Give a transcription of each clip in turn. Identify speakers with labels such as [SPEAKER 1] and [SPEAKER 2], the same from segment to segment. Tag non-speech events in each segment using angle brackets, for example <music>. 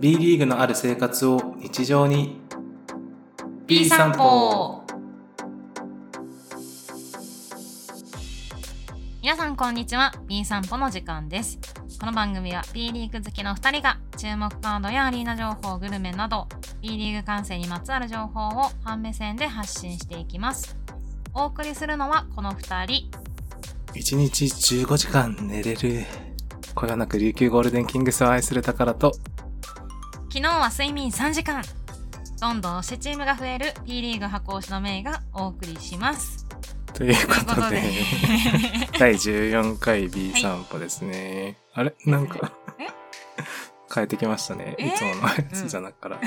[SPEAKER 1] B リーグのある生活を日常に
[SPEAKER 2] B 散歩皆さんこんにちは B 散歩の時間ですこの番組は B リーグ好きの2人が注目カードやアリーナ情報グルメなど B リーグ観戦にまつわる情報をファン目線で発信していきますお送りするのはこの2人
[SPEAKER 1] 1日15時間寝れるこよなく琉球ゴールデンキングスを愛する宝と
[SPEAKER 2] 昨日は睡眠3時間どんどん推しチームが増える B リーグ箱推しのメイがお送りします
[SPEAKER 1] という
[SPEAKER 2] という
[SPEAKER 1] こ
[SPEAKER 2] ことと
[SPEAKER 1] で
[SPEAKER 2] で
[SPEAKER 1] 第14回
[SPEAKER 2] <laughs>
[SPEAKER 1] B 散歩ですね、あれなんか変えてきましたね
[SPEAKER 2] え
[SPEAKER 1] いつものやつじゃなくから、
[SPEAKER 2] <laughs>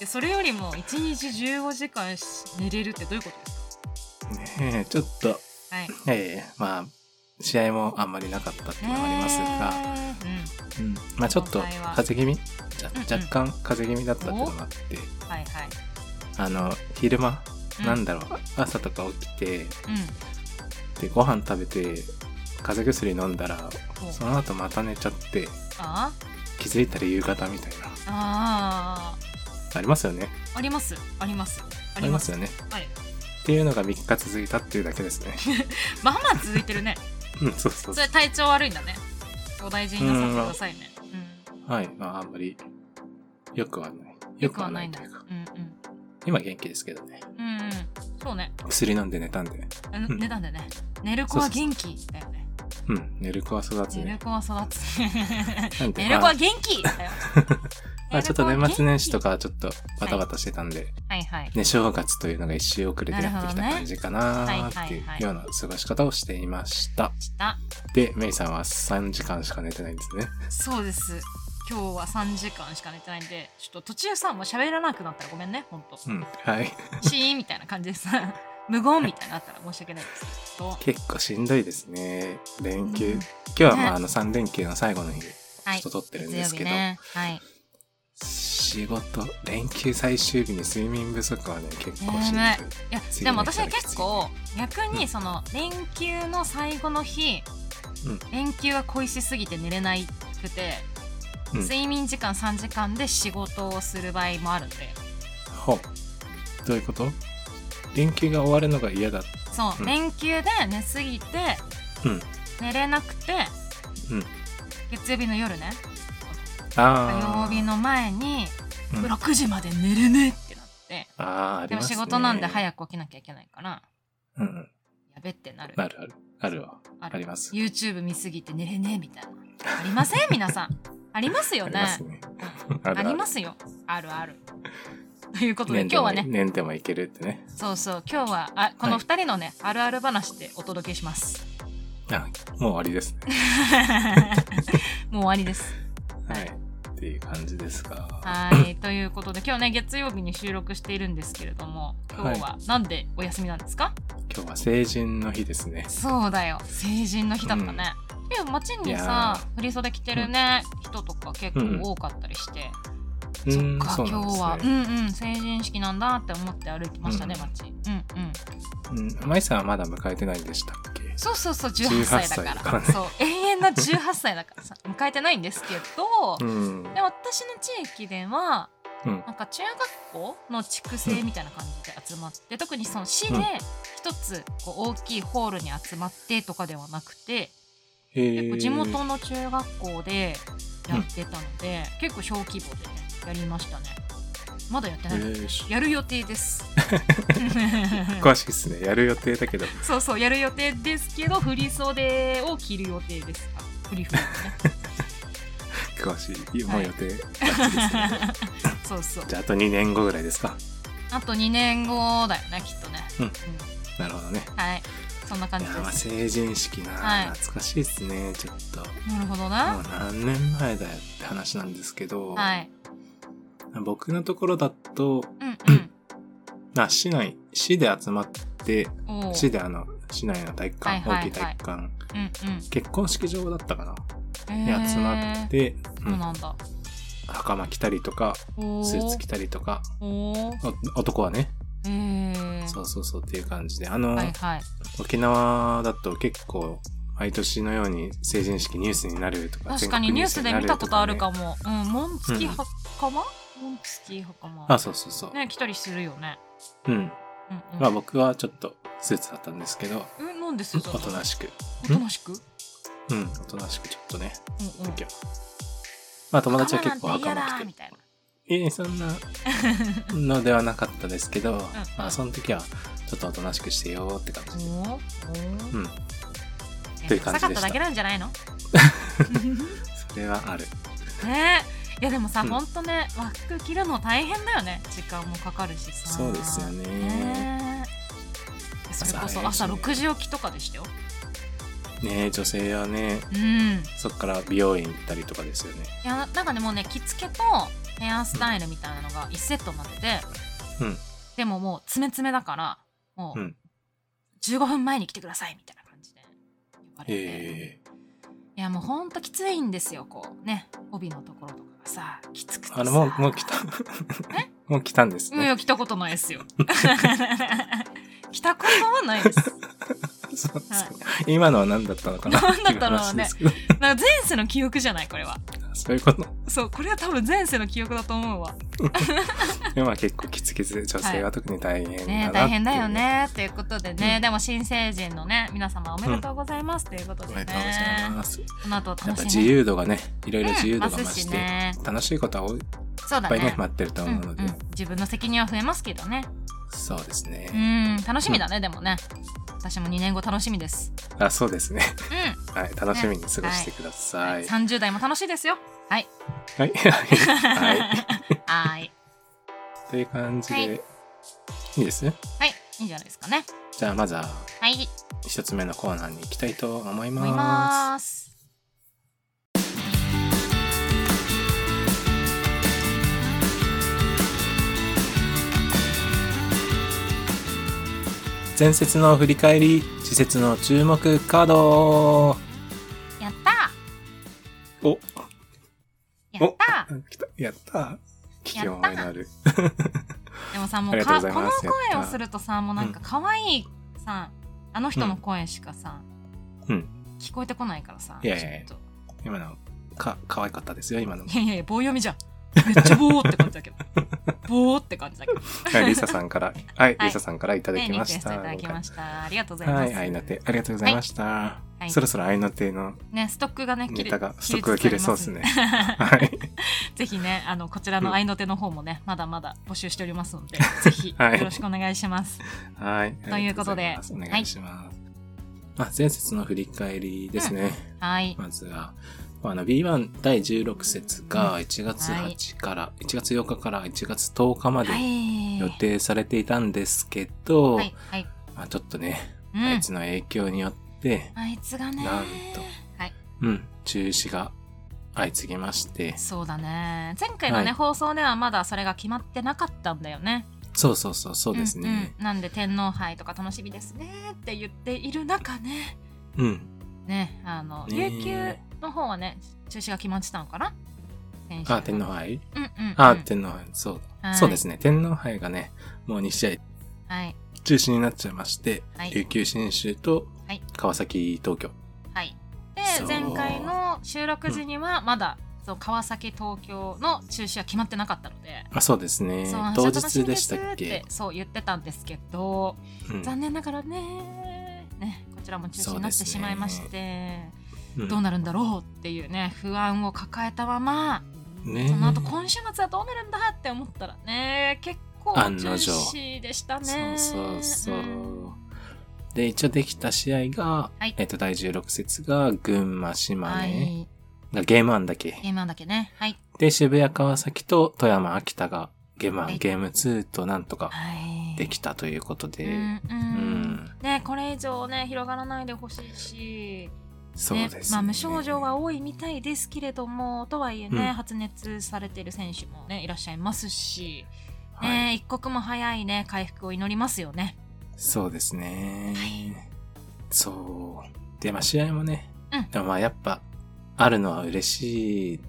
[SPEAKER 2] でそれよりも1日15時間し寝れるってどういうことです
[SPEAKER 1] ねえちょっと
[SPEAKER 2] かはい
[SPEAKER 1] ええまあ試合もあんまりなかったっていうのもありますが、
[SPEAKER 2] え
[SPEAKER 1] うんまあちょっと
[SPEAKER 2] 今回は
[SPEAKER 1] 風邪気味じゃ
[SPEAKER 2] うんうん
[SPEAKER 1] 若干風邪気味だったっていうのもあって、
[SPEAKER 2] ーうん、はいはい、
[SPEAKER 1] あの昼間、
[SPEAKER 2] う
[SPEAKER 1] なんだろう朝とか起きて
[SPEAKER 2] う
[SPEAKER 1] でご飯食べて風邪薬飲んだら
[SPEAKER 2] んお
[SPEAKER 1] その後また寝ちゃって
[SPEAKER 2] あ
[SPEAKER 1] 気づいたら夕方みたいな
[SPEAKER 2] あ
[SPEAKER 1] ありますよね
[SPEAKER 2] ーありますあります
[SPEAKER 1] ありますよね
[SPEAKER 2] あれ
[SPEAKER 1] っていうのが3日続いたっていうだけですね
[SPEAKER 2] <laughs> まあまあ続いてるね
[SPEAKER 1] うん <laughs> そうそう
[SPEAKER 2] それ体調悪いんだねお大事になさってくださいね、うん
[SPEAKER 1] はいまああんまりよくはないよ
[SPEAKER 2] よ
[SPEAKER 1] く
[SPEAKER 2] く
[SPEAKER 1] は
[SPEAKER 2] は
[SPEAKER 1] な
[SPEAKER 2] ないい
[SPEAKER 1] と
[SPEAKER 2] な
[SPEAKER 1] いうか
[SPEAKER 2] う
[SPEAKER 1] 今元気ですけどね
[SPEAKER 2] んうんうんうんそうね
[SPEAKER 1] 薬飲んで寝たんで
[SPEAKER 2] あ
[SPEAKER 1] うん
[SPEAKER 2] 寝たんだよね寝る子は元気だよね
[SPEAKER 1] うん寝る子は育つ
[SPEAKER 2] 寝る
[SPEAKER 1] ね
[SPEAKER 2] 子は育つ
[SPEAKER 1] なんで
[SPEAKER 2] 寝る子
[SPEAKER 1] まあ
[SPEAKER 2] は元気だよ
[SPEAKER 1] まあちょっと年末年始と
[SPEAKER 2] か
[SPEAKER 1] かちょっとバタバタしてたんで、
[SPEAKER 2] はいはい
[SPEAKER 1] ね、正月というのが一周遅れてやってきた感じかなーってい
[SPEAKER 2] なるほどねはいはいは
[SPEAKER 1] う
[SPEAKER 2] い
[SPEAKER 1] ような過ごし方をしていました。
[SPEAKER 2] した
[SPEAKER 1] で、メイさんは3時間しか寝てないんですね。
[SPEAKER 2] そうです今日は3時間しか寝てないんでちょっと途中さもう喋らなくなったらごめんねほんと
[SPEAKER 1] うん。はい。
[SPEAKER 2] シーンみたいな感じでさ無言みたいになったら申し訳ないですと
[SPEAKER 1] 結構しんどいですね。連休。
[SPEAKER 2] うん
[SPEAKER 1] 今日はま
[SPEAKER 2] ね
[SPEAKER 1] ああの3連休の最後の日、ち
[SPEAKER 2] は
[SPEAKER 1] ょ
[SPEAKER 2] い
[SPEAKER 1] っと撮ってるん
[SPEAKER 2] 月
[SPEAKER 1] で
[SPEAKER 2] 曜
[SPEAKER 1] す
[SPEAKER 2] 日
[SPEAKER 1] けど、
[SPEAKER 2] ねはい
[SPEAKER 1] 仕事、連休最終日に睡眠不足はね、結構しんどい。
[SPEAKER 2] ねいや
[SPEAKER 1] 次
[SPEAKER 2] でも
[SPEAKER 1] の日か
[SPEAKER 2] 私
[SPEAKER 1] ら
[SPEAKER 2] は
[SPEAKER 1] きつい
[SPEAKER 2] 結構逆にその連休の最後の日、
[SPEAKER 1] うん
[SPEAKER 2] 連休が恋しすぎて寝れなくて、
[SPEAKER 1] うん
[SPEAKER 2] 睡眠時間3時間で仕事をする場合もあるんで
[SPEAKER 1] ほう。どういうこと連休が終わるのが嫌だ。
[SPEAKER 2] そう、
[SPEAKER 1] うん
[SPEAKER 2] 連休で寝すぎて
[SPEAKER 1] うん。
[SPEAKER 2] 寝れなくて、
[SPEAKER 1] うん
[SPEAKER 2] 月曜日の夜ね火曜
[SPEAKER 1] ああ。
[SPEAKER 2] 日の前に
[SPEAKER 1] うん
[SPEAKER 2] 6時まで寝れねえってなって、
[SPEAKER 1] ああ、あり
[SPEAKER 2] で
[SPEAKER 1] ま
[SPEAKER 2] も
[SPEAKER 1] すね。
[SPEAKER 2] 仕事なんで早く起きなきゃいけないから
[SPEAKER 1] うんうん。
[SPEAKER 2] やべってなる
[SPEAKER 1] あるある。あるわ。
[SPEAKER 2] あ
[SPEAKER 1] あります
[SPEAKER 2] YouTube 見すぎて寝れねえみたいなありませ
[SPEAKER 1] <laughs>
[SPEAKER 2] ん皆さんありますよ
[SPEAKER 1] あり
[SPEAKER 2] ね
[SPEAKER 1] ますね。あ
[SPEAKER 2] <laughs> あ
[SPEAKER 1] るある
[SPEAKER 2] りますよあるあるということで
[SPEAKER 1] 年
[SPEAKER 2] 今
[SPEAKER 1] で
[SPEAKER 2] 日
[SPEAKER 1] も
[SPEAKER 2] はね
[SPEAKER 1] 年でもいけるってね。
[SPEAKER 2] そうそう今日はあこ
[SPEAKER 1] は
[SPEAKER 2] の
[SPEAKER 1] い
[SPEAKER 2] 2人のね、あるある話でお届けします
[SPEAKER 1] <laughs> あ、もう終わりですね。
[SPEAKER 2] もう終わりです
[SPEAKER 1] は
[SPEAKER 2] はい
[SPEAKER 1] い。っていう感じですが。
[SPEAKER 2] はいということで今日ね月曜日に収録しているんですけれども今日はなんでお休みなんですか、
[SPEAKER 1] 今日は成人の日ですね。
[SPEAKER 2] そうだよ成人の日だったね、でも街
[SPEAKER 1] い
[SPEAKER 2] に
[SPEAKER 1] や
[SPEAKER 2] さ振り袖着てるね、人とか結構多かったりして、
[SPEAKER 1] う
[SPEAKER 2] そ
[SPEAKER 1] ん
[SPEAKER 2] っか、
[SPEAKER 1] そうな
[SPEAKER 2] 今
[SPEAKER 1] んで
[SPEAKER 2] 日は
[SPEAKER 1] す
[SPEAKER 2] う
[SPEAKER 1] ね。
[SPEAKER 2] んうん成人式なんだって思って歩いてましたね、
[SPEAKER 1] うん
[SPEAKER 2] 街うんうん
[SPEAKER 1] うん。まいさんはまだ迎えてないんでしたっけ
[SPEAKER 2] そうそうそう18歳だか
[SPEAKER 1] 18
[SPEAKER 2] ら
[SPEAKER 1] 歳だからね
[SPEAKER 2] そう永遠の18歳だからさ迎えてないんですけど、
[SPEAKER 1] うん。
[SPEAKER 2] で私の地域では
[SPEAKER 1] うん。
[SPEAKER 2] なんか中学校の畜生みたいな感じで集まって、特にその市で
[SPEAKER 1] うん
[SPEAKER 2] 一つこう大きいホールに集まってとかではなくて、
[SPEAKER 1] え
[SPEAKER 2] 結構
[SPEAKER 1] ー
[SPEAKER 2] 地元の中学校でやってたので、結構小規模でねやりましたねまだやって
[SPEAKER 1] え
[SPEAKER 2] ない、
[SPEAKER 1] ーし
[SPEAKER 2] やる予定です
[SPEAKER 1] <laughs>
[SPEAKER 2] <laughs>
[SPEAKER 1] 詳しいですね。やる予定だけど。
[SPEAKER 2] そうそうやる予定ですけど振り袖を着る予定ですあ振り袖ね
[SPEAKER 1] 詳しい。もう予定。
[SPEAKER 2] <laughs> そうそう
[SPEAKER 1] <laughs> じゃあ、あと2年後ぐらいですか。
[SPEAKER 2] あと2年後だよねきっとね、
[SPEAKER 1] うんなるほどね。
[SPEAKER 2] はいそんな感
[SPEAKER 1] い
[SPEAKER 2] じ
[SPEAKER 1] や
[SPEAKER 2] で
[SPEAKER 1] ー、まあ
[SPEAKER 2] す
[SPEAKER 1] 成人式
[SPEAKER 2] はい
[SPEAKER 1] な。懐かしいですね。ちょっと。
[SPEAKER 2] なるほど
[SPEAKER 1] もう
[SPEAKER 2] な
[SPEAKER 1] 何年前だよって話なんですけど、
[SPEAKER 2] はい
[SPEAKER 1] 僕のところだと、
[SPEAKER 2] うん
[SPEAKER 1] まあ、市内、市で集まって、
[SPEAKER 2] うんおう
[SPEAKER 1] 市であの、市内の体育館、
[SPEAKER 2] はいはいはい
[SPEAKER 1] 大きい体育館、
[SPEAKER 2] うん
[SPEAKER 1] 結婚式場だったかな、
[SPEAKER 2] うん
[SPEAKER 1] に集まっ
[SPEAKER 2] へ
[SPEAKER 1] て、
[SPEAKER 2] ー
[SPEAKER 1] う、
[SPEAKER 2] そうんなんだ
[SPEAKER 1] 袴着たりとか、
[SPEAKER 2] お
[SPEAKER 1] スーツ着
[SPEAKER 2] て
[SPEAKER 1] たりとか、
[SPEAKER 2] おー
[SPEAKER 1] お男はね、
[SPEAKER 2] へえ
[SPEAKER 1] そうそうそうっていう感じで、あの、
[SPEAKER 2] はいはい
[SPEAKER 1] 沖縄だと結構、毎年のように成人式ニュースになるとか
[SPEAKER 2] 確かにニュースで見たことあるか
[SPEAKER 1] も
[SPEAKER 2] も。うん、紋付き
[SPEAKER 1] うん
[SPEAKER 2] 袴紋付き袴。
[SPEAKER 1] あそうそうそう、
[SPEAKER 2] ね、来たりするよね。
[SPEAKER 1] うん
[SPEAKER 2] うんうん。
[SPEAKER 1] まあ僕はちょっとスーツだったんですけど
[SPEAKER 2] え、なんです
[SPEAKER 1] お
[SPEAKER 2] よ。お
[SPEAKER 1] となしく
[SPEAKER 2] となしく。うん
[SPEAKER 1] うんおとなしくちょっとね
[SPEAKER 2] うん。
[SPEAKER 1] 時はまあ友達は結構
[SPEAKER 2] 袴
[SPEAKER 1] 袴
[SPEAKER 2] なんて嫌だ
[SPEAKER 1] 着
[SPEAKER 2] み
[SPEAKER 1] て
[SPEAKER 2] たいな。
[SPEAKER 1] ええそんなのではなかったですけ <laughs> ど、まあその時はちょっとおとなしくしてよーって感じで
[SPEAKER 2] おお。
[SPEAKER 1] うん
[SPEAKER 2] え
[SPEAKER 1] という感じでした
[SPEAKER 2] ダサかっただけなんじゃ
[SPEAKER 1] <laughs>
[SPEAKER 2] ないの？
[SPEAKER 1] それはある
[SPEAKER 2] ねえ。いやでもさ、
[SPEAKER 1] うん
[SPEAKER 2] ほんとね、和服着るの大変だよね。時間もかかるしさ。
[SPEAKER 1] そうですよね
[SPEAKER 2] ねえ。それこそ
[SPEAKER 1] 朝
[SPEAKER 2] 朝
[SPEAKER 1] 早いしね
[SPEAKER 2] 6時起きとかでしたよ。
[SPEAKER 1] ねえ女性はね
[SPEAKER 2] うん。
[SPEAKER 1] そっから美容院行ったりとかですよね
[SPEAKER 2] いやなんかねもうね着付けとヘアスタイルみたいなのが1セットになってて、
[SPEAKER 1] うん
[SPEAKER 2] でももう詰め詰めだからもう
[SPEAKER 1] うん
[SPEAKER 2] 15分前に来てくださいみたいな感じで言われて、
[SPEAKER 1] ええ
[SPEAKER 2] いやもうほんときついんですよこうね帯のところとかがさきつくてさ
[SPEAKER 1] あのもうもう来た <laughs> もう来たんです
[SPEAKER 2] いやい
[SPEAKER 1] ね
[SPEAKER 2] や来たことない <laughs> ですよ来たことはないです
[SPEAKER 1] そうそう今のは何だったのかな
[SPEAKER 2] 何だったのかね
[SPEAKER 1] っていう話ですけ
[SPEAKER 2] なんか前世の記憶じゃないこれは
[SPEAKER 1] どそういうこと
[SPEAKER 2] そうこれは多分前世の記憶だと思うわ
[SPEAKER 1] 今は結構きつきつで女性は特に大変だなっていう
[SPEAKER 2] ね、大変だよねということでね、でも新成人のね皆様おめでとうございます、ということ
[SPEAKER 1] お
[SPEAKER 2] で
[SPEAKER 1] め
[SPEAKER 2] ね
[SPEAKER 1] でとうございます
[SPEAKER 2] この後楽し
[SPEAKER 1] や
[SPEAKER 2] み
[SPEAKER 1] っぱ
[SPEAKER 2] に
[SPEAKER 1] 自由度がねいろいろ自由
[SPEAKER 2] うん
[SPEAKER 1] 度が
[SPEAKER 2] 増
[SPEAKER 1] 増
[SPEAKER 2] す
[SPEAKER 1] し、
[SPEAKER 2] してね
[SPEAKER 1] 楽しいことは多いいっ
[SPEAKER 2] そうだ
[SPEAKER 1] ぱ
[SPEAKER 2] ね
[SPEAKER 1] いね待ってると思うので、
[SPEAKER 2] うんうん、自分の責任は増えますけどね
[SPEAKER 1] そうですね、
[SPEAKER 2] うん楽しみだね、でもね私も2年後楽しみです
[SPEAKER 1] あそうですね <laughs>
[SPEAKER 2] う
[SPEAKER 1] はい楽しみに過ごしてくだ
[SPEAKER 2] ん、
[SPEAKER 1] さい、
[SPEAKER 2] 30代も楽しいですよはい
[SPEAKER 1] はい、
[SPEAKER 2] <laughs>
[SPEAKER 1] はい、
[SPEAKER 2] はい
[SPEAKER 1] という感じで、
[SPEAKER 2] はい
[SPEAKER 1] い、いですね
[SPEAKER 2] はいいいんじゃないですかね
[SPEAKER 1] じゃあまずは
[SPEAKER 2] はい
[SPEAKER 1] 一つ目のコーナーに行きたいと思い
[SPEAKER 2] 思い
[SPEAKER 1] ま
[SPEAKER 2] ます
[SPEAKER 1] す前節の振り返り次節の注目カード
[SPEAKER 2] やった
[SPEAKER 1] お
[SPEAKER 2] ーやったー
[SPEAKER 1] 来たやった聞き
[SPEAKER 2] やった
[SPEAKER 1] 覚えのある
[SPEAKER 2] でもさも
[SPEAKER 1] あ
[SPEAKER 2] う
[SPEAKER 1] りがとうご
[SPEAKER 2] か
[SPEAKER 1] ざい
[SPEAKER 2] この
[SPEAKER 1] ます
[SPEAKER 2] 声
[SPEAKER 1] や
[SPEAKER 2] を
[SPEAKER 1] った
[SPEAKER 2] するとさもうなんか可愛いさ、あの人の声しかさ、
[SPEAKER 1] うん
[SPEAKER 2] 聞こえてこないからさ
[SPEAKER 1] いやいやいや
[SPEAKER 2] ちょっ
[SPEAKER 1] 今のか可愛かったですよ今の
[SPEAKER 2] <laughs> といやいやいや棒読みじゃんめっちゃ棒って感じだけ
[SPEAKER 1] <laughs>
[SPEAKER 2] ど棒って感じだけど
[SPEAKER 1] はい、リサさんから、はい、
[SPEAKER 2] はい
[SPEAKER 1] リサさんからいただ
[SPEAKER 2] ね
[SPEAKER 1] き
[SPEAKER 2] リ
[SPEAKER 1] ま
[SPEAKER 2] クエ
[SPEAKER 1] し
[SPEAKER 2] スト
[SPEAKER 1] た。
[SPEAKER 2] いただきましたありがとうございま
[SPEAKER 1] は
[SPEAKER 2] す
[SPEAKER 1] い、愛の手、ありがとうございました。
[SPEAKER 2] い
[SPEAKER 1] そろそろ愛の手の
[SPEAKER 2] ねストックがね切
[SPEAKER 1] ネ
[SPEAKER 2] れ
[SPEAKER 1] タが、ストックが切れそうです
[SPEAKER 2] <laughs>
[SPEAKER 1] ね。
[SPEAKER 2] 切つつあります
[SPEAKER 1] はい、
[SPEAKER 2] ぜひねあのこちら
[SPEAKER 1] う
[SPEAKER 2] の
[SPEAKER 1] ん
[SPEAKER 2] 愛の手の方もね、まだまだ募集しておりますのでぜひよ
[SPEAKER 1] <laughs> はい
[SPEAKER 2] ろしくお願いします、
[SPEAKER 1] はい、
[SPEAKER 2] <laughs> ということで
[SPEAKER 1] ありがございますお願いします。まあ、前節の振り返りですね。
[SPEAKER 2] はい
[SPEAKER 1] まずは、あの B1 第16節が1月
[SPEAKER 2] はい
[SPEAKER 1] 8から、1月8日から1月10日まで
[SPEAKER 2] はい
[SPEAKER 1] 予定されていたんですけど、
[SPEAKER 2] はいはい、
[SPEAKER 1] まあ、ちょっとね、
[SPEAKER 2] うん、
[SPEAKER 1] あいつの影響によって、
[SPEAKER 2] あいつがね
[SPEAKER 1] なんと
[SPEAKER 2] はい
[SPEAKER 1] うん、中止が相次ぎまして、
[SPEAKER 2] そうだね前回のね、
[SPEAKER 1] はい
[SPEAKER 2] 放送ではまだそれが決まってなかったんだよね
[SPEAKER 1] そうそうそう、そうですね。
[SPEAKER 2] んうんなんで天皇杯とか楽しみですねって言っている中ね
[SPEAKER 1] うん。
[SPEAKER 2] ねあの
[SPEAKER 1] ねえ
[SPEAKER 2] 琉球の方はね中止が決まってたのかな先週
[SPEAKER 1] あ、天皇杯
[SPEAKER 2] うんうん、うん、
[SPEAKER 1] あ、天皇杯。そう、
[SPEAKER 2] はい
[SPEAKER 1] そうですね。天皇杯がね、もう2試合
[SPEAKER 2] はい
[SPEAKER 1] 中止になっちゃいまして、
[SPEAKER 2] はい
[SPEAKER 1] 琉球新州と
[SPEAKER 2] はい
[SPEAKER 1] 川崎東京。
[SPEAKER 2] はいで
[SPEAKER 1] そう
[SPEAKER 2] 前回の収録時にはまだ、そう川崎東京の中止は決まってなかったので、
[SPEAKER 1] あそうですね
[SPEAKER 2] そう。
[SPEAKER 1] 当
[SPEAKER 2] 楽み
[SPEAKER 1] 日でした
[SPEAKER 2] す
[SPEAKER 1] っ
[SPEAKER 2] って
[SPEAKER 1] け、
[SPEAKER 2] そう言ってたんですけど
[SPEAKER 1] うん
[SPEAKER 2] 残念ながらねねこちらも中止になってしまいまして、
[SPEAKER 1] うん
[SPEAKER 2] どうなるんだろうっていうね不安を抱えたまま
[SPEAKER 1] ね
[SPEAKER 2] その後今週末はどうなるんだって思ったらね結構中
[SPEAKER 1] 案の定
[SPEAKER 2] 止でしたね
[SPEAKER 1] そうそうそう。
[SPEAKER 2] ん
[SPEAKER 1] で、一応できた試合が、
[SPEAKER 2] はい
[SPEAKER 1] えっと、第16節が群馬、島
[SPEAKER 2] は
[SPEAKER 1] 根、
[SPEAKER 2] い
[SPEAKER 1] がゲームワンだけ。
[SPEAKER 2] ゲームなんだっけねはい
[SPEAKER 1] で、渋谷、川崎と富山、秋田がゲームワン、
[SPEAKER 2] はい
[SPEAKER 1] ゲーム2となんとか
[SPEAKER 2] はい
[SPEAKER 1] できたということ
[SPEAKER 2] う
[SPEAKER 1] で、
[SPEAKER 2] んうん
[SPEAKER 1] うん
[SPEAKER 2] ねこれ以上ね広がらないでほしいし
[SPEAKER 1] そうです、ね。
[SPEAKER 2] まあ、無症状は多いみたいですけれどもとはいえね、
[SPEAKER 1] うん
[SPEAKER 2] 発熱されてる選手も、ね、いらっしゃいますし、ね
[SPEAKER 1] はい、
[SPEAKER 2] 一刻も早い、ね、回復を祈りますよね。
[SPEAKER 1] そうですね。そう。で、まあ、試合もね、
[SPEAKER 2] うん
[SPEAKER 1] でもまあ、やっぱ、あるのは嬉しい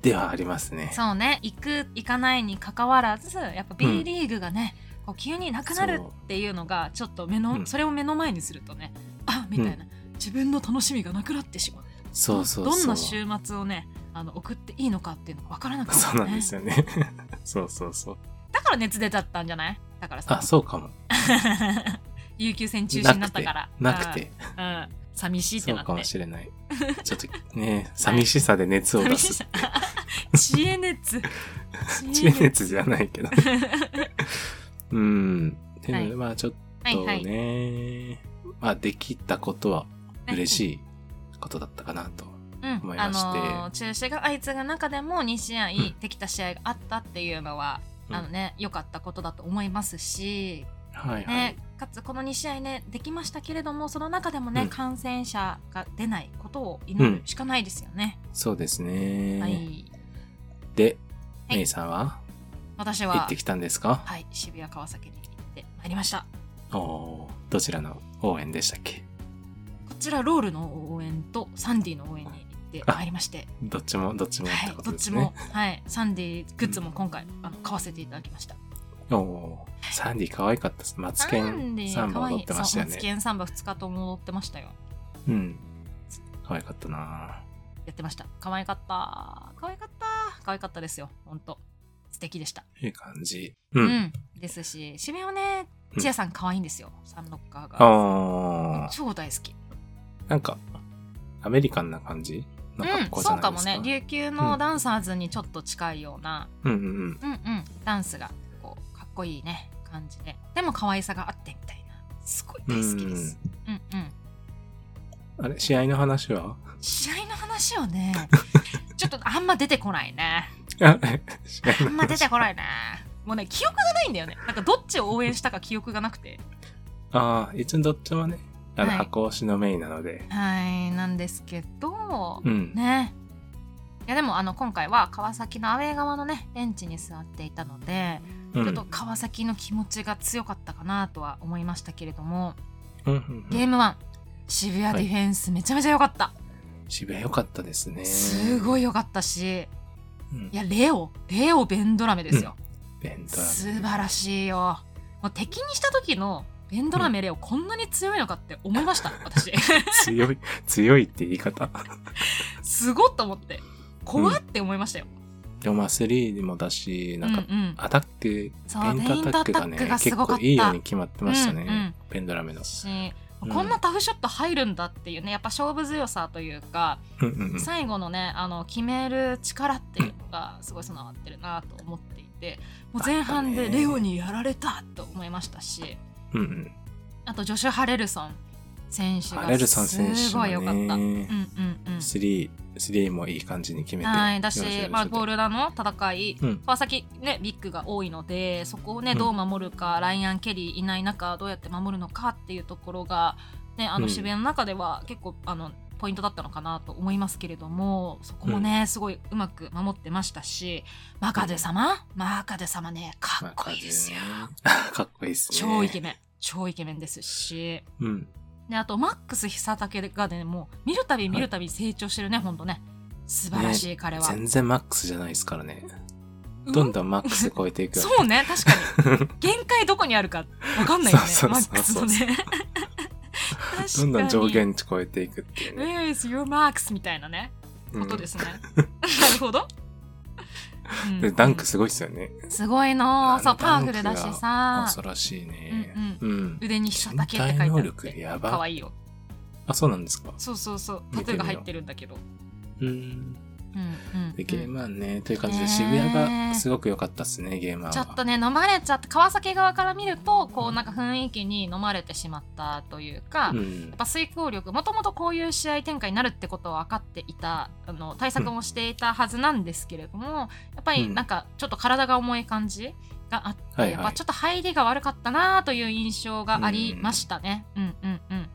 [SPEAKER 1] ではありますね。
[SPEAKER 2] そうね行く行かないにかかわらずやっぱ B リーグがね、こう急になくなるっていうのがちょっと目の、
[SPEAKER 1] うん
[SPEAKER 2] それを目の前にするとねあみたいな、自分の楽しみがなくなってしまう
[SPEAKER 1] そうそうそう
[SPEAKER 2] どんな週末をねあの送っていいのかっていうのが分からなかった、ね、
[SPEAKER 1] そうなんですよね <laughs> そうそうそう
[SPEAKER 2] だから熱出ちゃったんじゃないだからさ
[SPEAKER 1] あそうかも
[SPEAKER 2] <laughs> 有給戦中止になったから
[SPEAKER 1] なくて
[SPEAKER 2] うんうん寂しいって
[SPEAKER 1] そう
[SPEAKER 2] な
[SPEAKER 1] か
[SPEAKER 2] っ
[SPEAKER 1] も
[SPEAKER 2] て
[SPEAKER 1] しれ
[SPEAKER 2] <laughs>
[SPEAKER 1] ないちょっとね寂しさで熱を出
[SPEAKER 2] 寂し
[SPEAKER 1] す
[SPEAKER 2] さ <laughs> 知恵熱
[SPEAKER 1] <laughs> 知恵熱じゃない
[SPEAKER 2] <laughs>
[SPEAKER 1] けどうんでも、
[SPEAKER 2] はい
[SPEAKER 1] まあちょっと
[SPEAKER 2] は
[SPEAKER 1] ね、
[SPEAKER 2] いはい
[SPEAKER 1] まあできたことは嬉しいことだったかなと
[SPEAKER 2] うん
[SPEAKER 1] 思いまして
[SPEAKER 2] あのー中止が相次ぐ中でも2試合
[SPEAKER 1] ん
[SPEAKER 2] できた試合があったっていうのは、
[SPEAKER 1] うん
[SPEAKER 2] あのね良かったことだと思いますし、
[SPEAKER 1] はいはい、
[SPEAKER 2] ね、かつこの2試合ねできましたけれどもその中でもね、
[SPEAKER 1] うん
[SPEAKER 2] 感染者が出ないことを祈るしかないですよね。
[SPEAKER 1] そうですね、
[SPEAKER 2] はい、
[SPEAKER 1] で、
[SPEAKER 2] はい
[SPEAKER 1] メイさんは
[SPEAKER 2] 私
[SPEAKER 1] 行
[SPEAKER 2] は
[SPEAKER 1] ってきたんですか
[SPEAKER 2] はい渋谷川崎に行ってまいりました。
[SPEAKER 1] おーどちらの応援でしたっけ
[SPEAKER 2] こちらロールの応援とサンディの応援に行ってまいりまして、
[SPEAKER 1] どっちもどっちも
[SPEAKER 2] は
[SPEAKER 1] 行った、
[SPEAKER 2] い
[SPEAKER 1] こ
[SPEAKER 2] ど
[SPEAKER 1] と
[SPEAKER 2] っ
[SPEAKER 1] です
[SPEAKER 2] ち
[SPEAKER 1] ね、
[SPEAKER 2] も、はい、サンディグッズも今回、あの買わせていただきました。
[SPEAKER 1] おーサンディ可愛かったですマツケ
[SPEAKER 2] サ
[SPEAKER 1] ン
[SPEAKER 2] ンディ
[SPEAKER 1] 3
[SPEAKER 2] 可
[SPEAKER 1] 本
[SPEAKER 2] 愛
[SPEAKER 1] 踊
[SPEAKER 2] い
[SPEAKER 1] ってましたよ
[SPEAKER 2] そうマツ
[SPEAKER 1] ね
[SPEAKER 2] ケンサンバ2日とも踊ってましたよ。
[SPEAKER 1] うん可愛かったな
[SPEAKER 2] やってました。可愛かった。可愛かった。可愛かったですよ。ほんと。素敵でした。
[SPEAKER 1] いい感じうん、
[SPEAKER 2] うん。ですし、渋谷はね、
[SPEAKER 1] うん
[SPEAKER 2] チアさん可愛いんですよ。サンロッカーが。
[SPEAKER 1] あー
[SPEAKER 2] 超大好き。
[SPEAKER 1] なんかアメリカンな感じの格
[SPEAKER 2] う
[SPEAKER 1] 好
[SPEAKER 2] ん、
[SPEAKER 1] じゃ
[SPEAKER 2] そう
[SPEAKER 1] な
[SPEAKER 2] か
[SPEAKER 1] いで
[SPEAKER 2] も
[SPEAKER 1] すか、
[SPEAKER 2] ね。琉球のダンサーズにちょっと近いような、
[SPEAKER 1] うんうんうん
[SPEAKER 2] うん、うんダンスが、こう、かっこいいね、感じで。でも可愛さがあってみたいな。すごい大好きです。うん、うん。
[SPEAKER 1] あれ試合の話は
[SPEAKER 2] 試合の話
[SPEAKER 1] <laughs>
[SPEAKER 2] はね、ちょっとあんま出てこないね。
[SPEAKER 1] あ <laughs> 試合
[SPEAKER 2] あ
[SPEAKER 1] の
[SPEAKER 2] んま出
[SPEAKER 1] 話
[SPEAKER 2] てこないね。もうね、記憶がないんだよね。なんかどっちを応援したか記憶がなくて。
[SPEAKER 1] ああ一応どっちもねあの、
[SPEAKER 2] はい
[SPEAKER 1] 箱推しのメインなので
[SPEAKER 2] はい、なんですけど
[SPEAKER 1] う、ん、
[SPEAKER 2] ね。いやでもあの今回は川崎のアウェー側のねベンチに座っていたので、
[SPEAKER 1] うん
[SPEAKER 2] ちょっと川崎の気持ちが強かったかなとは思いましたけれども、
[SPEAKER 1] うんうんうん
[SPEAKER 2] ゲーム1渋谷ディフェンスめちゃめちゃ良かった、
[SPEAKER 1] 渋谷良かったですね。
[SPEAKER 2] すごい良かったし
[SPEAKER 1] うん
[SPEAKER 2] いやレオレオベンドラメですよ、
[SPEAKER 1] ベントラ
[SPEAKER 2] 素晴らしいよもう敵にした時のベンドラメレオこんなに強いのかって思いました、私 <laughs>
[SPEAKER 1] 強い、強いって言い方。
[SPEAKER 2] すごっと思って怖って思いましたよ、
[SPEAKER 1] でもまあ3でもだし、
[SPEAKER 2] う、
[SPEAKER 1] なんん
[SPEAKER 2] うん
[SPEAKER 1] か、アタック、ベン
[SPEAKER 2] そうベイン
[SPEAKER 1] トア
[SPEAKER 2] ト
[SPEAKER 1] タッ
[SPEAKER 2] ア
[SPEAKER 1] ク
[SPEAKER 2] タ
[SPEAKER 1] が
[SPEAKER 2] ッ
[SPEAKER 1] ね
[SPEAKER 2] クが、す
[SPEAKER 1] 結
[SPEAKER 2] ごか
[SPEAKER 1] 構
[SPEAKER 2] った
[SPEAKER 1] いいように決まってましたね。
[SPEAKER 2] うんうん
[SPEAKER 1] ベンドラメの。
[SPEAKER 2] し
[SPEAKER 1] うん
[SPEAKER 2] こんなタフショット入るんだっていうねやっぱ勝負強さというか、
[SPEAKER 1] うんうんうん。
[SPEAKER 2] 最後のねあの決める力っていうのがすごい備わってるなと思っていてもう前半
[SPEAKER 1] あっ
[SPEAKER 2] で
[SPEAKER 1] たね
[SPEAKER 2] レオにやられたと思いましたし
[SPEAKER 1] うんうん。
[SPEAKER 2] あとジョシュ・ハレルソン選手
[SPEAKER 1] ハレ
[SPEAKER 2] が
[SPEAKER 1] ルソン
[SPEAKER 2] す
[SPEAKER 1] 選手
[SPEAKER 2] ごい良かった。
[SPEAKER 1] もね
[SPEAKER 2] う、んうんうん
[SPEAKER 1] 3、3もいい感じに決めて。
[SPEAKER 2] はい、だし
[SPEAKER 1] よろよ、ろ
[SPEAKER 2] まあ、ゴール裏の戦い、
[SPEAKER 1] うん
[SPEAKER 2] 川崎、ね、ビッグが多いのでそこを、ね、
[SPEAKER 1] うん
[SPEAKER 2] どう守るか、ライアン・ケリーいない中どうやって守るのかっていうところが、ね、あ
[SPEAKER 1] う
[SPEAKER 2] の
[SPEAKER 1] ん
[SPEAKER 2] 渋谷の中では結構あのポイントだったのかなと思いますけれどもそこもね、すごいうまく守ってましたしマカデ様マカデ様ねかっこいいですよ。
[SPEAKER 1] <laughs> かっこいいですね。
[SPEAKER 2] 超イケメン超イケメンですし。
[SPEAKER 1] うん。
[SPEAKER 2] であとマックス久武がねもう見るたび見るたび成長してるね、ほんとね素晴らしい彼は、
[SPEAKER 1] 全然マックスじゃないですからね。
[SPEAKER 2] うん
[SPEAKER 1] どんどんマックス超えていくよね。
[SPEAKER 2] そうね確かに
[SPEAKER 1] <laughs>
[SPEAKER 2] 限界どこにあるかわかんないよね
[SPEAKER 1] そう
[SPEAKER 2] マ
[SPEAKER 1] そう
[SPEAKER 2] ッ
[SPEAKER 1] そう
[SPEAKER 2] クス
[SPEAKER 1] そ
[SPEAKER 2] の
[SPEAKER 1] う
[SPEAKER 2] ね
[SPEAKER 1] どんどん上
[SPEAKER 2] 「
[SPEAKER 1] 限値超えていくっていうね。
[SPEAKER 2] Where is your marks?」みたいなね
[SPEAKER 1] うん
[SPEAKER 2] こと
[SPEAKER 1] <laughs>
[SPEAKER 2] ですねなるほど、うん
[SPEAKER 1] でダンクすごいですよね。
[SPEAKER 2] すごい
[SPEAKER 1] あ
[SPEAKER 2] の
[SPEAKER 1] の
[SPEAKER 2] そうパワフルだしさ
[SPEAKER 1] 恐ろしいね。うん、
[SPEAKER 2] 腕に久だけって書い
[SPEAKER 1] 身
[SPEAKER 2] てあ
[SPEAKER 1] 体能
[SPEAKER 2] る
[SPEAKER 1] 力や
[SPEAKER 2] か
[SPEAKER 1] ば
[SPEAKER 2] わ。いいよ
[SPEAKER 1] あ、そうなんですか。
[SPEAKER 2] そうそうそう
[SPEAKER 1] 見
[SPEAKER 2] タト
[SPEAKER 1] てみよう
[SPEAKER 2] ゥーが入ってるんだけど
[SPEAKER 1] うん。
[SPEAKER 2] うんうん
[SPEAKER 1] で、ゲー
[SPEAKER 2] うん
[SPEAKER 1] ムはね、という感じ
[SPEAKER 2] ね
[SPEAKER 1] で
[SPEAKER 2] ー
[SPEAKER 1] 渋谷がすごく良かったっすね、ゲームは。
[SPEAKER 2] ちょっとね飲まれちゃって川崎側から見るとこうなんか雰囲気に飲まれてしまったというか、
[SPEAKER 1] うん
[SPEAKER 2] やっ。ぱ遂行力もともとこういう試合展開になるってことは分かっていたあの対策もしていたはずなんですけれども、やっぱりなんかちょっと体が重い感じがあって、
[SPEAKER 1] はいはい
[SPEAKER 2] やっぱちょっと入りが悪かったなという印象がありましたね。うんうんうん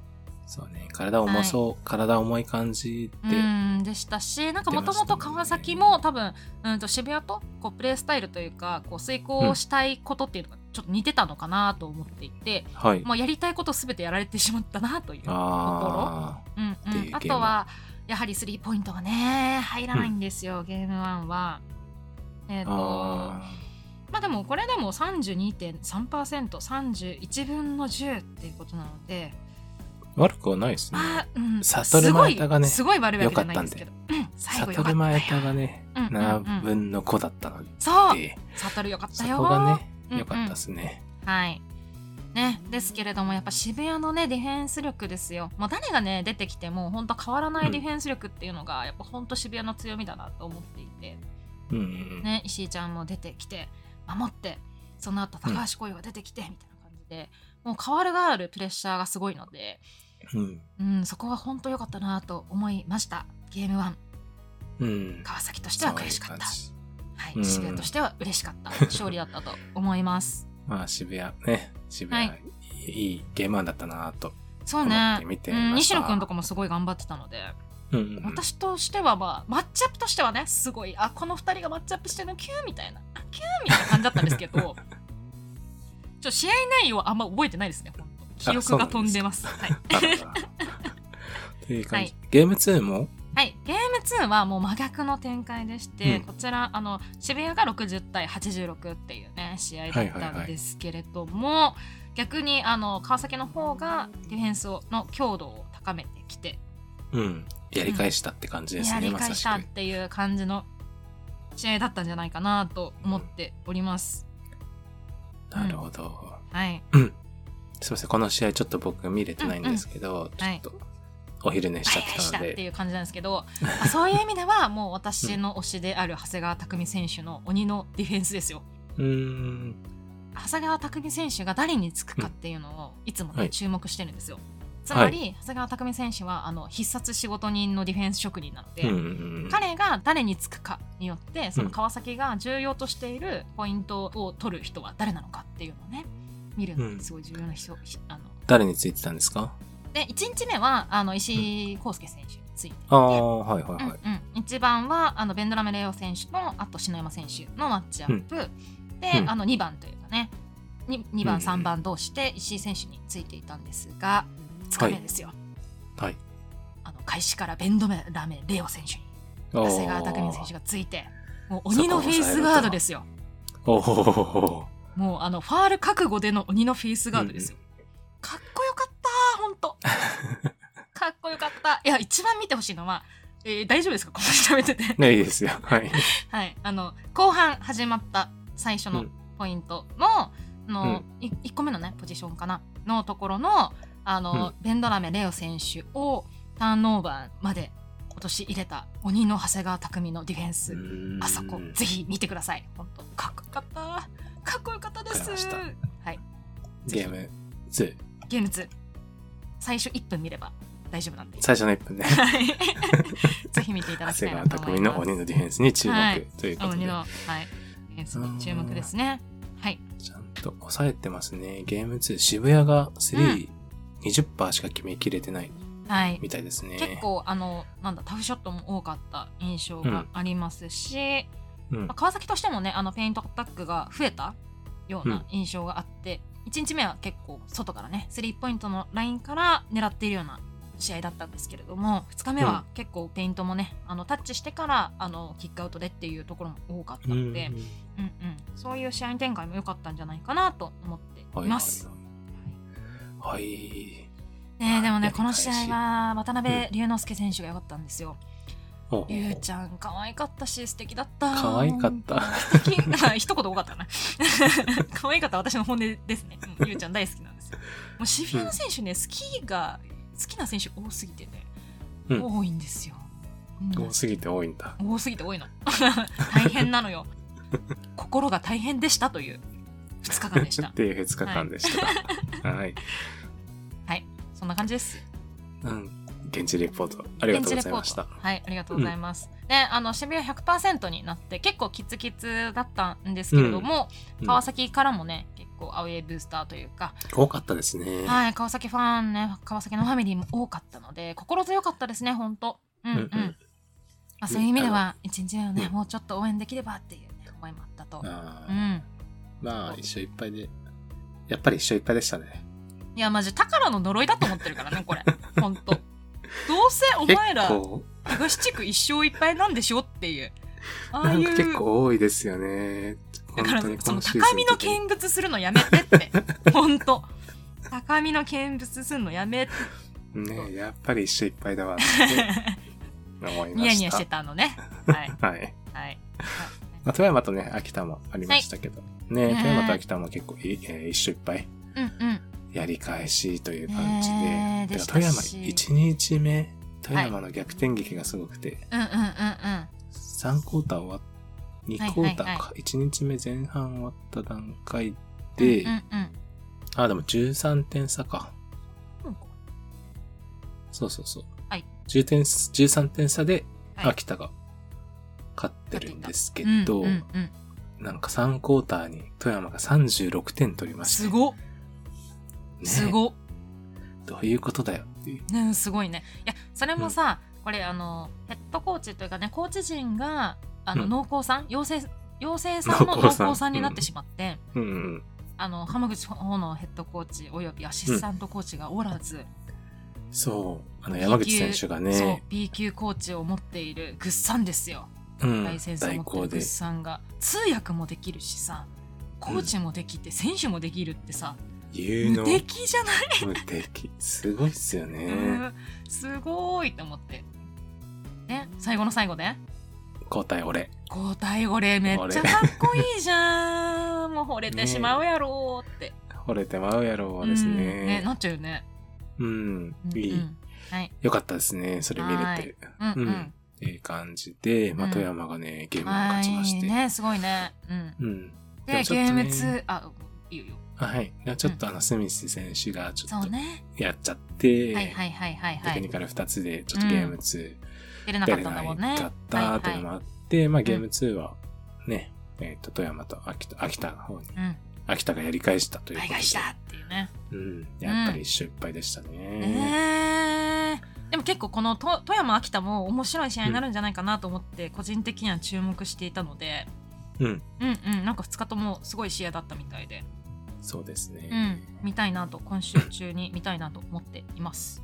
[SPEAKER 1] そうね、体重そう、体重い感じ
[SPEAKER 2] う
[SPEAKER 1] で、
[SPEAKER 2] んでしたしなんかもともと川崎も多分うんと渋谷とこうプレースタイルというかこう遂行したいことっていうのがちょっと似てたのかなと思っていて、
[SPEAKER 1] はい。
[SPEAKER 2] もうやりたいこと全てやられてしまったなという。
[SPEAKER 1] ああ、
[SPEAKER 2] うん
[SPEAKER 1] っていう
[SPEAKER 2] うん、あ
[SPEAKER 1] ゲー
[SPEAKER 2] と
[SPEAKER 1] ムは
[SPEAKER 2] はやはりスリーポイントがね入らないんですよ、ゲーム1は。えっ、と
[SPEAKER 1] あ
[SPEAKER 2] まあでもこれでも 32.3%31 分の10っていうことなので
[SPEAKER 1] あ、悪くはないですね。
[SPEAKER 2] あーうん、
[SPEAKER 1] 悟る前田がね
[SPEAKER 2] すごいすごい悪いわけじゃないんですけど。うん、最後よ
[SPEAKER 1] 悟る
[SPEAKER 2] かった
[SPEAKER 1] 前
[SPEAKER 2] よ。
[SPEAKER 1] 田がね、
[SPEAKER 2] うんうんうん
[SPEAKER 1] 7分の5だったの
[SPEAKER 2] そう、
[SPEAKER 1] で、
[SPEAKER 2] 悟るよかっ
[SPEAKER 1] そ
[SPEAKER 2] たよ。
[SPEAKER 1] こがね、
[SPEAKER 2] うんうん
[SPEAKER 1] 良かったですね。
[SPEAKER 2] はい。ね、ですけれどもやっぱ渋谷のねディフェンス力ですよ、まあ、誰がね出てきても本当変わらな
[SPEAKER 1] う
[SPEAKER 2] い
[SPEAKER 1] ん
[SPEAKER 2] ディフェンス力っていうのが、やっぱ本当渋谷の強みだなと思っていて、
[SPEAKER 1] うんうん
[SPEAKER 2] ね、石井ちゃんも出てきて守ってその後
[SPEAKER 1] う
[SPEAKER 2] 高
[SPEAKER 1] ん
[SPEAKER 2] 橋恋が出てきてみたいな感じで、もう変わる変わるプレッシャーがすごいので、
[SPEAKER 1] うん。
[SPEAKER 2] うん、そこは本当良かったなと思いましたゲーム1
[SPEAKER 1] うん。
[SPEAKER 2] 川崎としては悔しかった
[SPEAKER 1] そういう感じ
[SPEAKER 2] は
[SPEAKER 1] うん
[SPEAKER 2] い、渋谷としては嬉しかった勝利だったと思います。
[SPEAKER 1] まあ渋谷ね、渋谷、、
[SPEAKER 2] はい
[SPEAKER 1] いゲーマンだったなぁと。
[SPEAKER 2] そう
[SPEAKER 1] 頑張って
[SPEAKER 2] ね
[SPEAKER 1] 見て
[SPEAKER 2] うん、
[SPEAKER 1] まし
[SPEAKER 2] 西
[SPEAKER 1] た
[SPEAKER 2] 野君とかもすごい頑張ってたので、
[SPEAKER 1] うんうんうん、
[SPEAKER 2] 私としてはまあマッチアップとしてはねすごいあこの2人がマッチアップしてるのキューみたいなあキューみたいな感じだったんですけど <laughs> ちょっと試合内容はあんま覚えてないですねほんと記憶が飛んでますは
[SPEAKER 1] あ
[SPEAKER 2] い、
[SPEAKER 1] ららという感じ、
[SPEAKER 2] はい
[SPEAKER 1] ゲーム2も、
[SPEAKER 2] はい、ゲーム2はもう真逆の展開でして、
[SPEAKER 1] うん
[SPEAKER 2] こちらあの渋谷が60対86っていうね試合だ
[SPEAKER 1] は
[SPEAKER 2] っ
[SPEAKER 1] い
[SPEAKER 2] た
[SPEAKER 1] はいは
[SPEAKER 2] ん
[SPEAKER 1] い
[SPEAKER 2] ですけれども、逆にあの川崎の方がディフェンスをの強度を高めてきて
[SPEAKER 1] うん、やり返したって感じです
[SPEAKER 2] や
[SPEAKER 1] ね、
[SPEAKER 2] り
[SPEAKER 1] ま
[SPEAKER 2] 返
[SPEAKER 1] さ
[SPEAKER 2] し
[SPEAKER 1] した
[SPEAKER 2] っ
[SPEAKER 1] く。
[SPEAKER 2] ていう感じの試合だったんじゃないかなと思っております。
[SPEAKER 1] なるほど。
[SPEAKER 2] はい、
[SPEAKER 1] すみません、この試合ちょっと僕見れてないんですけど、ちょっとお昼寝しち
[SPEAKER 2] は
[SPEAKER 1] ゃっ
[SPEAKER 2] いはい
[SPEAKER 1] て
[SPEAKER 2] したた
[SPEAKER 1] の
[SPEAKER 2] っ
[SPEAKER 1] で、
[SPEAKER 2] ていう感じなんですけど、まあそういう意味ではもう私の推しである長谷川拓実選手の鬼のディフェンスですよ。
[SPEAKER 1] うーん、
[SPEAKER 2] 長谷川拓実選手が誰につくかっていうのをいつも、ね
[SPEAKER 1] はい
[SPEAKER 2] 注目してるんですよ。つまり、長谷川拓実選手はあの必殺仕事人のディフェンス職人なので、
[SPEAKER 1] うんうん
[SPEAKER 2] 彼が誰につくかによってその川崎が重要としているポイントを取る人は誰なのかっていうのをね見るのってすごい重要な人、ひあの
[SPEAKER 1] 誰についてたんですか
[SPEAKER 2] で1日目はあの石井康介選手についていて、
[SPEAKER 1] ああ、はいはいはい。
[SPEAKER 2] うんうん、1番はあのベンドラメレオ選手とあと篠山選手のマッチアップ、で、
[SPEAKER 1] うん
[SPEAKER 2] あの2番というかね 2,
[SPEAKER 1] う
[SPEAKER 2] 番
[SPEAKER 1] ん
[SPEAKER 2] 3番同士で石井選手についていたんですが2日目ですよ、
[SPEAKER 1] はい。
[SPEAKER 2] あの開始からベンドラメレオ選手に
[SPEAKER 1] お
[SPEAKER 2] 長谷川拓実選手がついてもう鬼のフェイスガードですよ
[SPEAKER 1] おお
[SPEAKER 2] もうあのファール覚悟での鬼のフェイスガードですよ、かっこよかった本当かっこよかったいや一番見てほしいのは、えー大丈夫ですかこの人喋ってて <laughs>
[SPEAKER 1] ね、いいですよ。はい。
[SPEAKER 2] はいあの後半始まった最初のポイントの,、のい1個目のねポジションかなのところのあの、ベンドラメレオ選手をターンオーバーまで今年入れた鬼の長谷川匠のディフェンス、あそこぜひ見てください。本当かっこよかった。かっこよかったで
[SPEAKER 1] わか
[SPEAKER 2] す
[SPEAKER 1] りました。
[SPEAKER 2] はい。
[SPEAKER 1] ゲーム2、
[SPEAKER 2] ゲーム2最初1分見れば大丈夫なんで。
[SPEAKER 1] 最初の1分ね。
[SPEAKER 2] はい <laughs> ぜひ見ていただ
[SPEAKER 1] 長
[SPEAKER 2] きた
[SPEAKER 1] 谷
[SPEAKER 2] い
[SPEAKER 1] 川
[SPEAKER 2] なと思
[SPEAKER 1] 匠
[SPEAKER 2] います。
[SPEAKER 1] の鬼のディフェンスに注目、
[SPEAKER 2] はい
[SPEAKER 1] ということ
[SPEAKER 2] 鬼
[SPEAKER 1] で
[SPEAKER 2] の、、はい。ディフェンスに注目ですね。はい。
[SPEAKER 1] ちゃんと抑えてますね。ゲーム2、渋谷が3、20%しか決めきれてない
[SPEAKER 2] はい。
[SPEAKER 1] みたいですね。
[SPEAKER 2] 結構あのなんだタフショットも多かった印象がありますし、
[SPEAKER 1] うん
[SPEAKER 2] まあ、川崎としてもねあのペイントアタックが増えたよう
[SPEAKER 1] うん
[SPEAKER 2] な印象があって、1日目は結構外からねスリーポイントのラインから狙っているような試合だったんですけれども2日目は結構ペイントもね、あのタッチしてからあのキックアウトでっていうところも多かったので、うんうんそういう試合展開も良かったんじゃないかなと思って
[SPEAKER 1] はい
[SPEAKER 2] います。
[SPEAKER 1] はいはい。はい。
[SPEAKER 2] ねえでも
[SPEAKER 1] や
[SPEAKER 2] ね
[SPEAKER 1] り
[SPEAKER 2] この試合
[SPEAKER 1] 返し
[SPEAKER 2] は渡
[SPEAKER 1] うん
[SPEAKER 2] 辺龍之介選手が良かったんですよ。
[SPEAKER 1] お
[SPEAKER 2] ゆうちゃん可愛かったし素敵だった
[SPEAKER 1] 可愛かった
[SPEAKER 2] 素敵あ一言多かったな <laughs> 可愛かった私の本音ですね、うんゆうちゃん大好きなんですよもうシフィの選手ね、好きが好きな選手多すぎてね、
[SPEAKER 1] うん
[SPEAKER 2] 多いんですよ、うん
[SPEAKER 1] 多すぎて多いんだ。
[SPEAKER 2] 多すぎて多いの <laughs> 大変なのよ心が大変でしたという2日間でし
[SPEAKER 1] <laughs> ったていう2日間でした。はい。
[SPEAKER 2] そんな感じです
[SPEAKER 1] うん。現地レポートありがとうございました。
[SPEAKER 2] はい、ありがとうございます。で、あの渋谷100%になって結構キツキツだったんですけれども、
[SPEAKER 1] うん
[SPEAKER 2] 川崎からもね、結構アウェーブースターというか、
[SPEAKER 1] 多かったですね。
[SPEAKER 2] はい、川崎ファンね、川崎のファミリーも多かったので、心強かったですね、本当。うんうん。
[SPEAKER 1] うんうん
[SPEAKER 2] まあ、そういう意味では、一日目はね、
[SPEAKER 1] うん
[SPEAKER 2] もうちょっと応援できればっていう、ね、思いもあったと。
[SPEAKER 1] あ
[SPEAKER 2] う
[SPEAKER 1] ー
[SPEAKER 2] ん。
[SPEAKER 1] まあ、一緒いっぱいで。やっぱり一緒いっぱいでしたね。
[SPEAKER 2] いや、マジ、宝の呪いだと思ってるからね、
[SPEAKER 1] <laughs>
[SPEAKER 2] これ。本当。どうせお
[SPEAKER 1] 結
[SPEAKER 2] 前ら
[SPEAKER 1] 構、
[SPEAKER 2] 東地区一生いっぱいなんでしょっていう。ああ
[SPEAKER 1] ないん
[SPEAKER 2] う
[SPEAKER 1] か結構多いですよね。
[SPEAKER 2] だ
[SPEAKER 1] 本
[SPEAKER 2] から
[SPEAKER 1] 当に
[SPEAKER 2] そ
[SPEAKER 1] 今
[SPEAKER 2] の
[SPEAKER 1] シーズン
[SPEAKER 2] 高みの見
[SPEAKER 1] <laughs>
[SPEAKER 2] 物するのやめてってほんと高みの見物するのやめて
[SPEAKER 1] ねえやっぱり一緒いっぱいだわっ
[SPEAKER 2] <laughs>
[SPEAKER 1] て思いました。
[SPEAKER 2] ニヤニヤしてたのね。はい。
[SPEAKER 1] はい。
[SPEAKER 2] はい。
[SPEAKER 1] まあ、富山とね、秋田もありましたけど、ね富山と秋田も結構い、えー一緒いっぱい
[SPEAKER 2] うんうん。
[SPEAKER 1] やり返しという感じで、
[SPEAKER 2] ねえ
[SPEAKER 1] て
[SPEAKER 2] で
[SPEAKER 1] か
[SPEAKER 2] した
[SPEAKER 1] 富山
[SPEAKER 2] し
[SPEAKER 1] 1日目、富山の逆転劇がすごくて、
[SPEAKER 2] うんうんうん
[SPEAKER 1] 3クォーター終わっ2クォーターか、
[SPEAKER 2] はいはい
[SPEAKER 1] 1日目前半終わった段階
[SPEAKER 2] うん。
[SPEAKER 1] で、
[SPEAKER 2] うんうん
[SPEAKER 1] あ、でも13点差か。
[SPEAKER 2] うん。
[SPEAKER 1] そうそうそう。
[SPEAKER 2] はい
[SPEAKER 1] 10点、13点差で
[SPEAKER 2] はい
[SPEAKER 1] 秋田が勝ってるんですけ
[SPEAKER 2] うん。
[SPEAKER 1] ど、
[SPEAKER 2] うんうんうん
[SPEAKER 1] なんか3クォーターに富山が36点取りました、
[SPEAKER 2] すごっ
[SPEAKER 1] ね
[SPEAKER 2] すごっ
[SPEAKER 1] どういうことだよっていう。
[SPEAKER 2] ねすごいね。いやそれもさ、これあのヘッドコーチというかねコーチ陣があの、
[SPEAKER 1] うん
[SPEAKER 2] 濃厚さん陽性陽性さんの濃
[SPEAKER 1] 濃厚さん
[SPEAKER 2] 厚さんになってしまって、
[SPEAKER 1] うんうん。
[SPEAKER 2] あの浜口方のヘッドコーチおよびアシスタントコーチがおらず、
[SPEAKER 1] そう。あの、山口選手が
[SPEAKER 2] そう
[SPEAKER 1] ね、
[SPEAKER 2] B 級コーチを持っているグッサンですよ。
[SPEAKER 1] うん
[SPEAKER 2] ライセンスを
[SPEAKER 1] 代
[SPEAKER 2] 持ってる
[SPEAKER 1] 行
[SPEAKER 2] グ
[SPEAKER 1] で
[SPEAKER 2] ッ。サンが通訳もできるしさコーチもできて、選手もできるってさ
[SPEAKER 1] 有
[SPEAKER 2] 無
[SPEAKER 1] 能。
[SPEAKER 2] 敵じゃない、
[SPEAKER 1] 無
[SPEAKER 2] <laughs>
[SPEAKER 1] 敵。すごいっすよね。
[SPEAKER 2] うんすごいと思って。ね、最後の最後で、
[SPEAKER 1] 交代俺。
[SPEAKER 2] 5対5でめっちゃかっこいいじゃんもう惚れてしまうやろうって、
[SPEAKER 1] 惚れてまうやろうです
[SPEAKER 2] うんね
[SPEAKER 1] ね。
[SPEAKER 2] なっちゃうよね、
[SPEAKER 1] うん。
[SPEAKER 2] うん
[SPEAKER 1] いい。
[SPEAKER 2] うんはい
[SPEAKER 1] よかったですね。それ見れて。
[SPEAKER 2] うんう
[SPEAKER 1] うんんっていう感じで、ま
[SPEAKER 2] う
[SPEAKER 1] あ、
[SPEAKER 2] ん
[SPEAKER 1] 富山がね、ゲームを
[SPEAKER 2] は
[SPEAKER 1] 勝ちまし
[SPEAKER 2] い
[SPEAKER 1] て。
[SPEAKER 2] ねすごいね、うん、
[SPEAKER 1] うん。
[SPEAKER 2] で
[SPEAKER 1] でもちょ
[SPEAKER 2] ゲ
[SPEAKER 1] っ
[SPEAKER 2] ー
[SPEAKER 1] とね
[SPEAKER 2] ム2あいいよいいよ
[SPEAKER 1] あはい。でちょっとあの、スミス選手がちょっ
[SPEAKER 2] そう
[SPEAKER 1] と
[SPEAKER 2] ね、
[SPEAKER 1] やっちゃって、
[SPEAKER 2] はいはいはいはい
[SPEAKER 1] テ
[SPEAKER 2] は
[SPEAKER 1] クニ
[SPEAKER 2] い
[SPEAKER 1] カル2つで、ちょっとゲーム2
[SPEAKER 2] 出れな
[SPEAKER 1] 出
[SPEAKER 2] かっ
[SPEAKER 1] れ
[SPEAKER 2] たんだ
[SPEAKER 1] な
[SPEAKER 2] もんね
[SPEAKER 1] かったっていうのも
[SPEAKER 2] は
[SPEAKER 1] あって、まあ、ゲーム2はね、えっと、富山と秋田、秋田の方に、
[SPEAKER 2] いはい、
[SPEAKER 1] 秋田がやり返したと
[SPEAKER 2] う
[SPEAKER 1] い
[SPEAKER 2] ん
[SPEAKER 1] うこと
[SPEAKER 2] 倍
[SPEAKER 1] で
[SPEAKER 2] 返。したっていうね
[SPEAKER 1] うん。やっぱり一緒いっぱいでしたね。
[SPEAKER 2] ねえでも結構このと富山秋田も面白い試合になるんじゃないかなと思って個人的には注目していたので
[SPEAKER 1] うん。
[SPEAKER 2] うんうんなんか2日ともすごい試合だったみたいで
[SPEAKER 1] そうですね。
[SPEAKER 2] うん、見たいなと今週中に見たいなと思っています。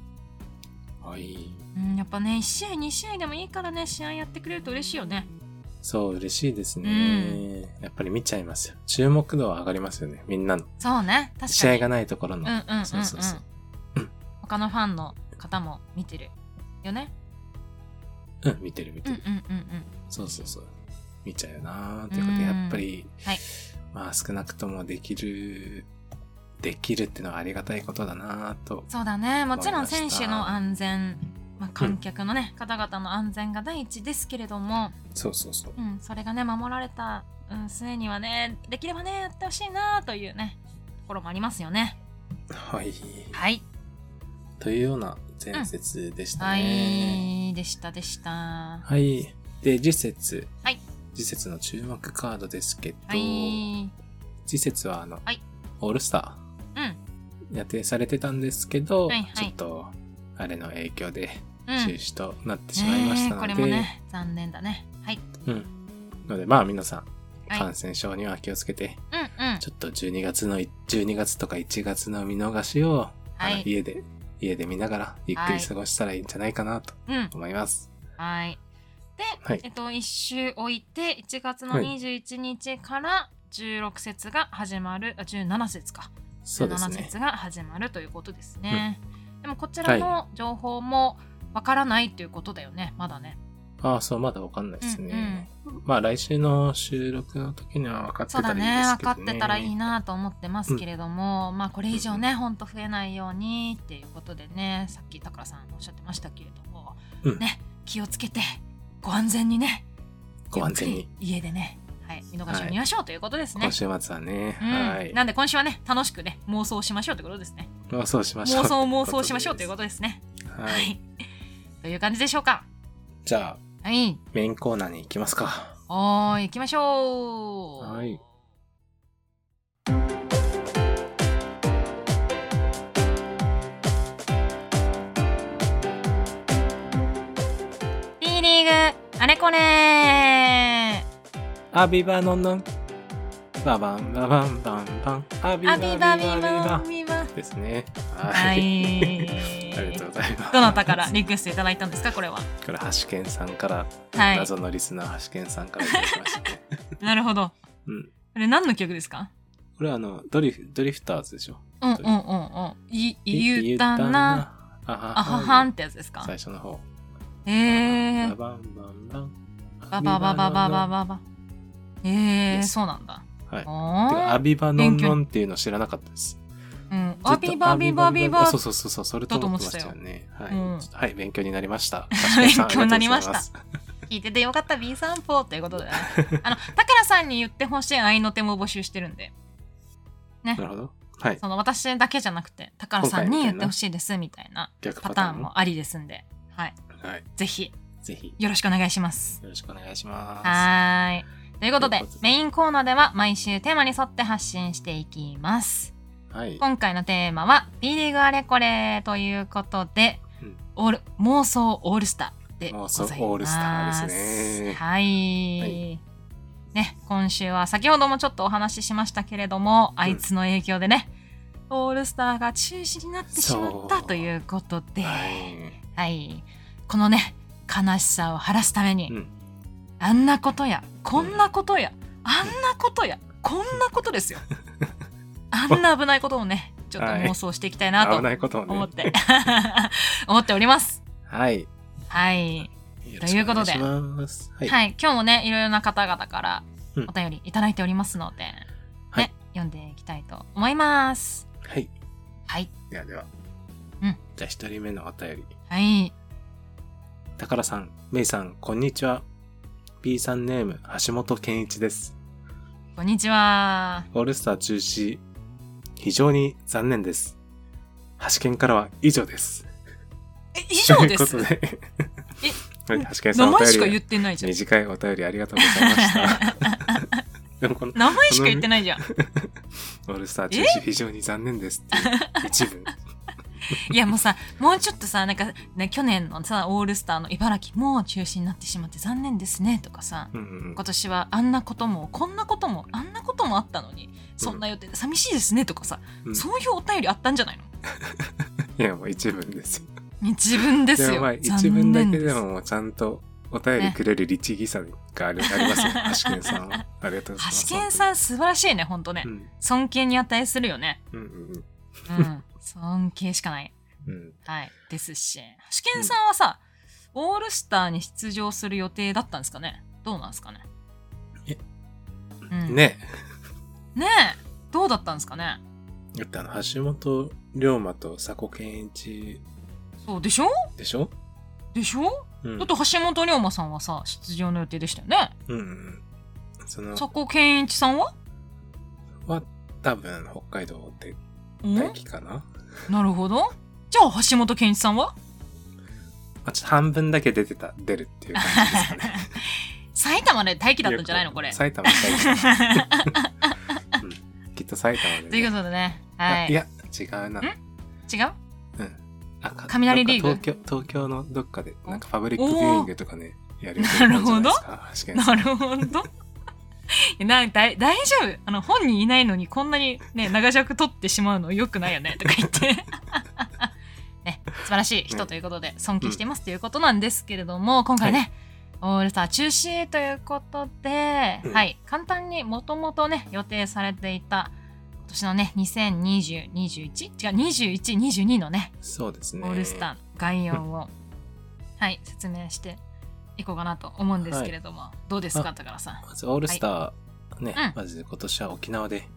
[SPEAKER 1] はい。
[SPEAKER 2] うん、やっぱね1試合2試合でもいいからね試合やってくれると嬉しいよね。
[SPEAKER 1] そう、嬉しいですね。
[SPEAKER 2] う
[SPEAKER 1] やっぱり見ちゃいますよ。注目度は上がりますよね。みんなの。
[SPEAKER 2] そうね確かに
[SPEAKER 1] 試合がないところの。
[SPEAKER 2] うんうんうん、うん、
[SPEAKER 1] そうそうそう。
[SPEAKER 2] 他のファンの方も見てるよね。
[SPEAKER 1] うん、見てる見て
[SPEAKER 2] うんう
[SPEAKER 1] る。
[SPEAKER 2] んうんうん。
[SPEAKER 1] そうそうそう。見ちゃうなーっていうことで、
[SPEAKER 2] うん
[SPEAKER 1] やっぱり、
[SPEAKER 2] はい
[SPEAKER 1] まあ少なくともできる、できるっていうのはありがたいことだなーと。
[SPEAKER 2] そうだねもちろん
[SPEAKER 1] わかり
[SPEAKER 2] 選
[SPEAKER 1] ました
[SPEAKER 2] 手の安全、まあ、観客のね、方々の安全が第一ですけれども、
[SPEAKER 1] そうそうそう。
[SPEAKER 2] うん、それがね守られた、うん、末にはねできればねやってほしいなというねところもありますよね。
[SPEAKER 1] はい。
[SPEAKER 2] はい
[SPEAKER 1] というような前節でした
[SPEAKER 2] は
[SPEAKER 1] ね。
[SPEAKER 2] い、でしたでした。
[SPEAKER 1] はい。で、次節。
[SPEAKER 2] はい
[SPEAKER 1] 次節の注目カードですけど、
[SPEAKER 2] はい。
[SPEAKER 1] 次節はあの、
[SPEAKER 2] はい
[SPEAKER 1] オールスタ
[SPEAKER 2] うん。
[SPEAKER 1] ー予定されてたんですけど、
[SPEAKER 2] はいはい
[SPEAKER 1] ちょっと、あれの影響で
[SPEAKER 2] う
[SPEAKER 1] 中
[SPEAKER 2] ん。
[SPEAKER 1] 止となってしまいましたので、
[SPEAKER 2] ねえこれもね、残念だね。はい。
[SPEAKER 1] うん。ので、まあ皆さん、
[SPEAKER 2] はい
[SPEAKER 1] 感染症には気をつけて、
[SPEAKER 2] うんうん。
[SPEAKER 1] ちょっと12月の、12月とか1月の見逃しを、あの
[SPEAKER 2] はい
[SPEAKER 1] 家で、家で見ながら、ゆっく
[SPEAKER 2] は
[SPEAKER 1] り
[SPEAKER 2] い
[SPEAKER 1] 過ごしたらいいんじゃないかなと
[SPEAKER 2] うん。
[SPEAKER 1] 思います。
[SPEAKER 2] はい。で、
[SPEAKER 1] はい
[SPEAKER 2] えっと、1週置いて、1月の
[SPEAKER 1] はい
[SPEAKER 2] 21日から16節が始まる、あ17節か。
[SPEAKER 1] そうです
[SPEAKER 2] 17
[SPEAKER 1] ね。
[SPEAKER 2] 節が始まるということですね。でも、こちらの情報もわからないということだよね、まだね。
[SPEAKER 1] ああ、そう、まだわかんないですね。まあ来週の収録の時には分かって
[SPEAKER 2] そう
[SPEAKER 1] たら
[SPEAKER 2] だ
[SPEAKER 1] いいで
[SPEAKER 2] ね
[SPEAKER 1] す
[SPEAKER 2] 分
[SPEAKER 1] け
[SPEAKER 2] か
[SPEAKER 1] どね。
[SPEAKER 2] ってたらいいなと思ってますけれども、まあこれ以上ね、ほんと増えないようにっていうことでねさっき高倉さんおっしゃってましたけれども、
[SPEAKER 1] うん
[SPEAKER 2] ね気をつけてご安全にね
[SPEAKER 1] ご安全
[SPEAKER 2] ゆっ
[SPEAKER 1] に
[SPEAKER 2] く。り家でね、はい、見逃しを見ましょうということですね
[SPEAKER 1] 今。週末はね、
[SPEAKER 2] うん
[SPEAKER 1] はい。
[SPEAKER 2] なんで今週はね楽しくね妄想しましょうということですね
[SPEAKER 1] 妄想しま
[SPEAKER 2] 妄
[SPEAKER 1] しょう。
[SPEAKER 2] 想妄想しましょうということですね
[SPEAKER 1] と。
[SPEAKER 2] は
[SPEAKER 1] はいい。
[SPEAKER 2] という感じでしょうか
[SPEAKER 1] じゃあ、
[SPEAKER 2] はい
[SPEAKER 1] メインコーナーに行きますか。
[SPEAKER 2] おーい行きましょう
[SPEAKER 1] はい
[SPEAKER 2] 「B リーグあれこれ」
[SPEAKER 1] アビバノンノン。ババンババンバンバン。アビバ
[SPEAKER 2] あ
[SPEAKER 1] ビバ
[SPEAKER 2] ビバ
[SPEAKER 1] ビバ
[SPEAKER 2] ビバビバ。
[SPEAKER 1] ですね。
[SPEAKER 2] は
[SPEAKER 1] はい。。
[SPEAKER 2] い
[SPEAKER 1] ありがとうございます。
[SPEAKER 2] どなたからリクエストいただいたんですかこれは。
[SPEAKER 1] これ、ハシケンさんから、
[SPEAKER 2] はい。
[SPEAKER 1] 謎のリスナーハシケンさんからいただきま
[SPEAKER 2] <laughs>
[SPEAKER 1] したね。
[SPEAKER 2] なるほど。
[SPEAKER 1] うん。
[SPEAKER 2] これ何の曲ですか？
[SPEAKER 1] これはあの、ドリフ、ドリフターズでしょ。
[SPEAKER 2] うんうんうんうん。い言ったな。
[SPEAKER 1] あは
[SPEAKER 2] あははんってやつですか
[SPEAKER 1] 最初の方。
[SPEAKER 2] ええー、
[SPEAKER 1] バンバンバンバ
[SPEAKER 2] バ
[SPEAKER 1] ン。
[SPEAKER 2] バババババ
[SPEAKER 1] バ。
[SPEAKER 2] ババええ
[SPEAKER 1] Yes
[SPEAKER 2] そうなんだ。
[SPEAKER 1] はい。てか
[SPEAKER 2] お
[SPEAKER 1] アビバノンノンっていうの知らなかったです。
[SPEAKER 2] ーうん。
[SPEAKER 1] ず
[SPEAKER 2] あ
[SPEAKER 1] っと
[SPEAKER 2] ビバビバビバ
[SPEAKER 1] そうそうそうそう、それと思ってましたよね。はい、
[SPEAKER 2] うん
[SPEAKER 1] ちょっとはい、勉強になりました。
[SPEAKER 2] 勉強になりました
[SPEAKER 1] あがとうござい
[SPEAKER 2] 聞いててよかった B 散歩ということで、ね、あのだからさんに言ってほしい愛の手も募集してるんで
[SPEAKER 1] ます。 <laughs> なるほど。はい、
[SPEAKER 2] その私だけじゃなくて高野さんに言ってほしいですみたいな
[SPEAKER 1] 逆
[SPEAKER 2] パ
[SPEAKER 1] パタ
[SPEAKER 2] ター
[SPEAKER 1] ー
[SPEAKER 2] ン
[SPEAKER 1] ンも。
[SPEAKER 2] もありですんで、はい、
[SPEAKER 1] はい、
[SPEAKER 2] ぜひ
[SPEAKER 1] ぜひ
[SPEAKER 2] よろしくお願いします。
[SPEAKER 1] よろしくお願いします。
[SPEAKER 2] はーい。ということで
[SPEAKER 1] ということで
[SPEAKER 2] メインコーナーでは毎週テーマに沿って発信していきます。
[SPEAKER 1] はい、
[SPEAKER 2] 今回のテーマは B リーグあれこれということで、
[SPEAKER 1] うん
[SPEAKER 2] オール妄想オールスターでございます。
[SPEAKER 1] 妄想オールスターですね
[SPEAKER 2] はい。
[SPEAKER 1] はい
[SPEAKER 2] ね、今週は先ほどもちょっとお話ししましたけれども、あいつの影響でね、オールスターが中止になってしまった
[SPEAKER 1] そう
[SPEAKER 2] ということで、はい、
[SPEAKER 1] は
[SPEAKER 2] このね、悲しさを晴らすために、
[SPEAKER 1] い、うん、
[SPEAKER 2] あんなことや、こんなことや、あんなことや、こんなことで
[SPEAKER 1] <laughs>
[SPEAKER 2] すよ。あんな危ないことをね、ちょっと妄想していきたいなと
[SPEAKER 1] 危ないことをね
[SPEAKER 2] 思っ。て、 <laughs> 思っております。
[SPEAKER 1] はい、
[SPEAKER 2] はい。ということで
[SPEAKER 1] よろしくお願いしますはい、
[SPEAKER 2] はい、今日もね、いろいろな方々から
[SPEAKER 1] うん
[SPEAKER 2] お便りいただいておりますので、
[SPEAKER 1] はい
[SPEAKER 2] ね、読んでいきたいと思います。
[SPEAKER 1] はい、
[SPEAKER 2] はい。
[SPEAKER 1] ではでは。
[SPEAKER 2] うん
[SPEAKER 1] じゃあ一人目のお便り。
[SPEAKER 2] はい。
[SPEAKER 1] 高田さん、メイさん、こんにちは。B さんネーム、橋本健一です。
[SPEAKER 2] こんにちは。
[SPEAKER 1] オールスター中止、非常に残念です。橋健からは以上です。
[SPEAKER 2] え、以上で
[SPEAKER 1] <laughs>
[SPEAKER 2] す
[SPEAKER 1] という。ことで。
[SPEAKER 2] え
[SPEAKER 1] はい橋健さ
[SPEAKER 2] 名
[SPEAKER 1] ん、お
[SPEAKER 2] 前しか
[SPEAKER 1] 便
[SPEAKER 2] 言っ
[SPEAKER 1] り、
[SPEAKER 2] てな
[SPEAKER 1] <laughs>
[SPEAKER 2] いじゃん。
[SPEAKER 1] 短いお便りありがとうございました。
[SPEAKER 2] <laughs>
[SPEAKER 1] でもこの、
[SPEAKER 2] 名前しか言ってないじゃん。
[SPEAKER 1] オールスター中止、非常に残念ですっていう一
[SPEAKER 2] <laughs>
[SPEAKER 1] 文。
[SPEAKER 2] いやもうさ、もうちょっとさ、なんか、ね、去年のさ、オールスターの茨城も中止になってしまって残念ですねとかさ、
[SPEAKER 1] うんうん
[SPEAKER 2] 今年はあんなことも、こんなことも、あんなこともあったのに、そんな予定で寂しいですねとかさ、
[SPEAKER 1] うん
[SPEAKER 2] そういうお便りあったんじゃないの
[SPEAKER 1] いや、もう一文ですよ。
[SPEAKER 2] 自分です
[SPEAKER 1] でも
[SPEAKER 2] よ。
[SPEAKER 1] まあ、一
[SPEAKER 2] 残
[SPEAKER 1] 文だ
[SPEAKER 2] 念
[SPEAKER 1] け
[SPEAKER 2] す
[SPEAKER 1] でももうちゃんとお便りくれる律儀さがある、ありますよ。橋健さんは。ありがとうございます。
[SPEAKER 2] 橋健さん素晴らしいね、ほんとね
[SPEAKER 1] う。ん
[SPEAKER 2] 尊敬に値するよね。
[SPEAKER 1] うんうん <laughs>
[SPEAKER 2] うん。尊敬しかない。
[SPEAKER 1] うんうん
[SPEAKER 2] はい。ですし。橋健さんはさ、オールスターに出場する予定だったんですかねどうなんですかね
[SPEAKER 1] え
[SPEAKER 2] うん、
[SPEAKER 1] ね
[SPEAKER 2] ねえどうだったんですかね
[SPEAKER 1] だってあの橋本龍馬と佐古健一
[SPEAKER 2] そうでしょ
[SPEAKER 1] でしょ、
[SPEAKER 2] でしょ、
[SPEAKER 1] うん、
[SPEAKER 2] だって橋本龍馬さんはさ出場の予定でしたよね
[SPEAKER 1] うんうんその
[SPEAKER 2] 佐古健一さんは
[SPEAKER 1] は多分北海道って
[SPEAKER 2] ん
[SPEAKER 1] 大気かな、ま
[SPEAKER 2] なるほどじゃあ橋本健一さんは
[SPEAKER 1] あ、ちょっと半分だけ出てた出るっていう感じですか
[SPEAKER 2] <laughs>
[SPEAKER 1] ね
[SPEAKER 2] 埼玉で待機だったんじゃないのこれ
[SPEAKER 1] 埼玉大気、うん、きっと埼玉で、ね、
[SPEAKER 2] ということでねは
[SPEAKER 1] あ
[SPEAKER 2] い
[SPEAKER 1] いや違うな
[SPEAKER 2] 違う
[SPEAKER 1] うんあか
[SPEAKER 2] 雷リーグ
[SPEAKER 1] なんか東京東京のどっかでなんかパブリックビューイングとかねやる予定んじゃないですか橋健さん
[SPEAKER 2] なるほど <laughs> いやなだい大丈夫あの本人いないのにこんなにね長尺取ってしまうのよくないよねとか言って <laughs> ね素晴らしい人ということで尊敬していますということなんですけれども、今回ね、オールスター中止ということで、
[SPEAKER 1] うん
[SPEAKER 2] はい簡単にもともとね予定されていた今年のね202021違う2122のね
[SPEAKER 1] そうですね
[SPEAKER 2] オールスターの概要を、はい説明していこうかなと思うんですけれども、どうですか
[SPEAKER 1] あ
[SPEAKER 2] 高田さん
[SPEAKER 1] まずオールスターね、
[SPEAKER 2] うん
[SPEAKER 1] まず今年は沖縄で、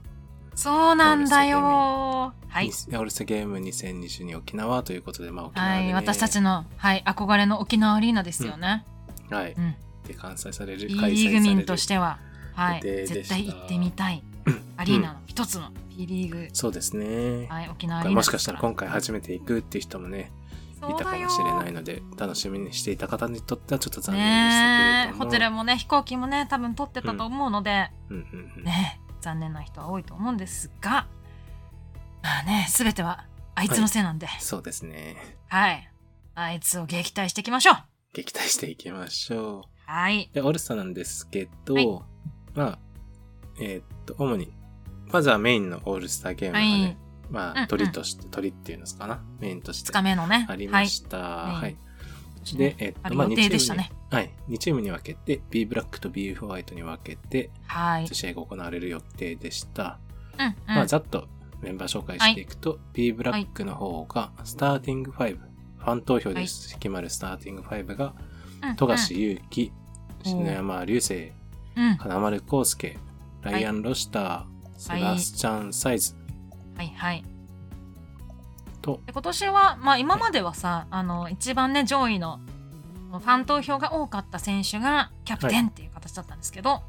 [SPEAKER 2] そうなんだよはい
[SPEAKER 1] に、オールスターゲーム2022沖縄ということで、まあ、沖縄
[SPEAKER 2] は
[SPEAKER 1] で、ね
[SPEAKER 2] い、私たちの、はい、憧れの沖縄アリーナですよね、
[SPEAKER 1] はい、
[SPEAKER 2] うん
[SPEAKER 1] で開催される
[SPEAKER 2] B
[SPEAKER 1] 開催
[SPEAKER 2] リ
[SPEAKER 1] さ
[SPEAKER 2] ー
[SPEAKER 1] れ
[SPEAKER 2] グ
[SPEAKER 1] る
[SPEAKER 2] 民としては、はい、
[SPEAKER 1] 予定でした
[SPEAKER 2] 絶対行ってみたいアリーナの一つの B リーグ、
[SPEAKER 1] そうですね、
[SPEAKER 2] はい、沖縄ア
[SPEAKER 1] こ
[SPEAKER 2] リ
[SPEAKER 1] れも
[SPEAKER 2] ーナです
[SPEAKER 1] し
[SPEAKER 2] ら
[SPEAKER 1] かしたら今回初めて行くっていう人もねいたかもしれないので楽しみにしていた方にとってはちょっと残念でしたけれ
[SPEAKER 2] ねえ
[SPEAKER 1] ども、
[SPEAKER 2] ホテルもね飛行機もね多分取ってたと思うので、
[SPEAKER 1] うんうんうん
[SPEAKER 2] ね残念な人は多いと思うんですがまあね全てはあいつのせいなんで、
[SPEAKER 1] そうですね
[SPEAKER 2] はい。あいつを撃退していきましょう。
[SPEAKER 1] 撃退していきましょ
[SPEAKER 2] はい。
[SPEAKER 1] うでオールスターなんですけど、
[SPEAKER 2] はい
[SPEAKER 1] まあえーっと主にまずはメインのオールスターゲームがね、
[SPEAKER 2] はい
[SPEAKER 1] ま
[SPEAKER 2] うんう
[SPEAKER 1] あ
[SPEAKER 2] ん
[SPEAKER 1] 鳥として、鳥っていうのですかなメインとして
[SPEAKER 2] 2日目のね。
[SPEAKER 1] ありま
[SPEAKER 2] は
[SPEAKER 1] した。はい。
[SPEAKER 2] メイン
[SPEAKER 1] で、えっ
[SPEAKER 2] あ
[SPEAKER 1] と、
[SPEAKER 2] る
[SPEAKER 1] まあ、
[SPEAKER 2] 予
[SPEAKER 1] 2
[SPEAKER 2] 定
[SPEAKER 1] チ
[SPEAKER 2] でした
[SPEAKER 1] ームに
[SPEAKER 2] ね、
[SPEAKER 1] はい、2チームに分けて、B ブラックと B ホワイトに分けて、
[SPEAKER 2] い。はい
[SPEAKER 1] 1。試合が行われる予定でした。
[SPEAKER 2] うん、うん。
[SPEAKER 1] まあ、ざっとメンバー紹介していくと、B ブラックの方が、スターティング5、ファン投票で
[SPEAKER 2] はい
[SPEAKER 1] 決まるスターティング5が、
[SPEAKER 2] うん
[SPEAKER 1] 富樫勇樹、篠山流星、
[SPEAKER 2] うん、うん
[SPEAKER 1] 金丸康介、ライアン・ロシター、セバスチャン・サイズ
[SPEAKER 2] はいはい
[SPEAKER 1] と、
[SPEAKER 2] で今年は、まあ、今まではさあの一番ね上位のファン投票が多かった選手がキャプテンっていう形だったんですけど、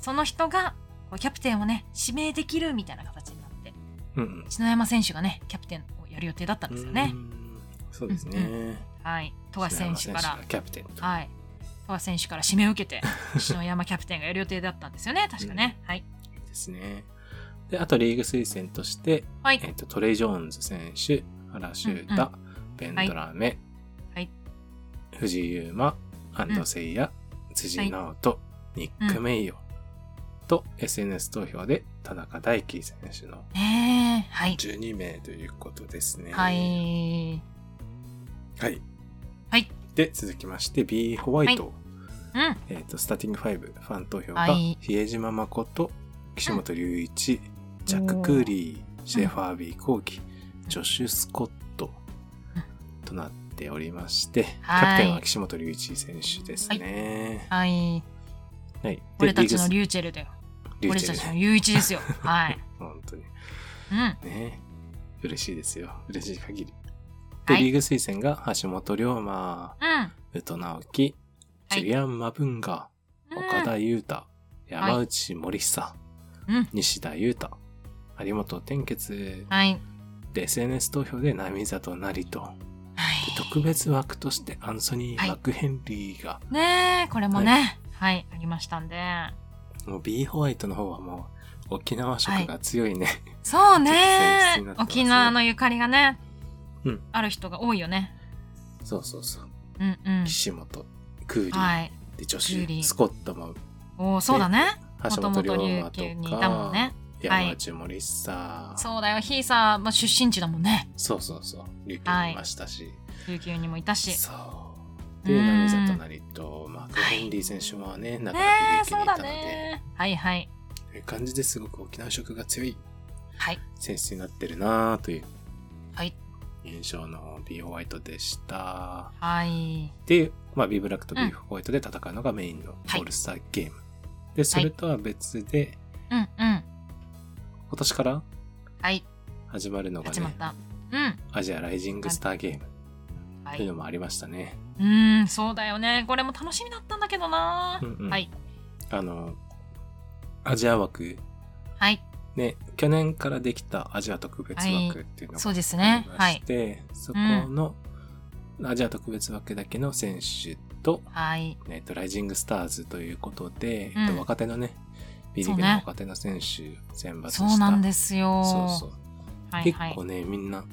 [SPEAKER 2] その人がこうキャプテンをね指名できるみたいな形になって
[SPEAKER 1] うんうん、
[SPEAKER 2] 篠山選手がねキャプテンをやる予定だったんですよね
[SPEAKER 1] うー。ん。そうですね。
[SPEAKER 2] はい、富樫選手
[SPEAKER 1] 篠
[SPEAKER 2] か
[SPEAKER 1] 山
[SPEAKER 2] ら
[SPEAKER 1] 選手がキャプテンと。
[SPEAKER 2] はい、富樫選手から指名を受
[SPEAKER 1] <laughs>
[SPEAKER 2] けて篠山キャプテンがやる予定だったんですよね確かね。はい、
[SPEAKER 1] ですね。で、あとリーグ推薦として、
[SPEAKER 2] は
[SPEAKER 1] えっ
[SPEAKER 2] い、
[SPEAKER 1] と、トレイ・ジョーンズ選手、原修太、ベンドラメ、
[SPEAKER 2] はい
[SPEAKER 1] 藤井優馬、安藤誠也、辻直人、ニック・メイヨ、と SNS 投票で田中大輝選手の
[SPEAKER 2] ねえはい、
[SPEAKER 1] 12名ということですね。
[SPEAKER 2] はい、
[SPEAKER 1] はい。
[SPEAKER 2] はい、
[SPEAKER 1] で、続きまして B ホワイト、
[SPEAKER 2] うん、
[SPEAKER 1] えっと、スターティング5ファン投票が、
[SPEAKER 2] はい
[SPEAKER 1] 比江島誠、岸本隆一、ジャック・クーリー、シェファービー・コーキ、ジョシュ・スコット
[SPEAKER 2] うん
[SPEAKER 1] となっておりまして、キ
[SPEAKER 2] は
[SPEAKER 1] ャ
[SPEAKER 2] い
[SPEAKER 1] プテンは岸本隆一選手ですね。
[SPEAKER 2] はい、
[SPEAKER 1] はい。で
[SPEAKER 2] 俺たちの
[SPEAKER 1] リー
[SPEAKER 2] リューチェルだよ。
[SPEAKER 1] グ
[SPEAKER 2] 俺
[SPEAKER 1] 隆一
[SPEAKER 2] た
[SPEAKER 1] 選
[SPEAKER 2] ち
[SPEAKER 1] 手
[SPEAKER 2] の雄一
[SPEAKER 1] <laughs>
[SPEAKER 2] ですよ。はい。
[SPEAKER 1] 本当に
[SPEAKER 2] うん。
[SPEAKER 1] ね。嬉しいですよ。嬉しい限り。で、
[SPEAKER 2] はい
[SPEAKER 1] リーグ推薦が橋本龍馬、
[SPEAKER 2] うん。
[SPEAKER 1] 宇都直樹、
[SPEAKER 2] は
[SPEAKER 1] ジ
[SPEAKER 2] い
[SPEAKER 1] ュリアン・マブンガ、岡田裕太、山内森久、
[SPEAKER 2] うん。
[SPEAKER 1] 西田裕太、有本天傑、
[SPEAKER 2] はい。
[SPEAKER 1] で SNS 投票で並里成と、
[SPEAKER 2] はい
[SPEAKER 1] で特別枠としてアンソニ
[SPEAKER 2] は
[SPEAKER 1] ー・
[SPEAKER 2] い
[SPEAKER 1] マクヘンリーが、
[SPEAKER 2] ねえ、これもね、はい、ありましたんで。
[SPEAKER 1] もう B ホワイトの方はもう沖縄色が強いね。
[SPEAKER 2] そう
[SPEAKER 1] ちょ
[SPEAKER 2] ね
[SPEAKER 1] っと選出になってますね
[SPEAKER 2] 沖縄のゆかりがね、
[SPEAKER 1] うん
[SPEAKER 2] ある人が多いよね。
[SPEAKER 1] <laughs> そうそうそう。
[SPEAKER 2] うんうん。
[SPEAKER 1] 岸本、クーリー、
[SPEAKER 2] はい。
[SPEAKER 1] で女
[SPEAKER 2] クーリー
[SPEAKER 1] 子、スコットも、
[SPEAKER 2] おお、そうだね。も
[SPEAKER 1] 橋
[SPEAKER 2] と
[SPEAKER 1] 本
[SPEAKER 2] も
[SPEAKER 1] 龍
[SPEAKER 2] と琉
[SPEAKER 1] 馬と
[SPEAKER 2] 球にいたも
[SPEAKER 1] か、
[SPEAKER 2] んね。はい
[SPEAKER 1] 山内森久、
[SPEAKER 2] そうだよ、ひいさ、まあ、出身地だもんね。
[SPEAKER 1] そうそうそう、琉球にいましたし。
[SPEAKER 2] 琉球にもいたし。
[SPEAKER 1] そう。で、
[SPEAKER 2] うん
[SPEAKER 1] 並里成と、マクヘンリー選手もね、なかなか
[SPEAKER 2] ねえ、
[SPEAKER 1] 琉球に
[SPEAKER 2] そう
[SPEAKER 1] いた
[SPEAKER 2] だ
[SPEAKER 1] ので、
[SPEAKER 2] ね。はいはい。
[SPEAKER 1] という感じですごく沖縄色が強い
[SPEAKER 2] はい。
[SPEAKER 1] 選手になってるなという
[SPEAKER 2] はい。
[SPEAKER 1] 印象の B ホワイトでした。
[SPEAKER 2] はい。
[SPEAKER 1] で、まあ、B ブラックと
[SPEAKER 2] うん
[SPEAKER 1] B ホワイトで戦うのがメインのオ
[SPEAKER 2] はい
[SPEAKER 1] ールスターゲーム。で、それとは別で、
[SPEAKER 2] うんうん。
[SPEAKER 1] 今年から
[SPEAKER 2] はい。
[SPEAKER 1] 始まるのが
[SPEAKER 2] 始まっ
[SPEAKER 1] ね、
[SPEAKER 2] た。うん。
[SPEAKER 1] アジアライジングスターゲーム
[SPEAKER 2] は
[SPEAKER 1] という
[SPEAKER 2] い。
[SPEAKER 1] のもありましたね。
[SPEAKER 2] うーん、そうだよね。これも楽しみだったんだけどな
[SPEAKER 1] う。んうん
[SPEAKER 2] はい。
[SPEAKER 1] あの、アジア枠、
[SPEAKER 2] はい。
[SPEAKER 1] ね、去年からできたアジア特別枠っていうのが
[SPEAKER 2] そうです
[SPEAKER 1] あ
[SPEAKER 2] ね
[SPEAKER 1] り。ま
[SPEAKER 2] はい
[SPEAKER 1] し。て、そこのアジア特別枠だけの選手と、
[SPEAKER 2] はい。
[SPEAKER 1] えっと、ライジングスターズということで、
[SPEAKER 2] うん
[SPEAKER 1] えっと、若手のね、ビリビリ
[SPEAKER 2] そう
[SPEAKER 1] の
[SPEAKER 2] ね
[SPEAKER 1] 若手の選手を選抜した。
[SPEAKER 2] そうなんですよ。
[SPEAKER 1] そうそう
[SPEAKER 2] はい
[SPEAKER 1] 結
[SPEAKER 2] はい
[SPEAKER 1] 構。ね、みんな、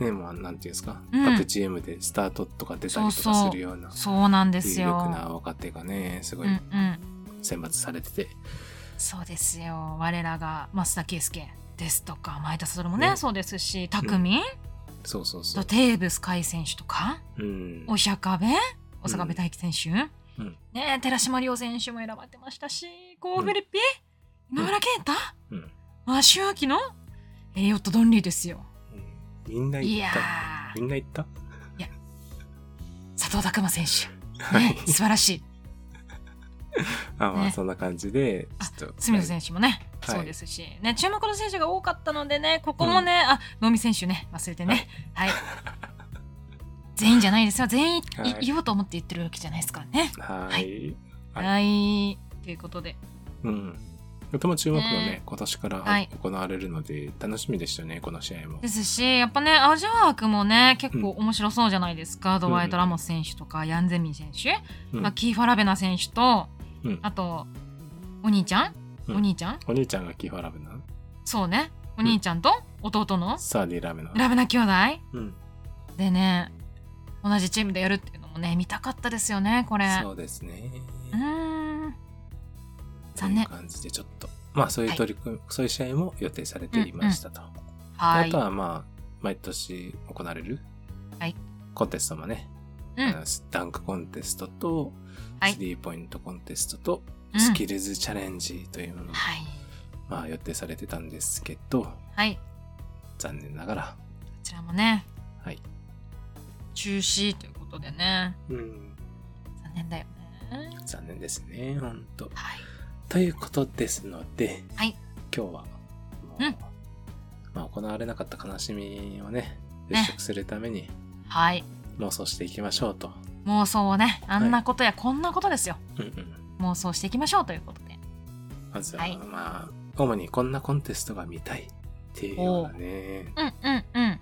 [SPEAKER 1] ね、まあ、なんていうんですか、
[SPEAKER 2] うん
[SPEAKER 1] 各チームでスタートとか出たりと
[SPEAKER 2] そう
[SPEAKER 1] か
[SPEAKER 2] そう
[SPEAKER 1] するような、
[SPEAKER 2] そうなんです
[SPEAKER 1] 有力な
[SPEAKER 2] よ。
[SPEAKER 1] 若手がね、す
[SPEAKER 2] う
[SPEAKER 1] ご
[SPEAKER 2] ん
[SPEAKER 1] い
[SPEAKER 2] うん。
[SPEAKER 1] 選抜されてて、
[SPEAKER 2] そうですよ。我らが増田圭介ですとか、前田悟もね、
[SPEAKER 1] ね
[SPEAKER 2] そうですし、匠、
[SPEAKER 1] そうそうそ
[SPEAKER 2] と
[SPEAKER 1] う。
[SPEAKER 2] テーブス海選手とか、
[SPEAKER 1] うん。
[SPEAKER 2] お釈迦部、お坂部大樹選手、
[SPEAKER 1] うん
[SPEAKER 2] ねえ寺島亮選手も選ばれてましたし、コーフリッピ、
[SPEAKER 1] ん
[SPEAKER 2] 野村健太、
[SPEAKER 1] うん
[SPEAKER 2] マシュアキのエリオット・ドンリーですよ。
[SPEAKER 1] みんな行
[SPEAKER 2] いや
[SPEAKER 1] った。
[SPEAKER 2] ー
[SPEAKER 1] み、んな行った
[SPEAKER 2] 佐藤拓磨選手、
[SPEAKER 1] は
[SPEAKER 2] <laughs> ね
[SPEAKER 1] い、。
[SPEAKER 2] 素晴らしい。
[SPEAKER 1] あ、まあ、
[SPEAKER 2] ね
[SPEAKER 1] そんな感じで、ちょっと。
[SPEAKER 2] 角田選手もね、
[SPEAKER 1] はい
[SPEAKER 2] そうですし、ね、注目の選手が多かったのでね、ここもね、あ、能見選手ね、忘れてね、はい。全員じゃないですよ、全員い、
[SPEAKER 1] はい
[SPEAKER 2] 言おうと思って言ってるわけじゃないですからね。
[SPEAKER 1] は。
[SPEAKER 2] はい
[SPEAKER 1] はい
[SPEAKER 2] はい、ということで、
[SPEAKER 1] うん。とても注目のね、
[SPEAKER 2] ね
[SPEAKER 1] 今年から
[SPEAKER 2] はい
[SPEAKER 1] 行われるので、楽しみでしたね、この試合も
[SPEAKER 2] で。すし、やっぱね、アジア枠もね、結構面白そうじゃないですか、ドワイト・ラモス選手とか、ヤンゼミン選手、
[SPEAKER 1] うん
[SPEAKER 2] まあ、キーファラベナ選手と、
[SPEAKER 1] うん
[SPEAKER 2] あと、お兄ちゃん、
[SPEAKER 1] うん
[SPEAKER 2] お兄ちゃん、
[SPEAKER 1] お兄ちゃんがキーファーラブナ
[SPEAKER 2] そうね、お兄ちゃんと弟の
[SPEAKER 1] サーディラメナ。
[SPEAKER 2] ラベナ兄弟。
[SPEAKER 1] うん。
[SPEAKER 2] でね同じチームでやるっていうのもね見たかったですよねこれ
[SPEAKER 1] そうですね。
[SPEAKER 2] うーん
[SPEAKER 1] と
[SPEAKER 2] 残
[SPEAKER 1] いう
[SPEAKER 2] 念
[SPEAKER 1] 感じでちょっと、まあそういう取り組み、そういう試合も予定されていましたと。
[SPEAKER 2] は
[SPEAKER 1] あ
[SPEAKER 2] い
[SPEAKER 1] とはまあ、毎年行われる、
[SPEAKER 2] はい
[SPEAKER 1] コンテストもね、
[SPEAKER 2] う
[SPEAKER 1] あ
[SPEAKER 2] ん
[SPEAKER 1] のダンクコンテストと、
[SPEAKER 2] はい
[SPEAKER 1] スリーポイントコンテストと、
[SPEAKER 2] うん
[SPEAKER 1] スキルズチャレンジというものが、
[SPEAKER 2] はい
[SPEAKER 1] まあ予定されてたんですけど、
[SPEAKER 2] はいこ
[SPEAKER 1] 残念ながら、
[SPEAKER 2] ちらもね
[SPEAKER 1] はい。
[SPEAKER 2] 中止ということでね。
[SPEAKER 1] うん。
[SPEAKER 2] 残念だよね。
[SPEAKER 1] 残念ですね、ほんと。
[SPEAKER 2] はい。
[SPEAKER 1] ということですので、
[SPEAKER 2] はい
[SPEAKER 1] 今日は、もう
[SPEAKER 2] うん
[SPEAKER 1] まあ、行われなかった悲しみをね、
[SPEAKER 2] ね
[SPEAKER 1] 払拭するために
[SPEAKER 2] はい。
[SPEAKER 1] 妄想していきましょうと。
[SPEAKER 2] 妄想をね、あんなことやこんなことですよ。
[SPEAKER 1] うんうん。
[SPEAKER 2] 妄想していきましょうということで。
[SPEAKER 1] まずは、
[SPEAKER 2] はい
[SPEAKER 1] まあ、主にこんなコンテストが見たいっていうようなね、
[SPEAKER 2] うんうんうん。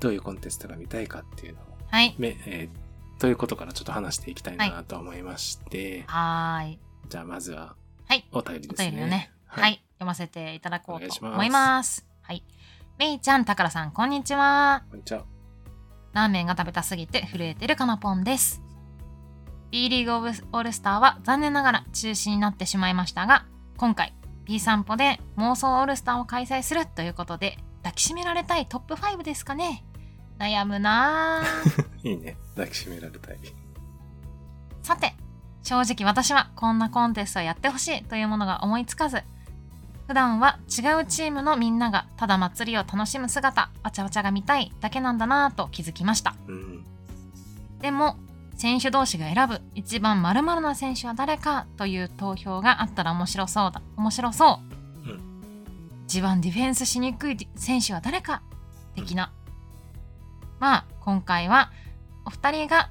[SPEAKER 1] どういうコンテストが見たいかっていうのを、
[SPEAKER 2] はい。
[SPEAKER 1] めえーということからちょっと話していきたいなと思いまして、
[SPEAKER 2] はーい。
[SPEAKER 1] じゃあまずは
[SPEAKER 2] はい。
[SPEAKER 1] お便り
[SPEAKER 2] お
[SPEAKER 1] ですね。
[SPEAKER 2] 便りをね、はい、読ませていただ
[SPEAKER 1] お
[SPEAKER 2] こうと思
[SPEAKER 1] 願い
[SPEAKER 2] い
[SPEAKER 1] し
[SPEAKER 2] ま。
[SPEAKER 1] ます
[SPEAKER 2] はい。めいちゃん、たからさん、こんにちは。
[SPEAKER 1] こんにちは。
[SPEAKER 2] ラーメンが食べたすぎて震えてるかなぽんです。B リーグオブオールスターは残念ながら中止になってしまいましたが、今回 B 散歩で妄想オールスターを開催するということで、抱きしめられたいトップ5ですかね。悩むなぁ。
[SPEAKER 1] いいね。抱きしめられたい。
[SPEAKER 2] さて正直私はこんなコンテストをやってほしいというものが思いつかず普段は違うチームのみんながただ祭りを楽しむ姿わちゃわちゃが見たいだけなんだなぁと気づきました
[SPEAKER 1] うん。
[SPEAKER 2] でも選手同士が選ぶ一番〇〇な選手は誰かという投票があったら面白そうだ面白そう、
[SPEAKER 1] うん
[SPEAKER 2] 一番ディフェンスしにくい選手は誰か的な、まあ今回はお二人が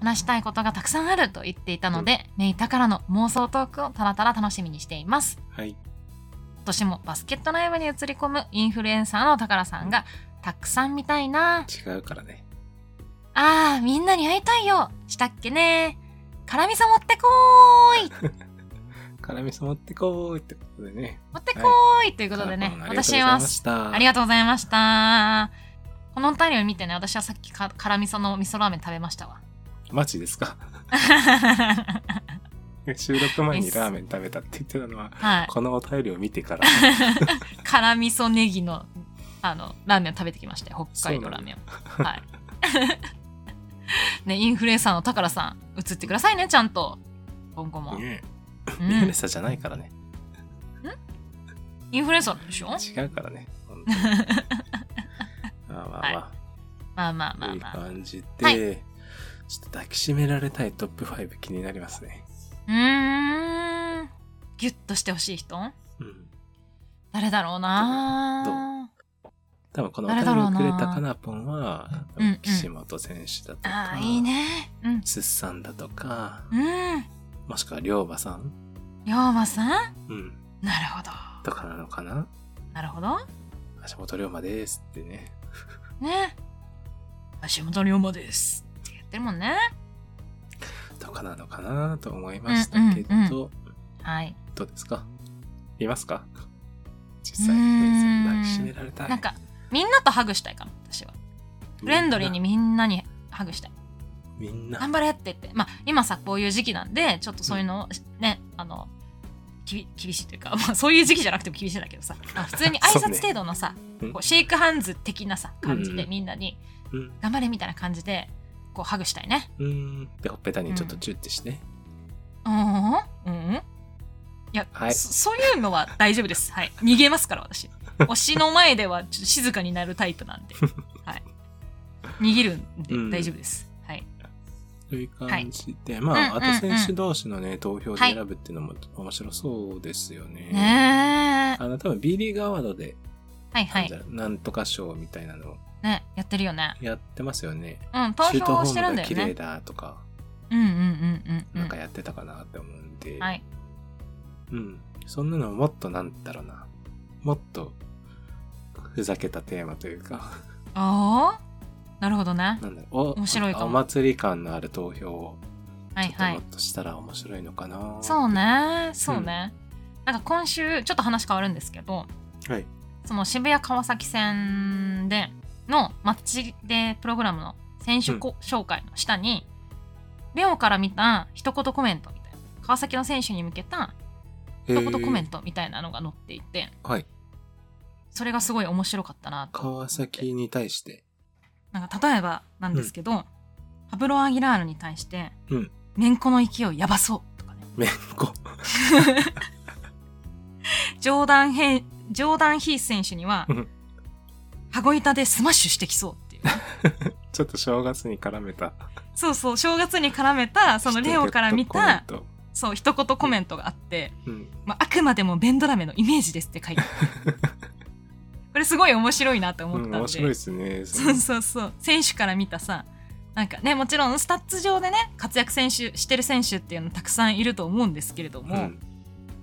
[SPEAKER 2] 話したいことがたくさんあると言っていたので、メイタからの妄想トークをたらたら楽しみにしています
[SPEAKER 1] はい。
[SPEAKER 2] 今年もバスケットライブに映り込むインフルエンサーの宝さんがたくさん見たいな
[SPEAKER 1] 違うからね。
[SPEAKER 2] あーみんなに会いたいよしたっけね辛味噌持ってこー
[SPEAKER 1] <laughs>
[SPEAKER 2] い
[SPEAKER 1] 辛味噌持ってこーいってことでね。
[SPEAKER 2] 持ってこーいということでね、
[SPEAKER 1] 辛いもの
[SPEAKER 2] 私は
[SPEAKER 1] あ
[SPEAKER 2] あ
[SPEAKER 1] り
[SPEAKER 2] り
[SPEAKER 1] が
[SPEAKER 2] がとうございましたこのお便りを見てね私はさっきか辛味噌の味噌ラーメン食べましたわ <laughs>
[SPEAKER 1] とうございました。マジですか収録前にラーメン食べたって言ってたのは、
[SPEAKER 2] はい
[SPEAKER 1] このお便りを見てから。
[SPEAKER 2] <laughs> 辛味噌ネギのあのラーメンを食べてきましたよ北海道ラーメンをはい <laughs> ねインフルエンサーの宝さん映ってくださいねちゃんと今後も、
[SPEAKER 1] ね
[SPEAKER 2] う
[SPEAKER 1] えインフルエ
[SPEAKER 2] ん
[SPEAKER 1] ン、サーじゃないからね。
[SPEAKER 2] インフルエンサーでしょ
[SPEAKER 1] 違うからね。本
[SPEAKER 2] <laughs>
[SPEAKER 1] 当にまあまあまあ。
[SPEAKER 2] まあまあまあ
[SPEAKER 1] いい
[SPEAKER 2] まあ
[SPEAKER 1] 感じで、
[SPEAKER 2] はい
[SPEAKER 1] ちょっと抱きしめられたいトップ5気になりますね。
[SPEAKER 2] うーんギュッとしてほしい人
[SPEAKER 1] うん。
[SPEAKER 2] 誰だろうな
[SPEAKER 1] 多分このお便りをくれたかなぽんは
[SPEAKER 2] うんうん、
[SPEAKER 1] 岸本選手だと
[SPEAKER 2] あ
[SPEAKER 1] か、
[SPEAKER 2] ーいいねうん
[SPEAKER 1] すっさんだとか、
[SPEAKER 2] うん
[SPEAKER 1] もしくは龍馬さん、
[SPEAKER 2] 龍馬さん
[SPEAKER 1] うん、
[SPEAKER 2] なるほど
[SPEAKER 1] とかなのかな
[SPEAKER 2] なるほど
[SPEAKER 1] 橋本龍馬ですってね。
[SPEAKER 2] ね橋本龍馬ですって言ってるもんね
[SPEAKER 1] とかなのかなと思いましたけど、
[SPEAKER 2] うんうんはい
[SPEAKER 1] どうですかいますか実
[SPEAKER 2] う
[SPEAKER 1] 際、
[SPEAKER 2] ーん
[SPEAKER 1] 抱きしめられたい。
[SPEAKER 2] なんかみんなとハグしたいかも私はフレンドリーにみんなにハグしたい
[SPEAKER 1] みんな。
[SPEAKER 2] 頑張れって言ってまあ今さこういう時期なんでちょっとそういうのをね、あのきび厳しいというか、まあ、そういう時期じゃなくても厳しいんだけどさあ普通に挨
[SPEAKER 1] <laughs> そうね
[SPEAKER 2] 拶程度のさ、
[SPEAKER 1] うん
[SPEAKER 2] こうシェイクハンズ的なさ感じ
[SPEAKER 1] うん
[SPEAKER 2] で
[SPEAKER 1] うん
[SPEAKER 2] みんなに
[SPEAKER 1] うん
[SPEAKER 2] 頑張れみたいな感じでこうハグしたいね
[SPEAKER 1] うん。で、ほっぺたにちょっとチュッてして。
[SPEAKER 2] うんうんうんいや、
[SPEAKER 1] はい
[SPEAKER 2] そそういうのは大丈夫ですはい逃げますから
[SPEAKER 1] <laughs>
[SPEAKER 2] 私推しの前ではちょっと静かになるタイプなんで、はい、逃げるんで
[SPEAKER 1] うん
[SPEAKER 2] 大丈夫です、はい
[SPEAKER 1] という感じで、まあ、
[SPEAKER 2] うん
[SPEAKER 1] あ
[SPEAKER 2] うんう
[SPEAKER 1] と
[SPEAKER 2] ん
[SPEAKER 1] 選手同士のね、投票で選ぶっていうのも面白そうですよね。
[SPEAKER 2] ねえ
[SPEAKER 1] あの、多分 B リーグアワードで、
[SPEAKER 2] はいは
[SPEAKER 1] なん
[SPEAKER 2] い
[SPEAKER 1] だろうなんとか賞みたいなのを
[SPEAKER 2] ねやってるよね
[SPEAKER 1] やってますよね。
[SPEAKER 2] うん、投
[SPEAKER 1] シュート
[SPEAKER 2] 票
[SPEAKER 1] フォ
[SPEAKER 2] して
[SPEAKER 1] ー
[SPEAKER 2] る
[SPEAKER 1] ム
[SPEAKER 2] んだ
[SPEAKER 1] が
[SPEAKER 2] よ
[SPEAKER 1] 綺麗
[SPEAKER 2] ね。
[SPEAKER 1] だとか、
[SPEAKER 2] うんうんうんうん。
[SPEAKER 1] なんかやってたかなって思うんで、
[SPEAKER 2] はい。
[SPEAKER 1] うん。そんなのもっとなんだろうな。もっと、ふざけたテーマというか、 <laughs>
[SPEAKER 2] ああ、なるほどね。
[SPEAKER 1] なんだろう、お
[SPEAKER 2] 面白いかも
[SPEAKER 1] お祭り感のある投票を、
[SPEAKER 2] は
[SPEAKER 1] ちょ
[SPEAKER 2] い
[SPEAKER 1] っと
[SPEAKER 2] は
[SPEAKER 1] も
[SPEAKER 2] い
[SPEAKER 1] っ。としたら面白いのかな、
[SPEAKER 2] そうね、そうね。なんか今週ちょっと話変わるんですけど、
[SPEAKER 1] はい。
[SPEAKER 2] その渋谷川崎線でのマッチでプログラムの選手こ紹介の下に、レオから見た一言コメントみたいな川崎の選手に向けた
[SPEAKER 1] え
[SPEAKER 2] 一言コメントみたいなのが載っていて、
[SPEAKER 1] はい。
[SPEAKER 2] それがすごい面白かったなと
[SPEAKER 1] 川崎に対して、
[SPEAKER 2] なんか例えばなんですけど、パブロ・アギラールに対して「
[SPEAKER 1] うん
[SPEAKER 2] めんこの勢いやばそう」とかね
[SPEAKER 1] めんこ。 <laughs>
[SPEAKER 2] ジョーダンヘイジョーダン・ヒース選手には
[SPEAKER 1] うん <laughs>
[SPEAKER 2] 「羽子板でスマッシュしてきそう」っていうね、
[SPEAKER 1] ちちょっと正月に絡めた。
[SPEAKER 2] そうそう正月に絡めたそのレオから見た
[SPEAKER 1] 一言コメン
[SPEAKER 2] そう一言コメントがあって、
[SPEAKER 1] ト。うん。
[SPEAKER 2] まあ、あくまでもベンドラメのイメージですって書いてあ
[SPEAKER 1] <laughs>
[SPEAKER 2] るこれすごい面白いなと思ったん
[SPEAKER 1] う
[SPEAKER 2] で、
[SPEAKER 1] ん、面白いですね。
[SPEAKER 2] そうそうそう選手から見たさなんかねもちろんスタッツ上でね活躍選手してる選手っていうのたくさんいると思うんですけれども、
[SPEAKER 1] うん。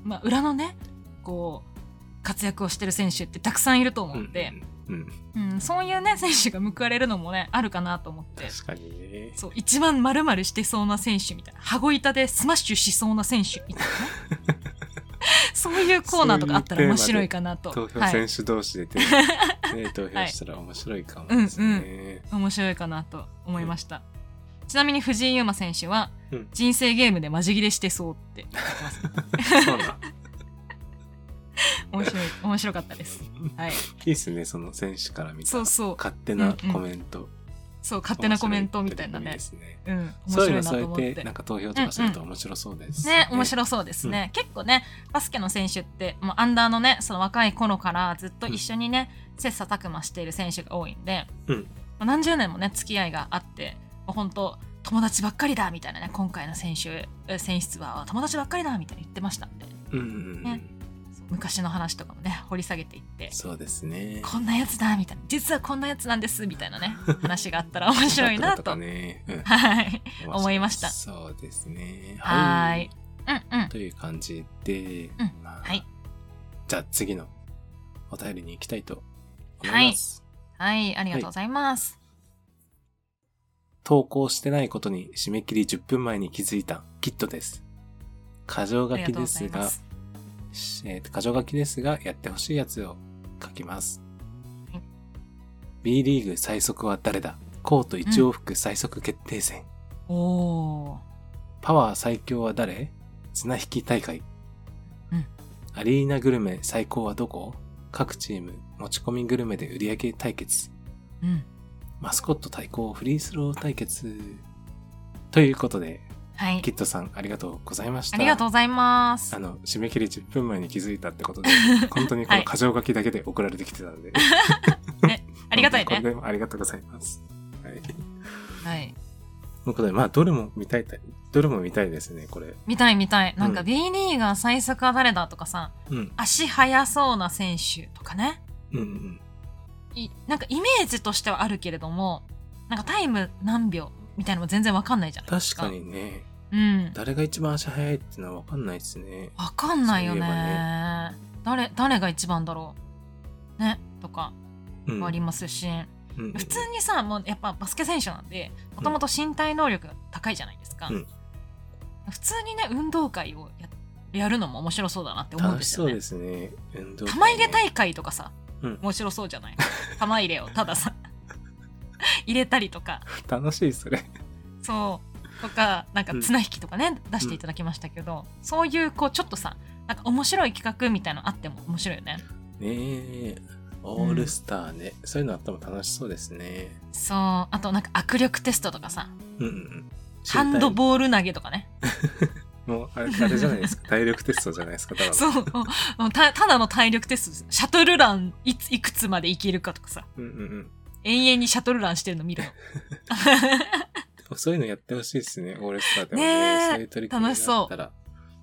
[SPEAKER 2] まあ、裏のねこう活躍をしてる選手ってたくさんいると
[SPEAKER 1] う
[SPEAKER 2] 思っ
[SPEAKER 1] ん
[SPEAKER 2] て、、
[SPEAKER 1] うん。
[SPEAKER 2] うんそういうね選手が報われるのもねあるかなと思って
[SPEAKER 1] 確かにね。
[SPEAKER 2] そう一番丸々してそうな選手みたいな羽子板でスマッシュしそうな選手みたいなね <laughs> そういうコーナーとかあったら面白いかなと
[SPEAKER 1] 投票
[SPEAKER 2] はい
[SPEAKER 1] 選手同士でて、ね、投票したら面白いかもですね。
[SPEAKER 2] 面白いかなと思いました、ちなみに藤井優真選手は、
[SPEAKER 1] うん
[SPEAKER 2] 人生ゲームでマジ切れしてそうって書いてますね
[SPEAKER 1] そうなん。
[SPEAKER 2] 面白い <laughs> 面白かったですはい
[SPEAKER 1] いいっすね、その選手から見た
[SPEAKER 2] そうそう
[SPEAKER 1] 勝手なコメント。
[SPEAKER 2] そう勝手なコメントみたいな
[SPEAKER 1] 面
[SPEAKER 2] ね
[SPEAKER 1] 白い取り組みですね
[SPEAKER 2] うん面
[SPEAKER 1] そういう
[SPEAKER 2] 白い
[SPEAKER 1] の
[SPEAKER 2] な
[SPEAKER 1] 添
[SPEAKER 2] と思っ
[SPEAKER 1] えて、
[SPEAKER 2] て
[SPEAKER 1] なんか投票とかすると面白そうです。
[SPEAKER 2] ね、面白そうですね、結構ねバスケの選手ってもうアンダーのねその若い頃からずっと一緒にね、切磋琢磨している選手が多いんで、
[SPEAKER 1] うん
[SPEAKER 2] まあ何十年もね付き合いがあってもう本当友達ばっかりだみたいなね今回の選手え選出は友達ばっかりだみたいな言ってましたんで
[SPEAKER 1] うんうんう
[SPEAKER 2] ね
[SPEAKER 1] ん。
[SPEAKER 2] そう昔の話とかもね掘り下げていって
[SPEAKER 1] そうですね。
[SPEAKER 2] こんなやつだみたいな実はこんなやつなんですみた
[SPEAKER 1] <laughs>
[SPEAKER 2] いなね話があったら面白いなと
[SPEAKER 1] かねうん
[SPEAKER 2] はい思いました
[SPEAKER 1] そうですね。
[SPEAKER 2] はーい。うんうん
[SPEAKER 1] という感じで、
[SPEAKER 2] うん
[SPEAKER 1] まあ
[SPEAKER 2] はい
[SPEAKER 1] じゃあ次のお便りに行きたいと思います。
[SPEAKER 2] はいありがとうございます、
[SPEAKER 1] 投稿してないことに締め切り10分前に気づいたキットです。箇条書
[SPEAKER 2] あり
[SPEAKER 1] き
[SPEAKER 2] がと
[SPEAKER 1] で
[SPEAKER 2] うござ
[SPEAKER 1] す
[SPEAKER 2] いま
[SPEAKER 1] が、
[SPEAKER 2] す
[SPEAKER 1] えー、箇条書きですが、やってほしいやつを書きます
[SPEAKER 2] はい。
[SPEAKER 1] B リーグ最速は誰だコート1往復最速決定戦。
[SPEAKER 2] おおー
[SPEAKER 1] パワー最強は誰綱引き大会。
[SPEAKER 2] うん
[SPEAKER 1] アリーナグルメ最高はどこ各チーム持ち込みグルメで売り上げ対決。
[SPEAKER 2] うん。
[SPEAKER 1] マスコット対抗フリースロー対決。ということで、
[SPEAKER 2] はい
[SPEAKER 1] キ。ットさんありがとうございました。
[SPEAKER 2] ありがとうございます
[SPEAKER 1] あ。の、締め切り10分前に気づいたって
[SPEAKER 2] <laughs>
[SPEAKER 1] ことで、本当にこ
[SPEAKER 2] は
[SPEAKER 1] の
[SPEAKER 2] い
[SPEAKER 1] 箇条書きだけで送られてきてたんで。
[SPEAKER 2] <laughs> ありがたい
[SPEAKER 1] これ
[SPEAKER 2] ね。
[SPEAKER 1] でもありがとうございます。はい。とい
[SPEAKER 2] はい。
[SPEAKER 1] うことで、まあ、どれも見たい、どれも見たいですね、これ。
[SPEAKER 2] 見たい見たい。なんか
[SPEAKER 1] うん
[SPEAKER 2] B リーガー最速は誰だとかさ、
[SPEAKER 1] うん。
[SPEAKER 2] 足速そうな選手とかね。
[SPEAKER 1] うんうん。
[SPEAKER 2] いなんかイメージとしてはあるけれども、なんかタイム何秒みたいなのも全然わかんないじゃないです
[SPEAKER 1] 確
[SPEAKER 2] か。
[SPEAKER 1] か。にね、
[SPEAKER 2] うん。
[SPEAKER 1] 誰が一番足早いってのは分かんないですね。
[SPEAKER 2] わかんないよね
[SPEAKER 1] そういえば
[SPEAKER 2] 誰、誰が一番だろう。ね。とか、
[SPEAKER 1] うん。
[SPEAKER 2] ありますし、
[SPEAKER 1] うんうん
[SPEAKER 2] 普通にさもうやっぱバスケ選手なんでもともと身体能力が高いじゃないですか、
[SPEAKER 1] うん
[SPEAKER 2] 普通にね運動会をややるのも面白そうだなって思うん
[SPEAKER 1] 楽
[SPEAKER 2] で
[SPEAKER 1] し
[SPEAKER 2] す
[SPEAKER 1] そう
[SPEAKER 2] よね
[SPEAKER 1] ですね。運動会ね
[SPEAKER 2] 玉入れ大会とかさ、
[SPEAKER 1] うん
[SPEAKER 2] 面白そうじゃない玉入れをた
[SPEAKER 1] <laughs>
[SPEAKER 2] ださ入れたりとか
[SPEAKER 1] 楽しい、それ。
[SPEAKER 2] そうとかなんか綱引きとかね、出していただきましたけど、そういうこうちょっとさなんか面白い企画みたいなのあっても面白いよね
[SPEAKER 1] ねえ。オールスターね。そういうのあっても楽しそうですね。
[SPEAKER 2] そうあとなんか握力テストとかさ
[SPEAKER 1] うんうんうん。
[SPEAKER 2] ハンドボール投げとかね
[SPEAKER 1] もうあれあれじゃないですか。体力テストじゃないですか。ただの
[SPEAKER 2] そううんたただの体力テストですシャトルランいついくつまでいけるかとかさ
[SPEAKER 1] うんうんうん。
[SPEAKER 2] 永遠にシャトルランしてるの見るの
[SPEAKER 1] そういうのやってほしいですね、オールスターでも
[SPEAKER 2] ね
[SPEAKER 1] ね。
[SPEAKER 2] え
[SPEAKER 1] そういう取り組みがあったら、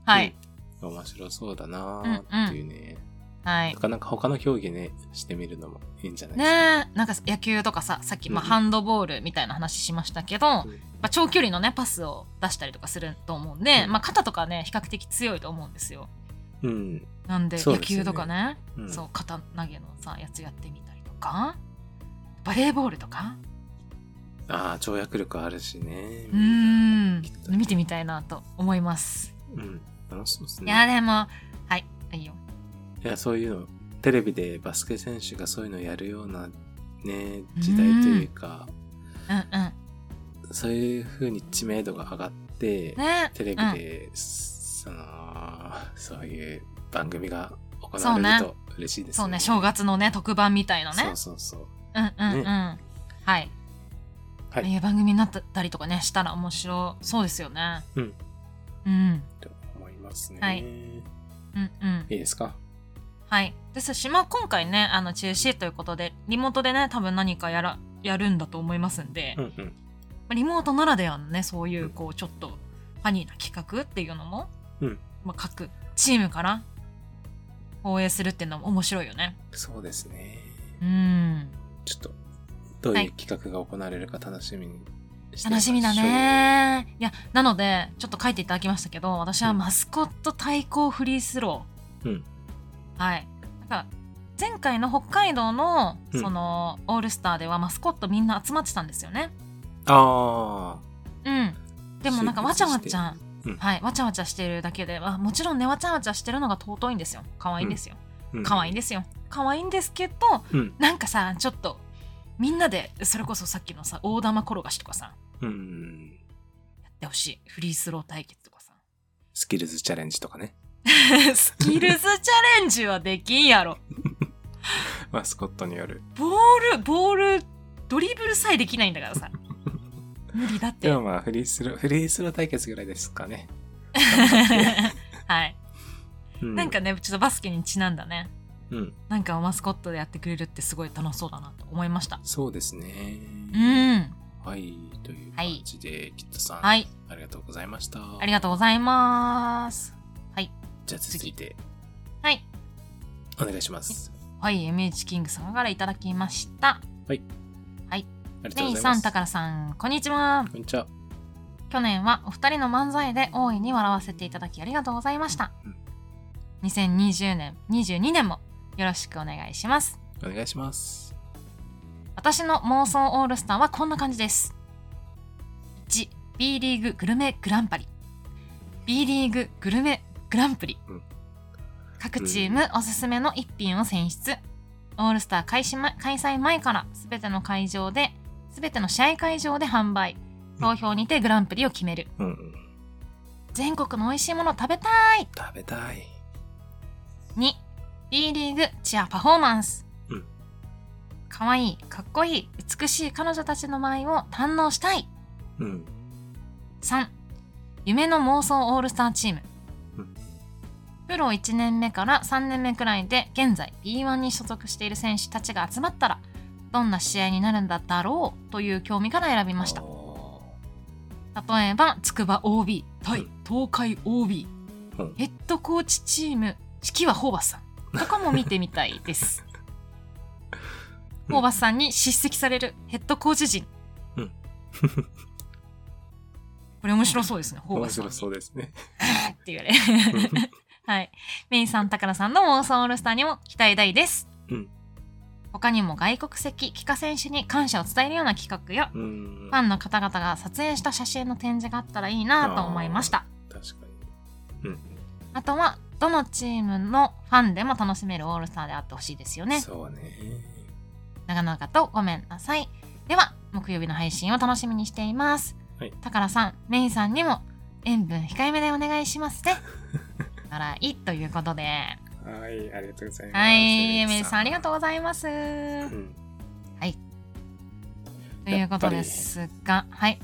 [SPEAKER 2] はい、
[SPEAKER 1] うん面白そうだなーっていうね。
[SPEAKER 2] は
[SPEAKER 1] ないかなか他の競技ね、してみるのもいいんじゃないですか。
[SPEAKER 2] ねえなんか野球とかささっき、まあ
[SPEAKER 1] うん
[SPEAKER 2] ハンドボールみたいな話しましたけど、ま
[SPEAKER 1] うん
[SPEAKER 2] あ、長距離のねパスを出したりとかすると思うんで、
[SPEAKER 1] うん
[SPEAKER 2] まあ、肩とかね比較的強いと思うんですよ
[SPEAKER 1] うん。
[SPEAKER 2] なんで
[SPEAKER 1] そう
[SPEAKER 2] 野
[SPEAKER 1] ですよね
[SPEAKER 2] 球とかねそう
[SPEAKER 1] うん
[SPEAKER 2] 肩投げのさやつやってみたりとかバレーボールとか
[SPEAKER 1] ああ、跳躍力あるしね。
[SPEAKER 2] うーん
[SPEAKER 1] きっと
[SPEAKER 2] 見てみたいなと思います
[SPEAKER 1] うん。楽しそうです
[SPEAKER 2] いや
[SPEAKER 1] ね。
[SPEAKER 2] でもはいいいよ
[SPEAKER 1] いや、そういうの、テレビでバスケ選手がそういうのやるようなね、時代というか、
[SPEAKER 2] うんうん
[SPEAKER 1] そういう風に知名度が上がって、
[SPEAKER 2] ね
[SPEAKER 1] テレビで、その、そういう番組が行われると嬉しいです
[SPEAKER 2] そうね正月のね特番みたいなね
[SPEAKER 1] そうそうそう。
[SPEAKER 2] うんうんうん、はい
[SPEAKER 1] はい
[SPEAKER 2] ああいう番組になったりとかねしたら面白そうですよね
[SPEAKER 1] うん
[SPEAKER 2] うん
[SPEAKER 1] と思いますね。
[SPEAKER 2] はい
[SPEAKER 1] い、
[SPEAKER 2] うんうん
[SPEAKER 1] いですか
[SPEAKER 2] はいですしまあ今回ねあの中止ということでリモートでね多分何かやらやるんだと思いますんで、
[SPEAKER 1] うんうん
[SPEAKER 2] まあリモートならではのねそういううんこうちょっとファニーな企画っていうのも、
[SPEAKER 1] うん
[SPEAKER 2] まあ、各チームから応援するっていうのも面白いよね。
[SPEAKER 1] そうですね。
[SPEAKER 2] うん
[SPEAKER 1] ちょっと、どういう企画が行われるか楽しみにしてみま
[SPEAKER 2] 楽
[SPEAKER 1] し
[SPEAKER 2] し
[SPEAKER 1] ょう
[SPEAKER 2] みだ。ねいやなのでちょっと書いていただきましたけど私は
[SPEAKER 1] うん
[SPEAKER 2] マスコット対抗フリースロー、
[SPEAKER 1] うん
[SPEAKER 2] はいなんか前回の北海道の
[SPEAKER 1] うん
[SPEAKER 2] その、オールスターではマスコットみんな集まってたんですよね
[SPEAKER 1] あ
[SPEAKER 2] うんでもなんかわちゃわちゃ、
[SPEAKER 1] うん
[SPEAKER 2] はいわちゃわちゃしてるだけであもちろんねわちゃわちゃしてるのが尊いんですよ可愛いんですよ、
[SPEAKER 1] あ。
[SPEAKER 2] 可愛い
[SPEAKER 1] い。
[SPEAKER 2] んですよ可愛いんですけど
[SPEAKER 1] うん。
[SPEAKER 2] なんかさちょっとみんなでそれこそさっきのさ大玉転がしとかさ
[SPEAKER 1] うん。
[SPEAKER 2] やってほしいフリースロー対決とかさ <laughs>
[SPEAKER 1] スキルズチャレンジとかね。 <laughs>
[SPEAKER 2] スキルズチャレンジはできんやろ。
[SPEAKER 1] マスコットによる。
[SPEAKER 2] ボール、ボール、ドリブルさえできないんだから
[SPEAKER 1] <laughs>
[SPEAKER 2] さ。無理だって。
[SPEAKER 1] で
[SPEAKER 2] は
[SPEAKER 1] もまあ、フリースロー、フリースロー対決ぐらいですかね。
[SPEAKER 2] <laughs> い。
[SPEAKER 1] う
[SPEAKER 2] なんか、ね、ちょっとバスケにちなんだね。
[SPEAKER 1] うん。
[SPEAKER 2] なんかマスコットでやってくれるってすごい楽しそうだなと思いました。
[SPEAKER 1] そうですね。
[SPEAKER 2] うん。
[SPEAKER 1] はい。という感じで、キットさん、
[SPEAKER 2] はい。
[SPEAKER 1] ありがとうございました。
[SPEAKER 2] ありがとうございます。はい。
[SPEAKER 1] じゃあ続いて、
[SPEAKER 2] はい。
[SPEAKER 1] お願いします。
[SPEAKER 2] はい。MH キングさんからいただきました。
[SPEAKER 1] ありがと
[SPEAKER 2] レ
[SPEAKER 1] うご
[SPEAKER 2] イン
[SPEAKER 1] ざい
[SPEAKER 2] さ
[SPEAKER 1] ま
[SPEAKER 2] ん、
[SPEAKER 1] す。
[SPEAKER 2] タカラさん、こんにちは。
[SPEAKER 1] こんにちは。
[SPEAKER 2] 去年はお二人の漫才で大いに笑わせていただきありがとうございました
[SPEAKER 1] うん
[SPEAKER 2] 2020年22年もよろしくお願いします
[SPEAKER 1] お願いします。
[SPEAKER 2] 私の妄想オールスターはこんな感じです1 B リーググルメグランパリ B リーググルメグランプリ、
[SPEAKER 1] うん
[SPEAKER 2] 各チームおすすめの一品を選出オールスター開始前開催前から全ての会場で全ての試合会場で販売投票にてグランプリを決める
[SPEAKER 1] うんうん。
[SPEAKER 2] 全国の美味しいものを食べたい
[SPEAKER 1] 食べたい。
[SPEAKER 2] 2 B リーグチアパフォーマンス、
[SPEAKER 1] うん
[SPEAKER 2] かわいいかっこいい美しい彼女たちの舞を堪能したい
[SPEAKER 1] うん。
[SPEAKER 2] 3夢の妄想オールスターチーム、
[SPEAKER 1] うん
[SPEAKER 2] プロ1年目から3年目くらいで現在 B1 に所属している選手たちが集まったらどんな試合になるんだろうという興味から選びました
[SPEAKER 1] おー
[SPEAKER 2] 例えば筑波 OB
[SPEAKER 1] う
[SPEAKER 2] 対
[SPEAKER 1] ん
[SPEAKER 2] 東海 OB、
[SPEAKER 1] うん
[SPEAKER 2] ヘッドコーチチーム指揮はホーバスさんとかも見てみたいです
[SPEAKER 1] <laughs> うん
[SPEAKER 2] ホーバスさんに叱責されるヘッドコーチ陣、
[SPEAKER 1] うん
[SPEAKER 2] <laughs> これ面白そうですねホー
[SPEAKER 1] 面
[SPEAKER 2] バスさ
[SPEAKER 1] 白
[SPEAKER 2] んに
[SPEAKER 1] そうですね。
[SPEAKER 2] <laughs> って言われる
[SPEAKER 1] <laughs>
[SPEAKER 2] はいメイさん高野さんの妄想オールスターにも期待大です、
[SPEAKER 1] うん
[SPEAKER 2] 他にも外国籍帰化選手に感謝を伝えるような企画や
[SPEAKER 1] うん
[SPEAKER 2] フ。ァンの方々が撮影した写真の展示があったらいいなと思いました。
[SPEAKER 1] 確かに。うん。
[SPEAKER 2] あとは、どのチームのファンでも楽しめるオールスターであってほしいですよね。
[SPEAKER 1] そうね。
[SPEAKER 2] 長々とごめんなさい。では、木曜日の配信を楽しみにしています。
[SPEAKER 1] はい
[SPEAKER 2] タカラさん、メイさんにも塩分控えめでお願いします
[SPEAKER 1] <laughs>
[SPEAKER 2] ね。あら、いいということで。
[SPEAKER 1] はい、ありがとうございます。
[SPEAKER 2] はい、メイさんありがとう
[SPEAKER 1] う。
[SPEAKER 2] ございます。
[SPEAKER 1] うん、
[SPEAKER 2] ということですが、はい。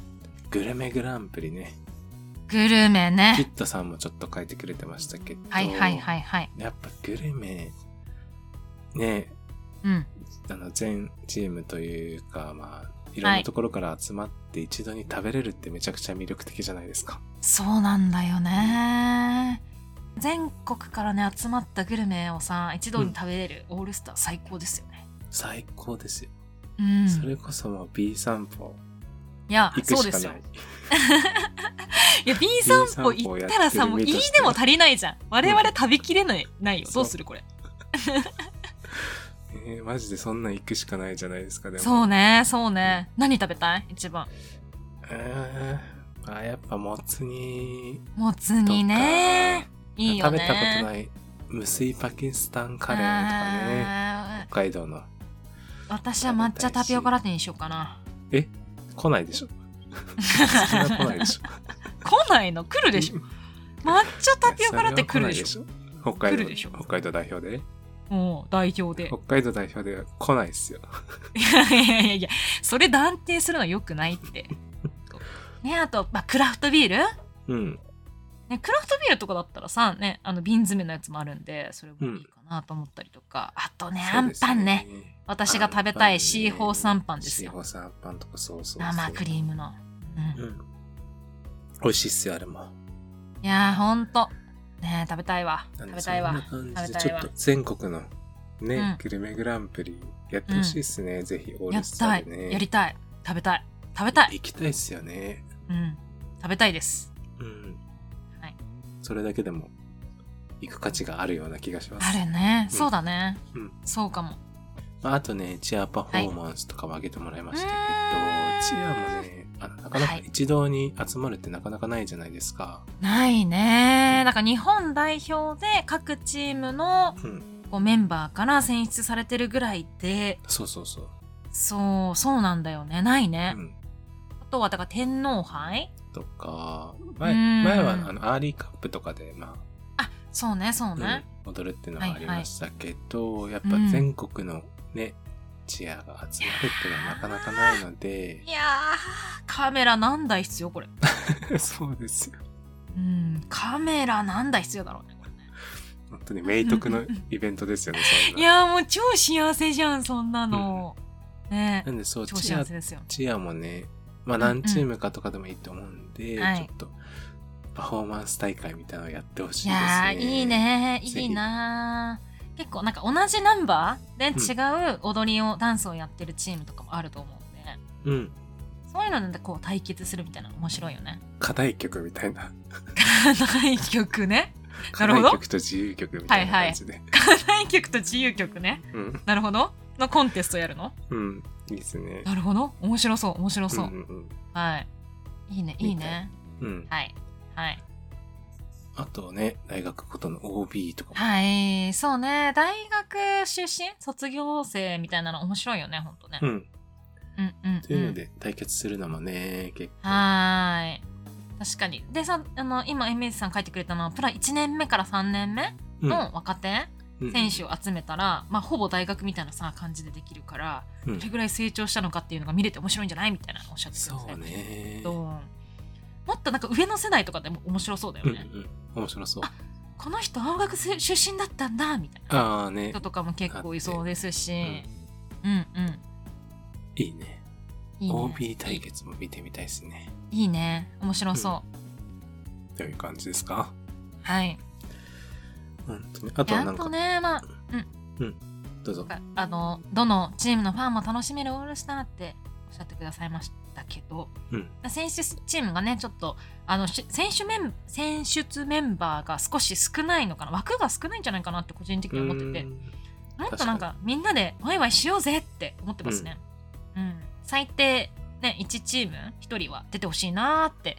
[SPEAKER 1] グルメグランプリね。
[SPEAKER 2] グルメ
[SPEAKER 1] キ
[SPEAKER 2] ね。
[SPEAKER 1] ットさんもちょっと書いてくれてましたけど。
[SPEAKER 2] はいはいはいはい。
[SPEAKER 1] やっぱグルメ、ね、
[SPEAKER 2] うん。
[SPEAKER 1] あの、全チームというか、まあ、いろんなところから集まって一度に食べれるってめちゃくちゃ魅力的じゃないですか。
[SPEAKER 2] そうなんだよね全国からね集まったグルメをさ一度に食べれるオールスター最高ですよね
[SPEAKER 1] 最高ですよ。
[SPEAKER 2] うん
[SPEAKER 1] それこそもう B 散歩
[SPEAKER 2] いや
[SPEAKER 1] 行く
[SPEAKER 2] そう
[SPEAKER 1] し
[SPEAKER 2] で
[SPEAKER 1] か
[SPEAKER 2] すよ
[SPEAKER 1] ない。
[SPEAKER 2] いや B
[SPEAKER 1] 散
[SPEAKER 2] 散
[SPEAKER 1] 歩
[SPEAKER 2] 歩
[SPEAKER 1] やってる
[SPEAKER 2] 行ったらさもう
[SPEAKER 1] 身
[SPEAKER 2] いい
[SPEAKER 1] として
[SPEAKER 2] で
[SPEAKER 1] は
[SPEAKER 2] も足りないじゃん我々食べきれないないよ
[SPEAKER 1] そう
[SPEAKER 2] どうするこれ
[SPEAKER 1] えーマジでそんなん行くしかないじゃないですか、でも。
[SPEAKER 2] そうねそうね何食べたい一番
[SPEAKER 1] えー、あやっぱもつ煮
[SPEAKER 2] もつ
[SPEAKER 1] とか
[SPEAKER 2] 煮ねいいよね
[SPEAKER 1] 食べたことない無水パキスタンカレーとかね
[SPEAKER 2] あ
[SPEAKER 1] 北海道の
[SPEAKER 2] ー私は抹茶タピオカラテにしようかな
[SPEAKER 1] 来ない
[SPEAKER 2] <laughs>
[SPEAKER 1] でしょそれは来ないでしょ
[SPEAKER 2] 来ないの来るでしょ抹茶タピオカラテ来るでしょ
[SPEAKER 1] ょ北海
[SPEAKER 2] 来
[SPEAKER 1] 道
[SPEAKER 2] るでしょ
[SPEAKER 1] 北海道代表でね
[SPEAKER 2] もう代表で
[SPEAKER 1] 北海道代表では来ないですよ
[SPEAKER 2] <laughs> いやいやいやいや、それ断定するのは良くな
[SPEAKER 1] <laughs>
[SPEAKER 2] いって。ね、あと、まあ、クラフトビー
[SPEAKER 1] う
[SPEAKER 2] ル
[SPEAKER 1] ん
[SPEAKER 2] ね、クラフトビールとかだったらさ、ね、あの瓶詰めのやつもあるんで、それもいいかなと思ったりとかあとね
[SPEAKER 1] そ
[SPEAKER 2] あ
[SPEAKER 1] うんです
[SPEAKER 2] ぱんね。私が食べ
[SPEAKER 1] アン
[SPEAKER 2] た
[SPEAKER 1] パンね
[SPEAKER 2] いシーホースアンパンです
[SPEAKER 1] シー
[SPEAKER 2] よ
[SPEAKER 1] ホースアンパンとかそうそうそう
[SPEAKER 2] 生クリームの、うん
[SPEAKER 1] うん。美味しいっすよ、あれも。
[SPEAKER 2] いやーほんとねえ食べたいわ
[SPEAKER 1] なん
[SPEAKER 2] 食
[SPEAKER 1] で
[SPEAKER 2] べたいわ
[SPEAKER 1] そんな感じでち
[SPEAKER 2] 食べたい
[SPEAKER 1] ょ
[SPEAKER 2] わ
[SPEAKER 1] っと全国のね、
[SPEAKER 2] うん
[SPEAKER 1] グルメグランプリやってほしいっすね、ぜひオー
[SPEAKER 2] や
[SPEAKER 1] ル
[SPEAKER 2] っ
[SPEAKER 1] スタ
[SPEAKER 2] たい
[SPEAKER 1] ーでね。
[SPEAKER 2] やりたい食べたい食べたい、
[SPEAKER 1] 行きたいっすよね。
[SPEAKER 2] うん、食べたいです
[SPEAKER 1] うん。
[SPEAKER 2] はい
[SPEAKER 1] それだけでも行く価値があるような気がします。
[SPEAKER 2] あるね、
[SPEAKER 1] うん
[SPEAKER 2] そうだね、
[SPEAKER 1] うん
[SPEAKER 2] そうかも
[SPEAKER 1] まあ、あとね、チアパフォーマンスとかも上げてもらいましたけど、
[SPEAKER 2] はい
[SPEAKER 1] チアもね、あのなかな
[SPEAKER 2] は
[SPEAKER 1] か
[SPEAKER 2] い
[SPEAKER 1] 一堂に集まるってなかなかないじゃないですか。
[SPEAKER 2] ないねだから日本代表で各チームの
[SPEAKER 1] うん。
[SPEAKER 2] こうメンバーから選出されてるぐらいで
[SPEAKER 1] そうそうそう。
[SPEAKER 2] そうそうなんだよねないね、
[SPEAKER 1] うん。
[SPEAKER 2] あとはだから天皇杯
[SPEAKER 1] とか、前、
[SPEAKER 2] うん
[SPEAKER 1] 前はあの、アーリーカップとかで、まあ、
[SPEAKER 2] あそうねそうね、
[SPEAKER 1] うん、踊るっていうのがありましたけど、やっぱ全国のね、チアが集まるっていうのはなかなかないので
[SPEAKER 2] い、やーカメラ何台必要これ
[SPEAKER 1] <laughs> そうですよ。
[SPEAKER 2] うんカメラ何台必要だろうねこれね
[SPEAKER 1] 本当に名徳のイベントですよね、そん
[SPEAKER 2] <laughs> い
[SPEAKER 1] な。
[SPEAKER 2] やーもう超幸せじゃんそんなの、ね
[SPEAKER 1] なんでそう、
[SPEAKER 2] 超
[SPEAKER 1] チ
[SPEAKER 2] 幸
[SPEAKER 1] ア、
[SPEAKER 2] せですよ
[SPEAKER 1] チアもね、まあ
[SPEAKER 2] んう
[SPEAKER 1] 何
[SPEAKER 2] ん
[SPEAKER 1] チームかとかでもいいと思うんで、
[SPEAKER 2] はい
[SPEAKER 1] ちょっとパフォーマンス大会みたいなのやってほしい
[SPEAKER 2] い
[SPEAKER 1] です
[SPEAKER 2] や
[SPEAKER 1] ね。
[SPEAKER 2] ーいい。ね
[SPEAKER 1] ぜひ
[SPEAKER 2] いいなー結構なんか同じナンバーで違う踊りを、ダンスをやってるチームとかもあると思うんで
[SPEAKER 1] うん。
[SPEAKER 2] そういうのでこう対決するみたいなの面白いよね <laughs>
[SPEAKER 1] 課題曲みたいな。
[SPEAKER 2] 対局ねな
[SPEAKER 1] 課
[SPEAKER 2] るほ
[SPEAKER 1] 題
[SPEAKER 2] ど
[SPEAKER 1] 曲と自由曲みたいな感じで。
[SPEAKER 2] 対局と自由曲ね
[SPEAKER 1] うん。
[SPEAKER 2] なるほどのコンテストやるの
[SPEAKER 1] うん。いいですね。
[SPEAKER 2] なるほど面白そう面白そう、
[SPEAKER 1] んうん
[SPEAKER 2] はいいいねいいね
[SPEAKER 1] うん。うん。
[SPEAKER 2] はいはい
[SPEAKER 1] あとね、大学ごとの OB とかも
[SPEAKER 2] はいそうね大学出身卒業生みたいなの面白いよねほんとね、
[SPEAKER 1] うん。
[SPEAKER 2] うんうんうん
[SPEAKER 1] というので、対決するのもね、結構。
[SPEAKER 2] はーい。確かに。でさ、あの、今、MS さん書いてくれたのは、プラ1年目から3年目の若手、
[SPEAKER 1] うん
[SPEAKER 2] 選手を集めたら、まあ、ほぼ大学みたいなさ、感じでできるから、
[SPEAKER 1] うん
[SPEAKER 2] どれぐらい成長したのかっていうのが見れて面白いんじゃないみたいなのをおっしゃってくださ
[SPEAKER 1] そうね。
[SPEAKER 2] どうもっとなんか上の世代とかでも面白そうだよ
[SPEAKER 1] うんう
[SPEAKER 2] ね。
[SPEAKER 1] ん。面白そう。
[SPEAKER 2] この人、青学出身だったんだ、みたいな
[SPEAKER 1] ああね
[SPEAKER 2] 人。とかも結構いそうです
[SPEAKER 1] う
[SPEAKER 2] し
[SPEAKER 1] ん、
[SPEAKER 2] うんうん。
[SPEAKER 1] いいね。
[SPEAKER 2] いいね
[SPEAKER 1] OB 対決も見てみたいですね。
[SPEAKER 2] いいね。面白そう。
[SPEAKER 1] という感じですか。
[SPEAKER 2] はい。
[SPEAKER 1] 本当に。あと
[SPEAKER 2] で
[SPEAKER 1] は
[SPEAKER 2] あ
[SPEAKER 1] なん
[SPEAKER 2] と
[SPEAKER 1] か、
[SPEAKER 2] ね、まあ、
[SPEAKER 1] どうぞ。
[SPEAKER 2] あのどのチームのファンも楽しめるオールスターっておっしゃってくださいましたけど
[SPEAKER 1] うん。
[SPEAKER 2] 選手チームがねちょっとあのし選手メン選出メンバーが少し少ないのかな枠が少ないんじゃないかなって個人的に思ってて
[SPEAKER 1] うん
[SPEAKER 2] もっとなんかみんなでワイワイしようぜって思ってますね。うん最低ね、1チーム1人は出てほしいなーって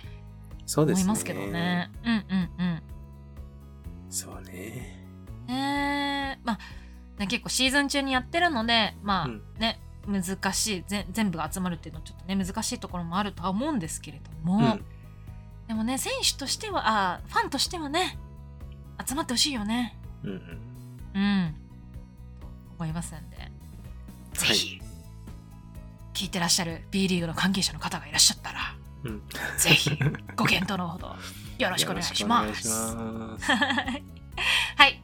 [SPEAKER 1] そうで
[SPEAKER 2] 思
[SPEAKER 1] す
[SPEAKER 2] い
[SPEAKER 1] ね。
[SPEAKER 2] ますけどね。うんうんうん
[SPEAKER 1] そうね。
[SPEAKER 2] ねえまあ、ね、結構シーズン中にやってるのでまあ
[SPEAKER 1] うん
[SPEAKER 2] ね、難しいぜ全部が集まるっていうのはちょっとね難しいところもあるとは思うんですけれども、
[SPEAKER 1] うん。
[SPEAKER 2] でもね選手としてはあファンとしてはね集まってほしいよね
[SPEAKER 1] うんうん。
[SPEAKER 2] うんと思いますんでぜひ、聞いてらっしゃる B リーグの関係者の方がいらっしゃったら、
[SPEAKER 1] うん
[SPEAKER 2] ぜ
[SPEAKER 1] <laughs>
[SPEAKER 2] ひご検討のほどよろしくお願いし
[SPEAKER 1] よ
[SPEAKER 2] ま
[SPEAKER 1] ろし
[SPEAKER 2] す。
[SPEAKER 1] くお願いします。
[SPEAKER 2] はいはい。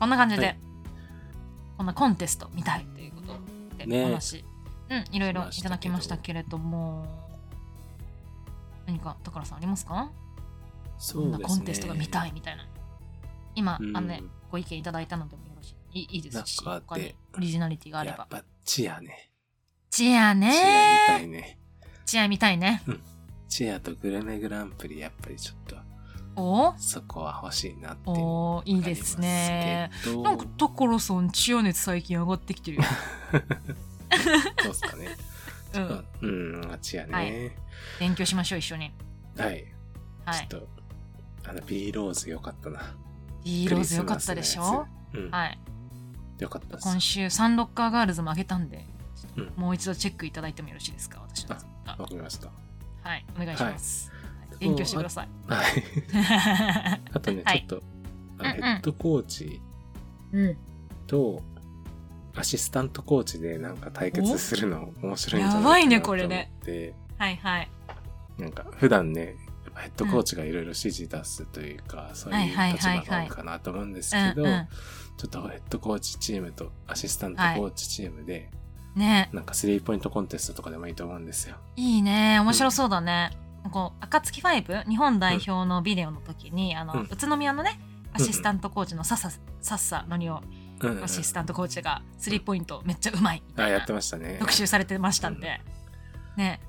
[SPEAKER 2] こんな感じで、
[SPEAKER 1] はい
[SPEAKER 2] こんなコンテストみたいということで、
[SPEAKER 1] ね
[SPEAKER 2] お話、うん、いろいろいただきました
[SPEAKER 1] しました
[SPEAKER 2] けれども、何か、所さんありますか
[SPEAKER 1] そ
[SPEAKER 2] <laughs> こんなコンテストが見た
[SPEAKER 1] い。
[SPEAKER 2] いみたいな。今、
[SPEAKER 1] うん
[SPEAKER 2] あのね、ご意見いただいたのでもよろしいいいいですし、
[SPEAKER 1] なんかあ
[SPEAKER 2] 他
[SPEAKER 1] って
[SPEAKER 2] にオリジナリティがあれ
[SPEAKER 1] や
[SPEAKER 2] ば
[SPEAKER 1] っ。ぱ、チアね。
[SPEAKER 2] チア
[SPEAKER 1] チアみた
[SPEAKER 2] ね
[SPEAKER 1] いね。
[SPEAKER 2] チア見たいね。
[SPEAKER 1] チアとグルメグランプリ、やっぱりちょっと。
[SPEAKER 2] お
[SPEAKER 1] そこは欲しいなっていうの
[SPEAKER 2] おーいいですね。
[SPEAKER 1] あり
[SPEAKER 2] な
[SPEAKER 1] ま
[SPEAKER 2] ん
[SPEAKER 1] す
[SPEAKER 2] か
[SPEAKER 1] けど。
[SPEAKER 2] 所さん、チア熱最近上がって
[SPEAKER 1] <laughs>
[SPEAKER 2] きてるよ。
[SPEAKER 1] どうですかね。
[SPEAKER 2] <laughs>
[SPEAKER 1] う
[SPEAKER 2] う
[SPEAKER 1] ん
[SPEAKER 2] ん、、
[SPEAKER 1] うん、あっちやね。
[SPEAKER 2] 勉強しましょう、一緒に。
[SPEAKER 1] はい。
[SPEAKER 2] はい。
[SPEAKER 1] ちょっと、あの、ビーローズよかったな。
[SPEAKER 2] いいローズ良かったでしょ
[SPEAKER 1] クリスマスのやつうん、
[SPEAKER 2] はい。
[SPEAKER 1] よかった
[SPEAKER 2] 今
[SPEAKER 1] です。
[SPEAKER 2] 週、サンロッカーガールズも上げたんで、ちょっ
[SPEAKER 1] う
[SPEAKER 2] ともう一度チェックいただいてもよろしいですか、私のツイッター
[SPEAKER 1] わかりました。
[SPEAKER 2] はい、お願いします。はい
[SPEAKER 1] い
[SPEAKER 2] 勉強してください。
[SPEAKER 1] はい。
[SPEAKER 2] <laughs>
[SPEAKER 1] あとね、
[SPEAKER 2] はい
[SPEAKER 1] ちょっと、あの
[SPEAKER 2] うんうん
[SPEAKER 1] ヘッドコーチ
[SPEAKER 2] <laughs> うん、
[SPEAKER 1] と、アシスタントコーチでなんか対決するの面白いんじゃないかな
[SPEAKER 2] やばいねこれね
[SPEAKER 1] と思って
[SPEAKER 2] はいはい。
[SPEAKER 1] なんか普段ね、やっヘッドコーチがいろいろ指示出すというか、そういう立場なのかなと思うんですけど、
[SPEAKER 2] うんうん
[SPEAKER 1] ちょっとヘッドコーチチームとアシスタントコーチチームで、
[SPEAKER 2] ね
[SPEAKER 1] なんかスリーポイントコンテストとかでもいいと思うんですよ。
[SPEAKER 2] いいね面白そうだね、こう暁ファイブ日本代表のビデオの時に、あの
[SPEAKER 1] うん
[SPEAKER 2] 宇都宮のねアシスタントコーチのさっささっさのりお
[SPEAKER 1] うんうん、
[SPEAKER 2] アシスタントコーチがスリーポイントめっちゃうまいみた
[SPEAKER 1] あ、
[SPEAKER 2] い
[SPEAKER 1] や
[SPEAKER 2] な
[SPEAKER 1] ってましたね。
[SPEAKER 2] 特集されてましたんで、ね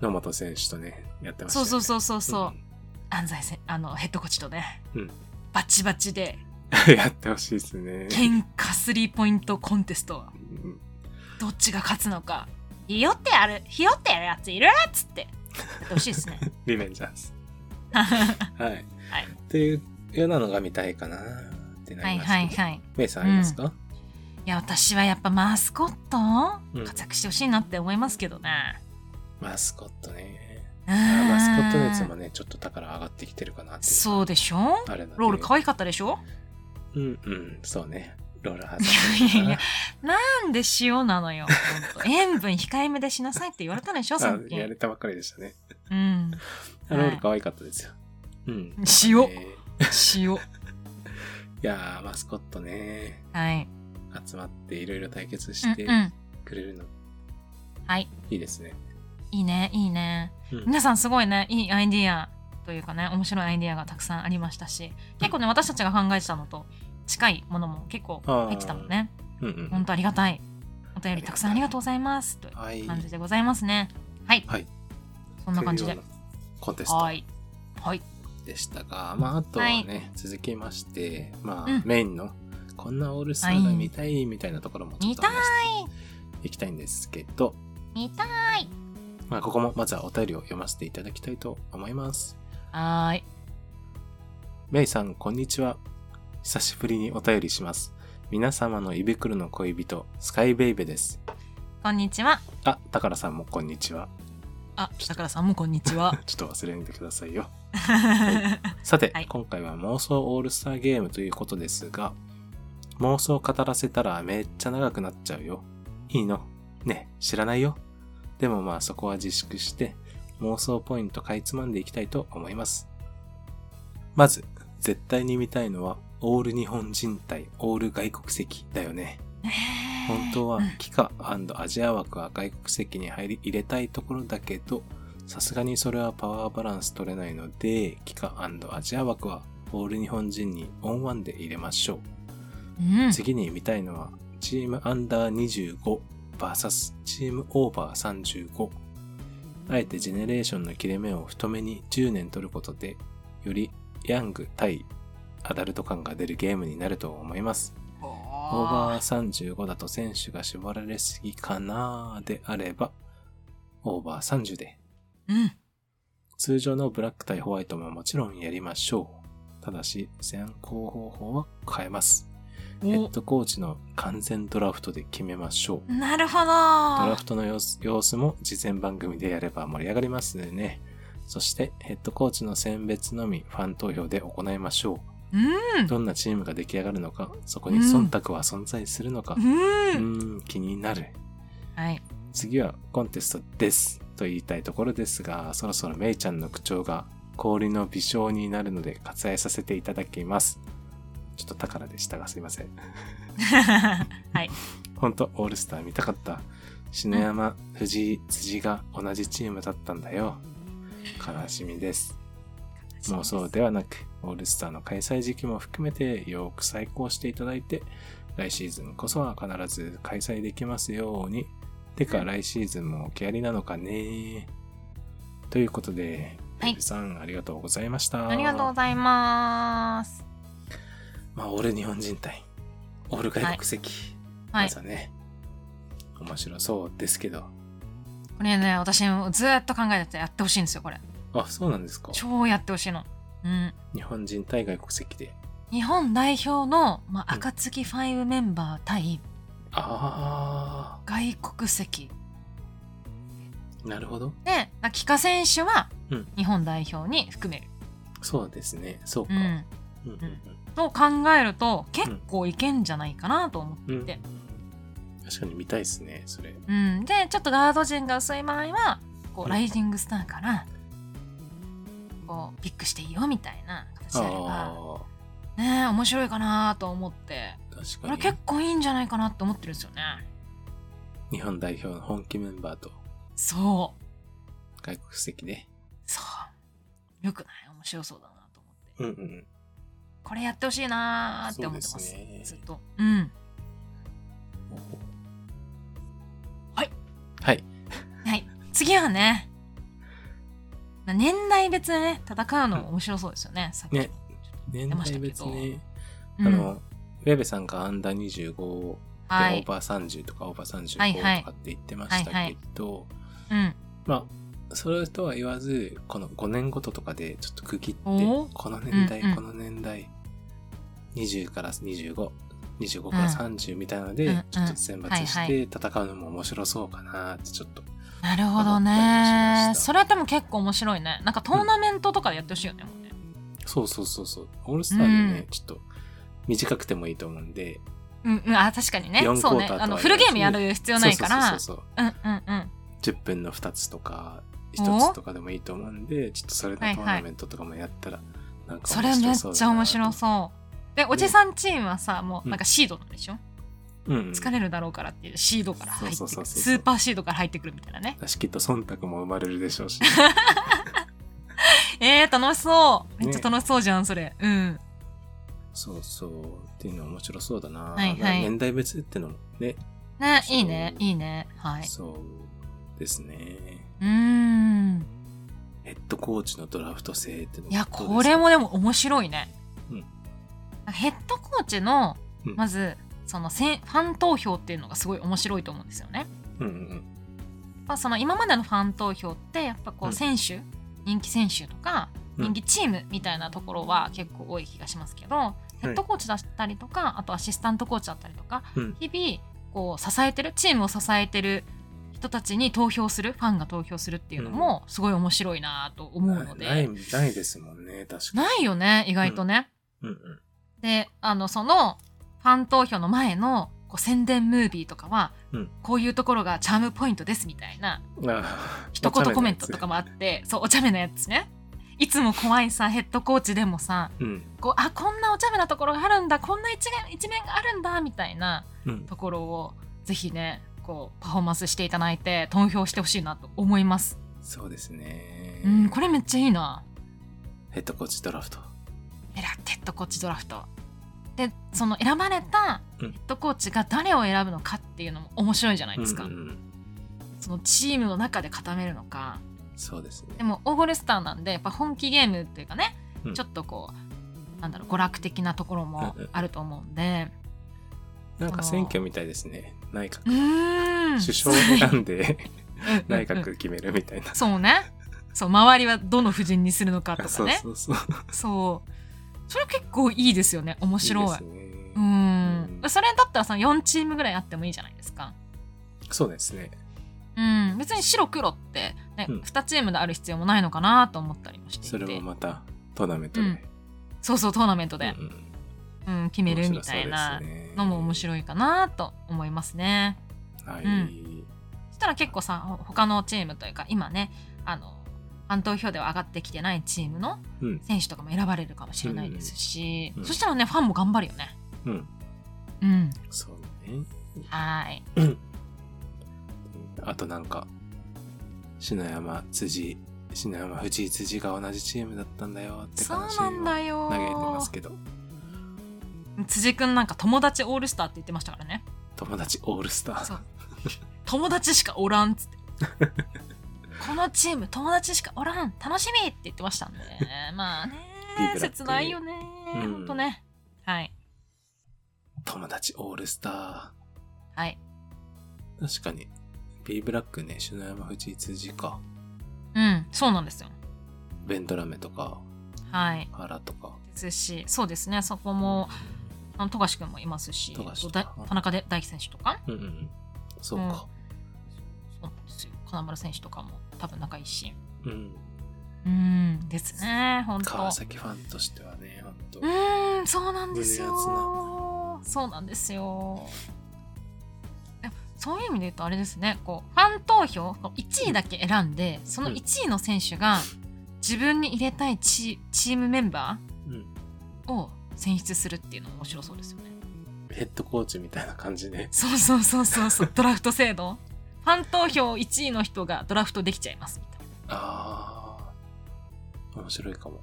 [SPEAKER 1] 野本選手とね、やってました
[SPEAKER 2] そ
[SPEAKER 1] よ
[SPEAKER 2] う
[SPEAKER 1] ね、
[SPEAKER 2] そうそうそうそう、
[SPEAKER 1] ん
[SPEAKER 2] 安西せあのヘッドコーチとね、
[SPEAKER 1] うん
[SPEAKER 2] バチバチで
[SPEAKER 1] <laughs> やってほしいですね。
[SPEAKER 2] 喧嘩スリーポイントコンテスト
[SPEAKER 1] うん
[SPEAKER 2] どっちが勝つのかひよってやるひよってやるやついるっつってやってほしいで
[SPEAKER 1] <laughs>
[SPEAKER 2] すね
[SPEAKER 1] リベンジャーズ。
[SPEAKER 2] は
[SPEAKER 1] はい。っていうようなのが見たいかなってなり
[SPEAKER 2] い
[SPEAKER 1] ます、ね。
[SPEAKER 2] はいはい
[SPEAKER 1] メイさんありますか、
[SPEAKER 2] いや私はやっぱマスコット
[SPEAKER 1] うん
[SPEAKER 2] 活躍してほしいなって思いますけどね、
[SPEAKER 1] マスコットね。
[SPEAKER 2] う
[SPEAKER 1] あー
[SPEAKER 2] ん
[SPEAKER 1] マスコット熱もね、ちょっと宝上がってきてるかなってい
[SPEAKER 2] そうでしょ
[SPEAKER 1] う。あれなんで
[SPEAKER 2] ロール可愛かったでしょ
[SPEAKER 1] うんうん、そうね。ロールハ
[SPEAKER 2] いやいやなんで塩なのよ。
[SPEAKER 1] <laughs>
[SPEAKER 2] ほんと塩分控えめでしなさいって言われたでしょ、さっき。
[SPEAKER 1] やれたばっかりでしたね。
[SPEAKER 2] うん。
[SPEAKER 1] あ
[SPEAKER 2] はい
[SPEAKER 1] ロール可愛かったですよ。うん。
[SPEAKER 2] 塩、
[SPEAKER 1] ね
[SPEAKER 2] 塩。
[SPEAKER 1] いやー、マスコットね、
[SPEAKER 2] はい。
[SPEAKER 1] 集まっていろいろ対決
[SPEAKER 2] う
[SPEAKER 1] して
[SPEAKER 2] ん、うん。
[SPEAKER 1] くれるの、
[SPEAKER 2] はい。
[SPEAKER 1] いいですね。
[SPEAKER 2] いいね、いいね。
[SPEAKER 1] うん
[SPEAKER 2] 皆さんすごいね、いいアイディアというかね、面白いアイディアがたくさんありましたし、結構ね、私たちが考えてたのと近いものも結構入ってたもんね。
[SPEAKER 1] うんうん。
[SPEAKER 2] ほんとありがたい。お便りたくさんありがとうございます。という
[SPEAKER 1] はい。
[SPEAKER 2] 感じでございますね。はい。
[SPEAKER 1] はい
[SPEAKER 2] そんな感じ
[SPEAKER 1] と
[SPEAKER 2] で
[SPEAKER 1] いう。ようなコンテスト
[SPEAKER 2] はい。はい。
[SPEAKER 1] でしたが、まあ、あとはね、続きまして、まあ、
[SPEAKER 2] うん
[SPEAKER 1] メインの、こんなオールスターが見たいみたいなところもちょっと話していきたいんですけど、
[SPEAKER 2] 見たい。
[SPEAKER 1] まあ、ここもまずはお便りを読ませていただきたいと思います。
[SPEAKER 2] はーい。
[SPEAKER 1] メイさん、こんにちは。久しぶりにお便りします。皆様の胃袋の恋人、スカイベイベです。
[SPEAKER 2] こんにちは。
[SPEAKER 1] あ、タカラさんもこんにちは。
[SPEAKER 2] あ、だからさんもこんにちは。
[SPEAKER 1] ちょっと忘れないでくださいよ。
[SPEAKER 2] <laughs> は
[SPEAKER 1] さて、
[SPEAKER 2] はい
[SPEAKER 1] 今回は妄想オールスターゲームということですが、妄想語らせたらめっちゃ長くなっちゃうよ。いいのね、知らないよ。でもまあそこは自粛して、妄想ポイントかいつまんでいきたいと思います。まず、絶対に見たいのは、オール日本人対オール外国籍だよね。本当は、キカアジア枠は外国籍に入り入れたいところだけど、さすがにそれはパワーバランス取れないので、キカアジア枠はオール日本人にオンワンで入れましょ
[SPEAKER 2] うん
[SPEAKER 1] う。。次に見たいのは、チームアンダー 25vs チームオーバー35。あえてジェネレーションの切れ目を太めに10年取ることで、よりヤング対アダルト感が出るゲームになると思います。オーバー35だと選手が絞られすぎかなーであれば、オーバー30で。
[SPEAKER 2] うん。
[SPEAKER 1] 通常のブラック対ホワイトももちろんやりましょう。ただし、選考方法は変えます。ヘッ
[SPEAKER 2] お、
[SPEAKER 1] ドコーチの完全ドラフトで決めましょう。
[SPEAKER 2] なるほ
[SPEAKER 1] ドラ
[SPEAKER 2] ど
[SPEAKER 1] フ。トの様子様子も事前番組でやれば盛り上がりますね。そして、ヘッドコーチの選別のみファン投票で行いましょ
[SPEAKER 2] うん
[SPEAKER 1] う。。どんなチームが出来上がるのか、そこに忖度は存在するのか、う
[SPEAKER 2] うん。
[SPEAKER 1] ーん、気になる。 <laughs>
[SPEAKER 2] はい。
[SPEAKER 1] 次はコンテストですと言いたいところですが、そろそろメイちゃんの口調が氷の微笑になるので割愛させていただきます。ちょっと宝でしたがすいません。
[SPEAKER 2] はい。
[SPEAKER 1] ほんとオールスター見たかった。篠山、藤井、辻が同じチームだったんだよ。悲しみです。妄想ではなく、オールスターの開催時期も含めてよく再考していただいて、来シーズンこそは必ず開催できますように。てか来シーズンもお気ありなのかね。ということで、
[SPEAKER 2] はい
[SPEAKER 1] ベブさんありがとうございました。
[SPEAKER 2] ありがとうございます。
[SPEAKER 1] まあ、オール日本人対、オール外国籍。
[SPEAKER 2] はい
[SPEAKER 1] まずはね、面白そうですけど。
[SPEAKER 2] これね、私もずっと考えててやってほしいんですよ、これ。
[SPEAKER 1] あ、そうなんですか。
[SPEAKER 2] 超やってほしいの。うん。
[SPEAKER 1] 日本人対外国籍で。
[SPEAKER 2] 日本代表の、まあ、
[SPEAKER 1] うん
[SPEAKER 2] 暁ファイブメンバー対
[SPEAKER 1] あ
[SPEAKER 2] 外国籍。
[SPEAKER 1] あ、なるほど。
[SPEAKER 2] で、帰化選手は
[SPEAKER 1] うん
[SPEAKER 2] 日本代表に含める。
[SPEAKER 1] そうですね。そうか。
[SPEAKER 2] うん。
[SPEAKER 1] うんうん
[SPEAKER 2] と考えると結構いけんじゃないかなと思
[SPEAKER 1] うん
[SPEAKER 2] っ
[SPEAKER 1] うん
[SPEAKER 2] て、
[SPEAKER 1] 確かに見たいですね、それ。
[SPEAKER 2] うんでちょっとガード陣が薄い場合はこ
[SPEAKER 1] う
[SPEAKER 2] うんライジングスターからこうピックしていいよみたいな形であれば
[SPEAKER 1] あ
[SPEAKER 2] ねえ面白いかなと思って
[SPEAKER 1] あ、確
[SPEAKER 2] こ
[SPEAKER 1] か
[SPEAKER 2] れ
[SPEAKER 1] に。
[SPEAKER 2] 結構いいんじゃないかなって思ってるんですよね
[SPEAKER 1] 日本代表の本気メンバーと
[SPEAKER 2] そう
[SPEAKER 1] 外国籍で。
[SPEAKER 2] そうよくない面白そうだなと思って
[SPEAKER 1] うんうん
[SPEAKER 2] これやってほしいなーって思ってます
[SPEAKER 1] そうです
[SPEAKER 2] ず
[SPEAKER 1] ね
[SPEAKER 2] っとうん
[SPEAKER 1] うん。はい。
[SPEAKER 2] はい次はねまあ年代別でね戦うのも面白そうですよね、さっきも
[SPEAKER 1] ね年代別ね。
[SPEAKER 2] う
[SPEAKER 1] あ
[SPEAKER 2] ん
[SPEAKER 1] の、ウェベさんがアンダー25
[SPEAKER 2] は
[SPEAKER 1] オー
[SPEAKER 2] い
[SPEAKER 1] バー30とかオーバー
[SPEAKER 2] はいはい
[SPEAKER 1] 35とかって言ってましたけど、
[SPEAKER 2] うん
[SPEAKER 1] まあ、それとは言わず、この5年ごととかでちょっと区切って、
[SPEAKER 2] おー
[SPEAKER 1] この年代、
[SPEAKER 2] うんうん
[SPEAKER 1] この年代、20から25、25から30みたいなので、
[SPEAKER 2] うんうん
[SPEAKER 1] ちょっと選抜し
[SPEAKER 2] はいは
[SPEAKER 1] て戦うのも面白そうかなってちょっと。
[SPEAKER 2] なるほど
[SPEAKER 1] ハマったりもし
[SPEAKER 2] ね
[SPEAKER 1] ました
[SPEAKER 2] それでも結構面白いねなんかトーナメントとかでやってほしいよね、もうね
[SPEAKER 1] そうそうそうそう。オールスターでね、
[SPEAKER 2] うん
[SPEAKER 1] ちょっと短くてもいいと思うんで、
[SPEAKER 2] うんうんあ確かにね
[SPEAKER 1] 四
[SPEAKER 2] そう
[SPEAKER 1] クォ
[SPEAKER 2] ね
[SPEAKER 1] ーターとは
[SPEAKER 2] あ
[SPEAKER 1] 言わ
[SPEAKER 2] の
[SPEAKER 1] ず
[SPEAKER 2] フルゲームやる必要ないから
[SPEAKER 1] そうそうそう
[SPEAKER 2] うんうんうん
[SPEAKER 1] そう。10分の2つとか、
[SPEAKER 2] お
[SPEAKER 1] 1つとかでもいいと思うんで、ちょっとそれのトーナメントとかもやったら、なんか
[SPEAKER 2] それめっちゃ面白
[SPEAKER 1] う
[SPEAKER 2] そうでおじさんチームはさもう
[SPEAKER 1] うん
[SPEAKER 2] なんかシードなんでしょ、
[SPEAKER 1] だなと。うん、うん。
[SPEAKER 2] 疲れるだろうからっていうシードから入って
[SPEAKER 1] そう
[SPEAKER 2] く
[SPEAKER 1] そうそう
[SPEAKER 2] る
[SPEAKER 1] そう
[SPEAKER 2] スーパーシードから入ってくるみたいなね
[SPEAKER 1] だし、きっと忖度も生まれるでしょうし。
[SPEAKER 2] えー、楽しそう
[SPEAKER 1] ね
[SPEAKER 2] めっちゃ楽しそうじゃん、それうん
[SPEAKER 1] そうそう。っていうのは面白そうだな。
[SPEAKER 2] はいはい
[SPEAKER 1] まあ年代別ってのもね、
[SPEAKER 2] ね
[SPEAKER 1] そう
[SPEAKER 2] いいねいいねはい
[SPEAKER 1] そうですね。
[SPEAKER 2] うーん
[SPEAKER 1] ヘッドコーチのドラフト制ってのも
[SPEAKER 2] いや
[SPEAKER 1] どうですか
[SPEAKER 2] これ。もでも面白いね、
[SPEAKER 1] うん
[SPEAKER 2] ヘッドコーチの
[SPEAKER 1] うん
[SPEAKER 2] まずそのせんファン投票っていうのがすごい面白いと思うんですよね
[SPEAKER 1] うんうん
[SPEAKER 2] まあ、その今までのファン投票ってやっぱ
[SPEAKER 1] う
[SPEAKER 2] こ
[SPEAKER 1] ん
[SPEAKER 2] う選手、人気選手とか
[SPEAKER 1] うん
[SPEAKER 2] 人気チームみたいなところは結構多い気がしますけど、ヘッドコーチだったりとかあとアシスタントコーチだったりとか、
[SPEAKER 1] うん
[SPEAKER 2] 日々こう支えてるチームを支えてる人たちに投票するファンが投票するっていうのもすごい面白いなと
[SPEAKER 1] うん。
[SPEAKER 2] 思うので、
[SPEAKER 1] ない、ないですもんね、確かに。
[SPEAKER 2] ないよね意外とね。
[SPEAKER 1] うんうん。
[SPEAKER 2] であのそのファン投票の前のこう宣伝ムービーとかは、
[SPEAKER 1] うん
[SPEAKER 2] こういうところがチャームポイントですみたいな
[SPEAKER 1] あー
[SPEAKER 2] <laughs> 一言コメントとか。もあってそうお茶目なやつねいつも怖いさヘッドコーチでもさ
[SPEAKER 1] お茶目なや
[SPEAKER 2] こうあこんなお茶目なところがあるんだこんな一面一面があるんだみたいな
[SPEAKER 1] つうん。うん。
[SPEAKER 2] ところをぜひねこうパフォーマンスしていただいて投票してほしいなと思います、
[SPEAKER 1] そうですね。
[SPEAKER 2] うんこれめっちゃいいな
[SPEAKER 1] ヘッドコーチドラフト。
[SPEAKER 2] 選ヘッドコーチドラフトでその選ばれたヘ
[SPEAKER 1] うん
[SPEAKER 2] ッドコーチが誰を選ぶのかっていうのも面白いじゃないですか、
[SPEAKER 1] うんうん
[SPEAKER 2] そのチームの中で固めるのか
[SPEAKER 1] そうですね。
[SPEAKER 2] でもオーゴルスターなんでやっぱ本気ゲームっていうかね、
[SPEAKER 1] うん
[SPEAKER 2] ちょっとこうなんだろう娯楽的なところもあると思うんで
[SPEAKER 1] なんか選挙みたいですね。内閣。
[SPEAKER 2] うーん
[SPEAKER 1] 首相を選んで
[SPEAKER 2] うん
[SPEAKER 1] 内
[SPEAKER 2] うんうん
[SPEAKER 1] 閣決めるみたいな。
[SPEAKER 2] <laughs> そうねそう周りはどの夫人にするのかとか
[SPEAKER 1] <laughs> そう
[SPEAKER 2] ね
[SPEAKER 1] そうそう。
[SPEAKER 2] そうそれ結構いいですよね面白い
[SPEAKER 1] いですね
[SPEAKER 2] うーん
[SPEAKER 1] うん
[SPEAKER 2] それだったらその4チームぐらいあってもいいじゃないですか
[SPEAKER 1] そうですね。
[SPEAKER 2] うん別に白黒って、ね
[SPEAKER 1] うん
[SPEAKER 2] 2チームである必要もないのかなと思ったりもしていて
[SPEAKER 1] それもまたトーナメントで。
[SPEAKER 2] うんそうそうトーナメントで
[SPEAKER 1] う、んうん
[SPEAKER 2] うん、決めるみたいなのも面
[SPEAKER 1] い。
[SPEAKER 2] 白いかなと思いますね。
[SPEAKER 1] はい。
[SPEAKER 2] うんそしたら結構さほ他のチームというか今ねあのファン投票では上がってきてないチームの
[SPEAKER 1] うん
[SPEAKER 2] 選手とかも選ばれるかもしれないですし、
[SPEAKER 1] うんうん
[SPEAKER 2] そしたらねファンも頑張るよね。
[SPEAKER 1] うん
[SPEAKER 2] うん、
[SPEAKER 1] そうね。
[SPEAKER 2] はーい
[SPEAKER 1] あとなんか、篠山、辻、篠山、藤井、辻が同じチームだったんだよって
[SPEAKER 2] そう
[SPEAKER 1] 話
[SPEAKER 2] なんだよ
[SPEAKER 1] 投げてますけど、
[SPEAKER 2] 辻君なんか友達オールスターって言ってましたからね
[SPEAKER 1] 友達オールスタ
[SPEAKER 2] そ
[SPEAKER 1] ー
[SPEAKER 2] う。友達しかおらんっつってこのチーム友達しかおらん楽しみって言ってましたんでまあね
[SPEAKER 1] ビブラック
[SPEAKER 2] 切ないよね、
[SPEAKER 1] う
[SPEAKER 2] ほ
[SPEAKER 1] ん
[SPEAKER 2] んとねはい
[SPEAKER 1] 友達オールスタ
[SPEAKER 2] はい
[SPEAKER 1] ー。確かに。B ブラックね、篠山、藤井、辻か、
[SPEAKER 2] うんそうなんですよ
[SPEAKER 1] ベンドラメとか、
[SPEAKER 2] はい
[SPEAKER 1] 原とか。
[SPEAKER 2] ですしそうですねそこもあの富樫君もいますし
[SPEAKER 1] 富樫とか
[SPEAKER 2] だ田中で大輝選手とか
[SPEAKER 1] うんうんうん。そうか。
[SPEAKER 2] そうなんですよ金丸選手とかも多分仲いいし
[SPEAKER 1] うん。
[SPEAKER 2] うんですね本当
[SPEAKER 1] 川崎ファンとしてはね、ほんと
[SPEAKER 2] う。ーんそうなんです
[SPEAKER 1] 胸熱
[SPEAKER 2] よそうなんですよでもそういう意味で言うとあれですねこうファン投票こう1位だけ選んでその1位の選手が自分に入れたいチチームメンバ
[SPEAKER 1] うん。
[SPEAKER 2] ーを選出するっていうのも面白そうですよね。
[SPEAKER 1] ヘッドコーチみたいな感じで。
[SPEAKER 2] そうそうそうそうそう、ドラフト制度。ファン投票1位の人がドラフトできちゃいますみたい
[SPEAKER 1] ああ。面白いかも。
[SPEAKER 2] な。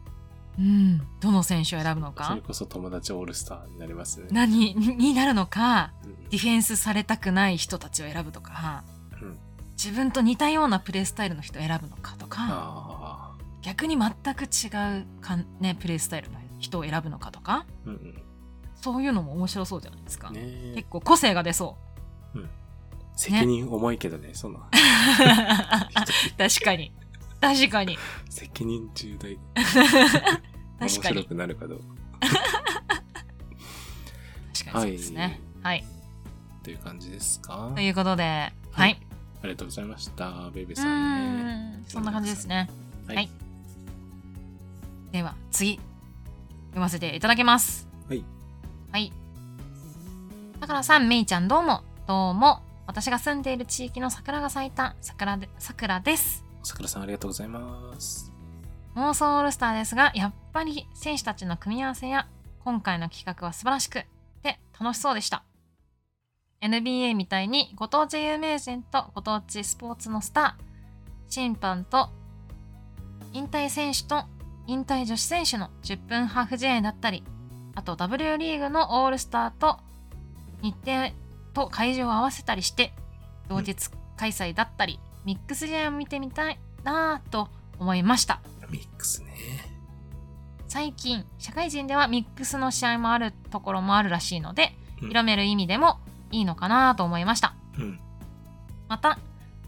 [SPEAKER 2] うん。どの選手を選ぶの
[SPEAKER 1] そ
[SPEAKER 2] か
[SPEAKER 1] れこそ友達オールスターになりますね。
[SPEAKER 2] 何にになるのか、
[SPEAKER 1] うん
[SPEAKER 2] ディフェンスされたくない人たちを選ぶとか、
[SPEAKER 1] うん
[SPEAKER 2] 自分と似たようなプレースタイルの人を選ぶのかとか、
[SPEAKER 1] ああ。
[SPEAKER 2] 逆に全く違うかん、ね、プレースタイルの人を選ぶのかとか、
[SPEAKER 1] うんうん。
[SPEAKER 2] そういうのも面白そうじゃないですか。
[SPEAKER 1] ねえ
[SPEAKER 2] 結構個性が出そう。
[SPEAKER 1] <laughs> 責任重いけどね、そん
[SPEAKER 2] <laughs>
[SPEAKER 1] な。
[SPEAKER 2] 確かに。確かに。
[SPEAKER 1] 責任重大。面
[SPEAKER 2] 確か
[SPEAKER 1] 白
[SPEAKER 2] に。
[SPEAKER 1] くなるかどうか。
[SPEAKER 2] 確かにそうですね。はい。
[SPEAKER 1] という感じですか。
[SPEAKER 2] ということで、はい。
[SPEAKER 1] はいありがとうございました。ベイベ
[SPEAKER 2] う
[SPEAKER 1] さんね。
[SPEAKER 2] ーん。そんな感じですね。
[SPEAKER 1] はい
[SPEAKER 2] はいでは、次。読ませていただきます。
[SPEAKER 1] はい。
[SPEAKER 2] はい。だからさん、めいちゃん、どうも。どうも。私が住んでいる地域の桜が咲いた桜で桜です。
[SPEAKER 1] さくらさんありがとうございます。
[SPEAKER 2] 妄想オールスターですがやっぱり選手たちの組み合わせや今回の企画は素晴らしくて楽しそうでした NBA みたいにご当地有名人とご当地スポーツのスター審判と引退選手と引退女子選手の10分ハーフ試合だったりあと W リーグのオールスターと日程と会場を合わせたりして同日開催だったりミックス試合を見てみたいなぁと思いました
[SPEAKER 1] ミックスね。
[SPEAKER 2] 最近社会人ではミックスの試合もあるところもあるらしいので
[SPEAKER 1] うん
[SPEAKER 2] 広める意味でもいいのかなと思いました
[SPEAKER 1] うん。
[SPEAKER 2] また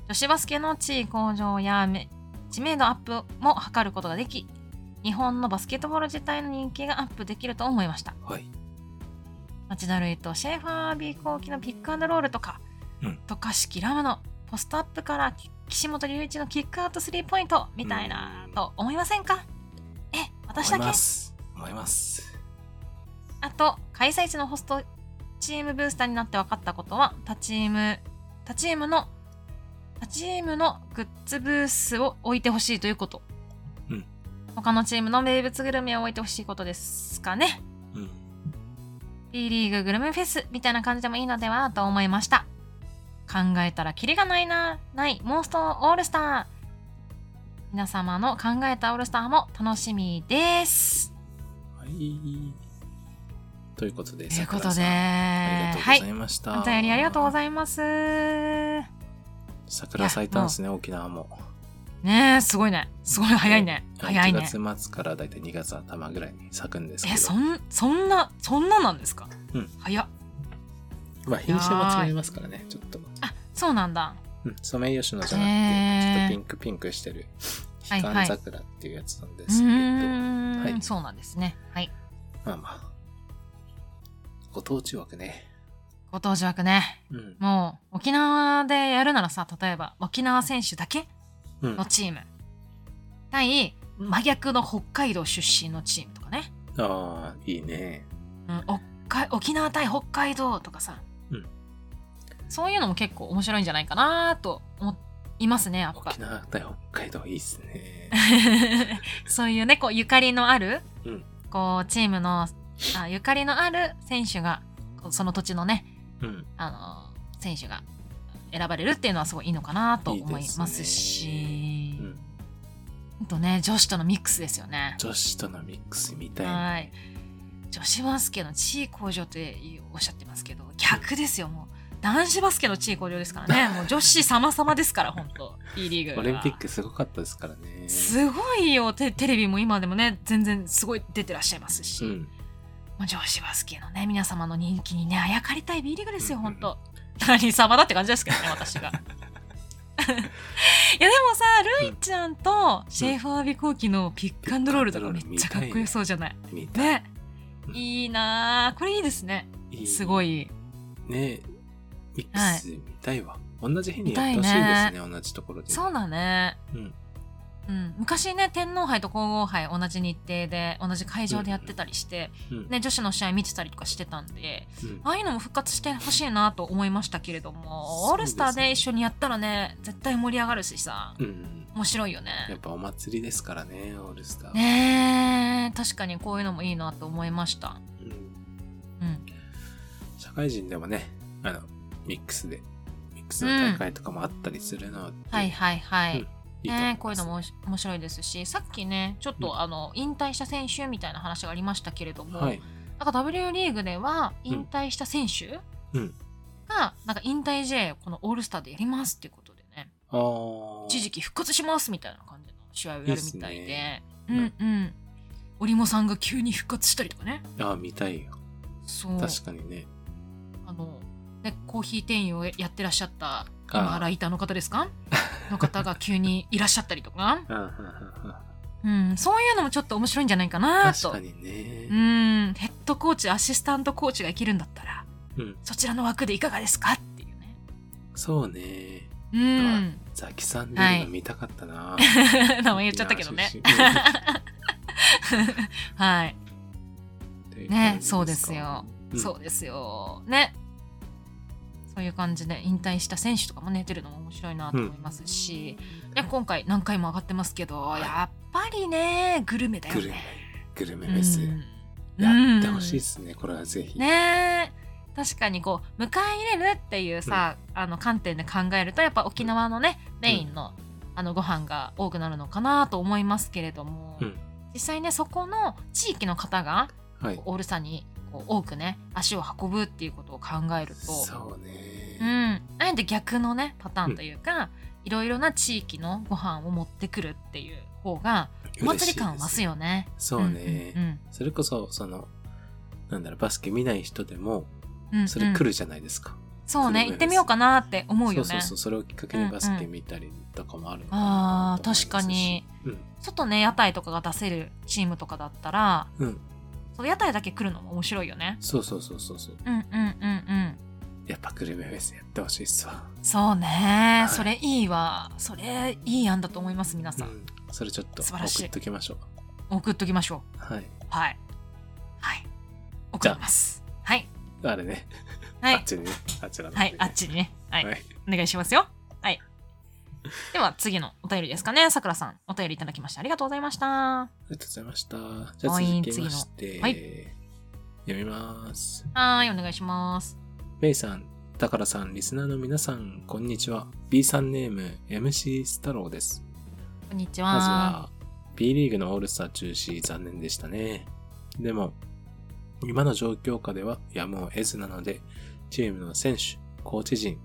[SPEAKER 2] 女子バスケの地位向上やめ知名度アップも図ることができ日本のバスケットボール自体の人気がアップできると思いました
[SPEAKER 1] はい。
[SPEAKER 2] 町田瑠唯とシェーファー・ビーコーキのピックアンドロールとか、
[SPEAKER 1] うん
[SPEAKER 2] 渡嘉敷ラムのポストアップからき岸本龍一のキックアウトスリーポイントみたいな
[SPEAKER 1] うん
[SPEAKER 2] と思いませんかえ私だ
[SPEAKER 1] 思い
[SPEAKER 2] け
[SPEAKER 1] ます。思います。
[SPEAKER 2] あと開催地のホストチームブースターになって分かったことは他チーム他チームの他チームのグッズブースを置いてほしいということ、
[SPEAKER 1] うん
[SPEAKER 2] 他のチームの名物グルメを置いてほしいことですかね
[SPEAKER 1] うん。
[SPEAKER 2] B リーググルメフェスみたいな感じでもいいのではと思いました考えたらキリがないなないモンストオールスター皆様の考えたオールスターも楽しみです
[SPEAKER 1] はい。ということで、
[SPEAKER 2] という
[SPEAKER 1] さく
[SPEAKER 2] こ
[SPEAKER 1] ら
[SPEAKER 2] と
[SPEAKER 1] さ
[SPEAKER 2] で
[SPEAKER 1] んありがとうご
[SPEAKER 2] はい
[SPEAKER 1] ざいました。
[SPEAKER 2] お便りありがとうご
[SPEAKER 1] い
[SPEAKER 2] ざいます。ね
[SPEAKER 1] ます。桜咲いたんですね、沖縄も。
[SPEAKER 2] え、すごいね。すごい早いね。早いね。
[SPEAKER 1] 1月末からだいたい2月頭ぐらいに咲くんですけど。
[SPEAKER 2] え、そん、そんな、そんななんですか
[SPEAKER 1] うん
[SPEAKER 2] 早っ。
[SPEAKER 1] まあ、品種も違いますからね、ちょっと。
[SPEAKER 2] あ、そうなんだ。
[SPEAKER 1] うん、ソメイヨシノじゃな
[SPEAKER 2] へー
[SPEAKER 1] くて、ちょっとピンクピンクしてる、
[SPEAKER 2] はい
[SPEAKER 1] ヒ
[SPEAKER 2] はい
[SPEAKER 1] カン桜っていうやつなんで
[SPEAKER 2] う
[SPEAKER 1] すけど、
[SPEAKER 2] ーん、
[SPEAKER 1] はい
[SPEAKER 2] そうなんですね。はい。
[SPEAKER 1] まあまあ。ご当地枠ね。
[SPEAKER 2] ご当地枠ね。
[SPEAKER 1] うん。
[SPEAKER 2] もう、沖縄でやるならさ、例えば、沖縄選手だけ
[SPEAKER 1] うん
[SPEAKER 2] の。チーム。対、真逆の北海道出身のチームとかね。
[SPEAKER 1] ああ、いいね。
[SPEAKER 2] うん、おっか沖縄対北海道とかさ、
[SPEAKER 1] うん
[SPEAKER 2] そういうのも結構面白いんじゃないかなと思いますねやっぱ
[SPEAKER 1] 沖縄対北海道いいっすね。
[SPEAKER 2] <laughs> そういうねこうゆかりのある、
[SPEAKER 1] うん
[SPEAKER 2] こうチームのあゆかりのある選手がこうその土地のね、
[SPEAKER 1] うん。
[SPEAKER 2] あの選手が選ばれるっていうのはすごいいいのかなと思いますし
[SPEAKER 1] いいですねうん
[SPEAKER 2] あとね女子とのミックスですよね。
[SPEAKER 1] 女子とのミックスみたいな。
[SPEAKER 2] はい。女子バスケの地位向上っておっしゃってますけど、逆ですよ、もう。男子バスケの地位向上ですから
[SPEAKER 1] <laughs>
[SPEAKER 2] ね。もう女子様々ですから、本当 B リーグは。
[SPEAKER 1] オリンピックすごかったですからね。
[SPEAKER 2] すごいよテ。テレビも今でもね、全然すごい出てらっしゃいますし。
[SPEAKER 1] うん。
[SPEAKER 2] もう女子バスケのね、皆様の人気にね、あやかりたい B リーグですよ、
[SPEAKER 1] うんうん
[SPEAKER 2] 本当何様だって感じですけどね、私が。いや、 <laughs> でもさ、ルイちゃんとシェーファー・ビコーキのピックアンドロールとかめっちゃかっこよそうじゃない
[SPEAKER 1] みたい。
[SPEAKER 2] ね、いいなあこれいいですね。す
[SPEAKER 1] い。
[SPEAKER 2] ごい。
[SPEAKER 1] ねミックス見たいわ。同じ日にやってほしい
[SPEAKER 2] 見た
[SPEAKER 1] で
[SPEAKER 2] い
[SPEAKER 1] すね、同じところで。
[SPEAKER 2] そうだね。
[SPEAKER 1] うん。
[SPEAKER 2] うん、昔ね天皇杯と皇后杯同じ日程で同じ会場でやってたりして、
[SPEAKER 1] うん。
[SPEAKER 2] ね、女子の試合見てたりとかしてたんで
[SPEAKER 1] うん
[SPEAKER 2] ああいうのも復活してほしいなと思いましたけれども、
[SPEAKER 1] そ
[SPEAKER 2] オー
[SPEAKER 1] うで
[SPEAKER 2] ル
[SPEAKER 1] す
[SPEAKER 2] ス
[SPEAKER 1] ね
[SPEAKER 2] ターで一緒にやったらね絶対盛り上がるしさ、
[SPEAKER 1] うん。
[SPEAKER 2] 面白いよね。
[SPEAKER 1] やっぱお祭りですからね、オールスター。
[SPEAKER 2] ねえ確かにこういうのもいいなと思いました。
[SPEAKER 1] うん
[SPEAKER 2] うん、
[SPEAKER 1] 社会人でもね、あの、ミックスで、ミックスの大会とかもあったりするので、
[SPEAKER 2] はいはいはい。
[SPEAKER 1] うんいいと思います
[SPEAKER 2] ねこういうのもおし面白いですしさっきねちょっ
[SPEAKER 1] う
[SPEAKER 2] と、
[SPEAKER 1] ん
[SPEAKER 2] あの引退した選手みたいな話がありましたけれども、
[SPEAKER 1] はい。
[SPEAKER 2] なんか W リーグでは引退した選手
[SPEAKER 1] うん
[SPEAKER 2] が、なんか引退 J このオールスターでやりますっていうことでね
[SPEAKER 1] ああ。
[SPEAKER 2] 一時期復活しますみたいな感じの試合をやるみたい
[SPEAKER 1] いいっす
[SPEAKER 2] で
[SPEAKER 1] ね
[SPEAKER 2] うんうん織茂さんが急に復活したりとかね
[SPEAKER 1] ああ、見たいよ。
[SPEAKER 2] そう
[SPEAKER 1] 確かにね。
[SPEAKER 2] あの、ね、コーヒー店員をやってらっしゃった今
[SPEAKER 1] ああ
[SPEAKER 2] ライターの方ですかの方が急にいらっしゃったりとか、
[SPEAKER 1] うんうんうんうん
[SPEAKER 2] うん、そういうのもちょっと面白いんじゃないかな
[SPEAKER 1] 確
[SPEAKER 2] と
[SPEAKER 1] か。に
[SPEAKER 2] う
[SPEAKER 1] ね。
[SPEAKER 2] ん、ヘッドコーチ、アシスタントコーチが生きるんだったら、
[SPEAKER 1] うん。
[SPEAKER 2] そちらの枠でいかがですかっていうね。
[SPEAKER 1] そうね。
[SPEAKER 2] う
[SPEAKER 1] は
[SPEAKER 2] ん。
[SPEAKER 1] ザキさん見るの見たかったな。
[SPEAKER 2] <laughs> 名前言っちゃったけどね。
[SPEAKER 1] 沖縄出
[SPEAKER 2] はい。
[SPEAKER 1] 身という感じ
[SPEAKER 2] ね、そうですよ。
[SPEAKER 1] うん
[SPEAKER 2] そうですよ。ね。そういう感じで引退した選手とかもね出るのも面白いなと思いますし、ね今回何回も上がってますけど、
[SPEAKER 1] い
[SPEAKER 2] やっぱりねグルメだよ
[SPEAKER 1] グルメ
[SPEAKER 2] ね。、
[SPEAKER 1] グルメフェス。
[SPEAKER 2] うん
[SPEAKER 1] やってほしいですね、これはぜひ。
[SPEAKER 2] ねえ確かにこう迎え入れるっていうさ、あの観点で考えるとやっぱ沖縄のねメインの,、あのご飯が多くなるのかなと思いますけれども、
[SPEAKER 1] うん
[SPEAKER 2] 実際ねそこの地域の方が
[SPEAKER 1] はい。
[SPEAKER 2] オールサにこう多くね足を運ぶっていうことを考えると
[SPEAKER 1] そう
[SPEAKER 2] う
[SPEAKER 1] ね。
[SPEAKER 2] ん、あえて逆のねパターンというか、いろいろな地域のご飯を持ってくるっていう方がお祭り感を増す
[SPEAKER 1] よ。
[SPEAKER 2] よね。
[SPEAKER 1] そうね。
[SPEAKER 2] うんうん
[SPEAKER 1] それこそ、その、なんだろう、バスケ見ない人でも、
[SPEAKER 2] うんうん
[SPEAKER 1] それ来るじゃないですか。
[SPEAKER 2] そう
[SPEAKER 1] 来
[SPEAKER 2] ね
[SPEAKER 1] る
[SPEAKER 2] 行ってみようかなって思うよね。
[SPEAKER 1] そうそうそう、それをきっかけにバスケ見たりとかもあるのか
[SPEAKER 2] あ
[SPEAKER 1] な
[SPEAKER 2] あ
[SPEAKER 1] と思いますし
[SPEAKER 2] 確かに。
[SPEAKER 1] うん。
[SPEAKER 2] 外ね屋台とかが出せるチームとかだったら
[SPEAKER 1] うん。
[SPEAKER 2] その屋台だけ来るのも面白いよね
[SPEAKER 1] そうそうそうそうそう。
[SPEAKER 2] うんうんうんうん
[SPEAKER 1] やっぱグルメフェスやってほしいっすわ。
[SPEAKER 2] そうね
[SPEAKER 1] はい
[SPEAKER 2] それいいわそれいい案だと思います皆
[SPEAKER 1] う
[SPEAKER 2] さん、
[SPEAKER 1] ん。それちょっと
[SPEAKER 2] 素
[SPEAKER 1] 送
[SPEAKER 2] 晴らしい
[SPEAKER 1] っときましょう。
[SPEAKER 2] 送っときましょ
[SPEAKER 1] はい。
[SPEAKER 2] うはいはい送りますはい
[SPEAKER 1] あれね。
[SPEAKER 2] は
[SPEAKER 1] あっ
[SPEAKER 2] い
[SPEAKER 1] ちにね。あちらの方
[SPEAKER 2] は
[SPEAKER 1] に
[SPEAKER 2] い
[SPEAKER 1] ね、
[SPEAKER 2] あっちにねはい、
[SPEAKER 1] はい。
[SPEAKER 2] お願いしますよはいでは次のお便りですかねさくらさんお便りいただきましてありがとうございました
[SPEAKER 1] ありがとうございました。じゃあ
[SPEAKER 2] はい
[SPEAKER 1] 続きまして、
[SPEAKER 2] 次のはい
[SPEAKER 1] 読みます。
[SPEAKER 2] はーいお願いします
[SPEAKER 1] メイさん、タカラさん、リスナーの皆さん、こんにちは。B さんネーム、MC スタローです。
[SPEAKER 2] こんにち
[SPEAKER 1] まず
[SPEAKER 2] は
[SPEAKER 1] は、B リーグのオールスター中止、残念でしたね。でも、今の状況下ではやむを得ずなので、チームの選手、コーチ陣、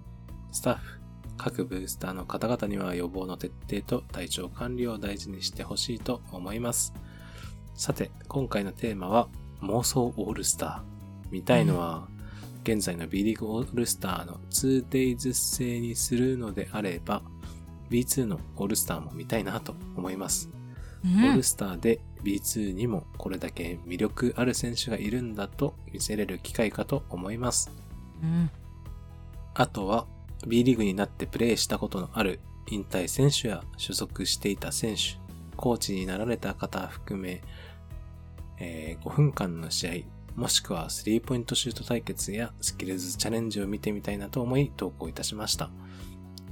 [SPEAKER 1] スタッフ、各ブースターの方々には予防の徹底と体調管理を大事にしてほしいと思います。さて、今回のテーマは、妄想オールスター。見たいのは、現在の B リーグオールスターの 2days 制にするのであれば、B2 のオールスターも見たいなと思います。
[SPEAKER 2] う
[SPEAKER 1] オー
[SPEAKER 2] ん
[SPEAKER 1] ルスターで B2 にもこれだけ魅力ある選手がいるんだと見せれる機会かと思います。
[SPEAKER 2] うん
[SPEAKER 1] あとは B リーグになってプレーしたことのある引退選手や所属していた選手、コーチになられた方含め、えー5分間の試合、もしくはスリーポイントシュート対決やスキルズチャレンジを見てみたいなと思い投稿いたしました。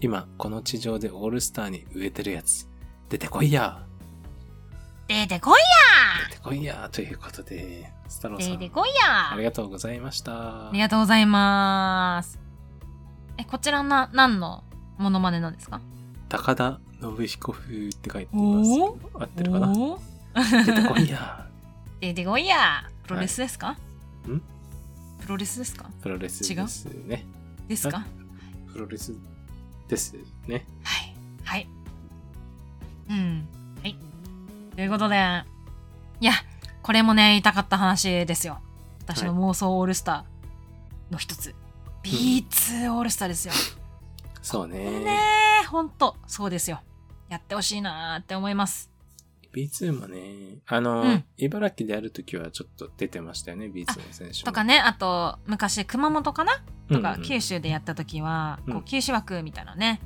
[SPEAKER 1] 今、この地上でオールスターに植えてるやつ、出てこいや
[SPEAKER 2] 出てこい
[SPEAKER 1] 出てこいやということで、スタローさ
[SPEAKER 2] 出
[SPEAKER 1] ん
[SPEAKER 2] て、こい
[SPEAKER 1] あ
[SPEAKER 2] や
[SPEAKER 1] りがとうございました。
[SPEAKER 2] ありがとうございます。え、こちらな、何のモノマネなんですか
[SPEAKER 1] 高田信彦風って書いてますけど。合ってるかな
[SPEAKER 2] おー
[SPEAKER 1] 出てこ <laughs> いや
[SPEAKER 2] 出てこいやプロレスですか、
[SPEAKER 1] いん
[SPEAKER 2] プロレスですか
[SPEAKER 1] プロレスですね。
[SPEAKER 2] ですか
[SPEAKER 1] はプロレスですね。
[SPEAKER 2] はい。はい。うん。はい。ということで、いや、これもね、言いたかった話ですよ。私の妄想オールスターの一つ。B2 オールスターですよ。
[SPEAKER 1] そう
[SPEAKER 2] ね
[SPEAKER 1] ね。
[SPEAKER 2] え、ほんと、そうですよ。やってほしいなーって思います。
[SPEAKER 1] B2 もね、あの、
[SPEAKER 2] うん
[SPEAKER 1] 茨城でやるときはちょっと出てましたよね、B2 の選手も。
[SPEAKER 2] とかね、あと、昔、熊本かな
[SPEAKER 1] うんう
[SPEAKER 2] と
[SPEAKER 1] ん、
[SPEAKER 2] か、九州でやった時は、
[SPEAKER 1] うん
[SPEAKER 2] こう九州枠みたいなのね、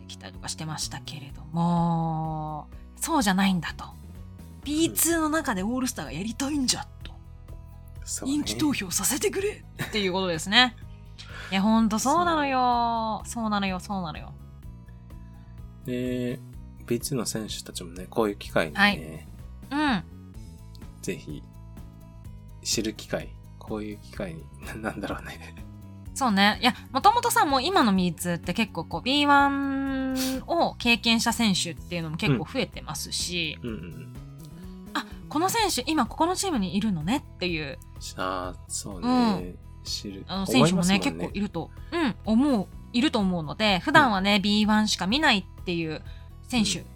[SPEAKER 2] 出てきたりとかしてましたけれども、そうじゃないんだと。B2 の中でオールスターがやりたいんじゃと。
[SPEAKER 1] そうね
[SPEAKER 2] 人気投票させてくれっていうことです
[SPEAKER 1] <laughs>
[SPEAKER 2] ね。いや、ほんとそうなのよ。そうなのよ、そうなのよ。
[SPEAKER 1] で、 B2 の選手たちもね、こういう機会にね、
[SPEAKER 2] はいうん。
[SPEAKER 1] ぜひ、知る機会、こういう機会に、ななんだろうね。 <laughs>
[SPEAKER 2] そうね。いや、もともとさ、もう今の B2 って結構こう B1 を経験した選手っていうのも結構増えてますし、
[SPEAKER 1] うんうん。
[SPEAKER 2] あ、この選手今ここのチームにいるのねっていう、
[SPEAKER 1] ああ、そうね。
[SPEAKER 2] う
[SPEAKER 1] 知る。
[SPEAKER 2] あの選手も
[SPEAKER 1] 思
[SPEAKER 2] ね
[SPEAKER 1] います
[SPEAKER 2] 結構いると、うん、思う、いると思うので、普段はね、B1 しか見ないっていう選手、
[SPEAKER 1] うん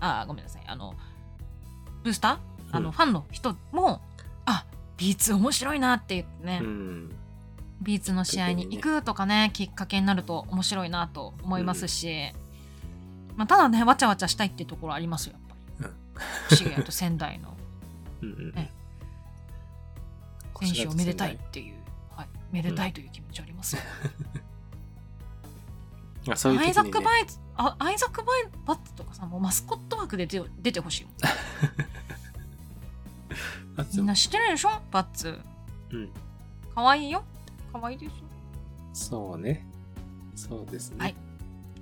[SPEAKER 2] あ、ごめんなさい、あの、ブースターあの、
[SPEAKER 1] うん
[SPEAKER 2] ファンの人も、あ、B2 面白いなって言ってね、
[SPEAKER 1] うん。
[SPEAKER 2] ビーツの試合に行くとかねきっかけになると面白いなと思いますし、まあ、ただねわちゃわちゃしたいっていうところありますよやっぱり滋賀、と仙台の
[SPEAKER 1] うんうんうん
[SPEAKER 2] ね
[SPEAKER 1] こ
[SPEAKER 2] 選
[SPEAKER 1] ち
[SPEAKER 2] 手
[SPEAKER 1] ら
[SPEAKER 2] を
[SPEAKER 1] と
[SPEAKER 2] め
[SPEAKER 1] 仙
[SPEAKER 2] でたいっ
[SPEAKER 1] 台
[SPEAKER 2] ていう、はい、めでたいという気持ちありますよ、
[SPEAKER 1] あそういう
[SPEAKER 2] ア
[SPEAKER 1] 時
[SPEAKER 2] イザッ
[SPEAKER 1] に
[SPEAKER 2] ク・
[SPEAKER 1] ね
[SPEAKER 2] バイあアイザック・バイバッツとかさもうマスコット枠で出て出てほしいもん
[SPEAKER 1] あ
[SPEAKER 2] み
[SPEAKER 1] そ
[SPEAKER 2] ん
[SPEAKER 1] う
[SPEAKER 2] な知ってるでしょバッツ
[SPEAKER 1] うん
[SPEAKER 2] かわいいよかわいいでしょ
[SPEAKER 1] そうね。そうですね。
[SPEAKER 2] はい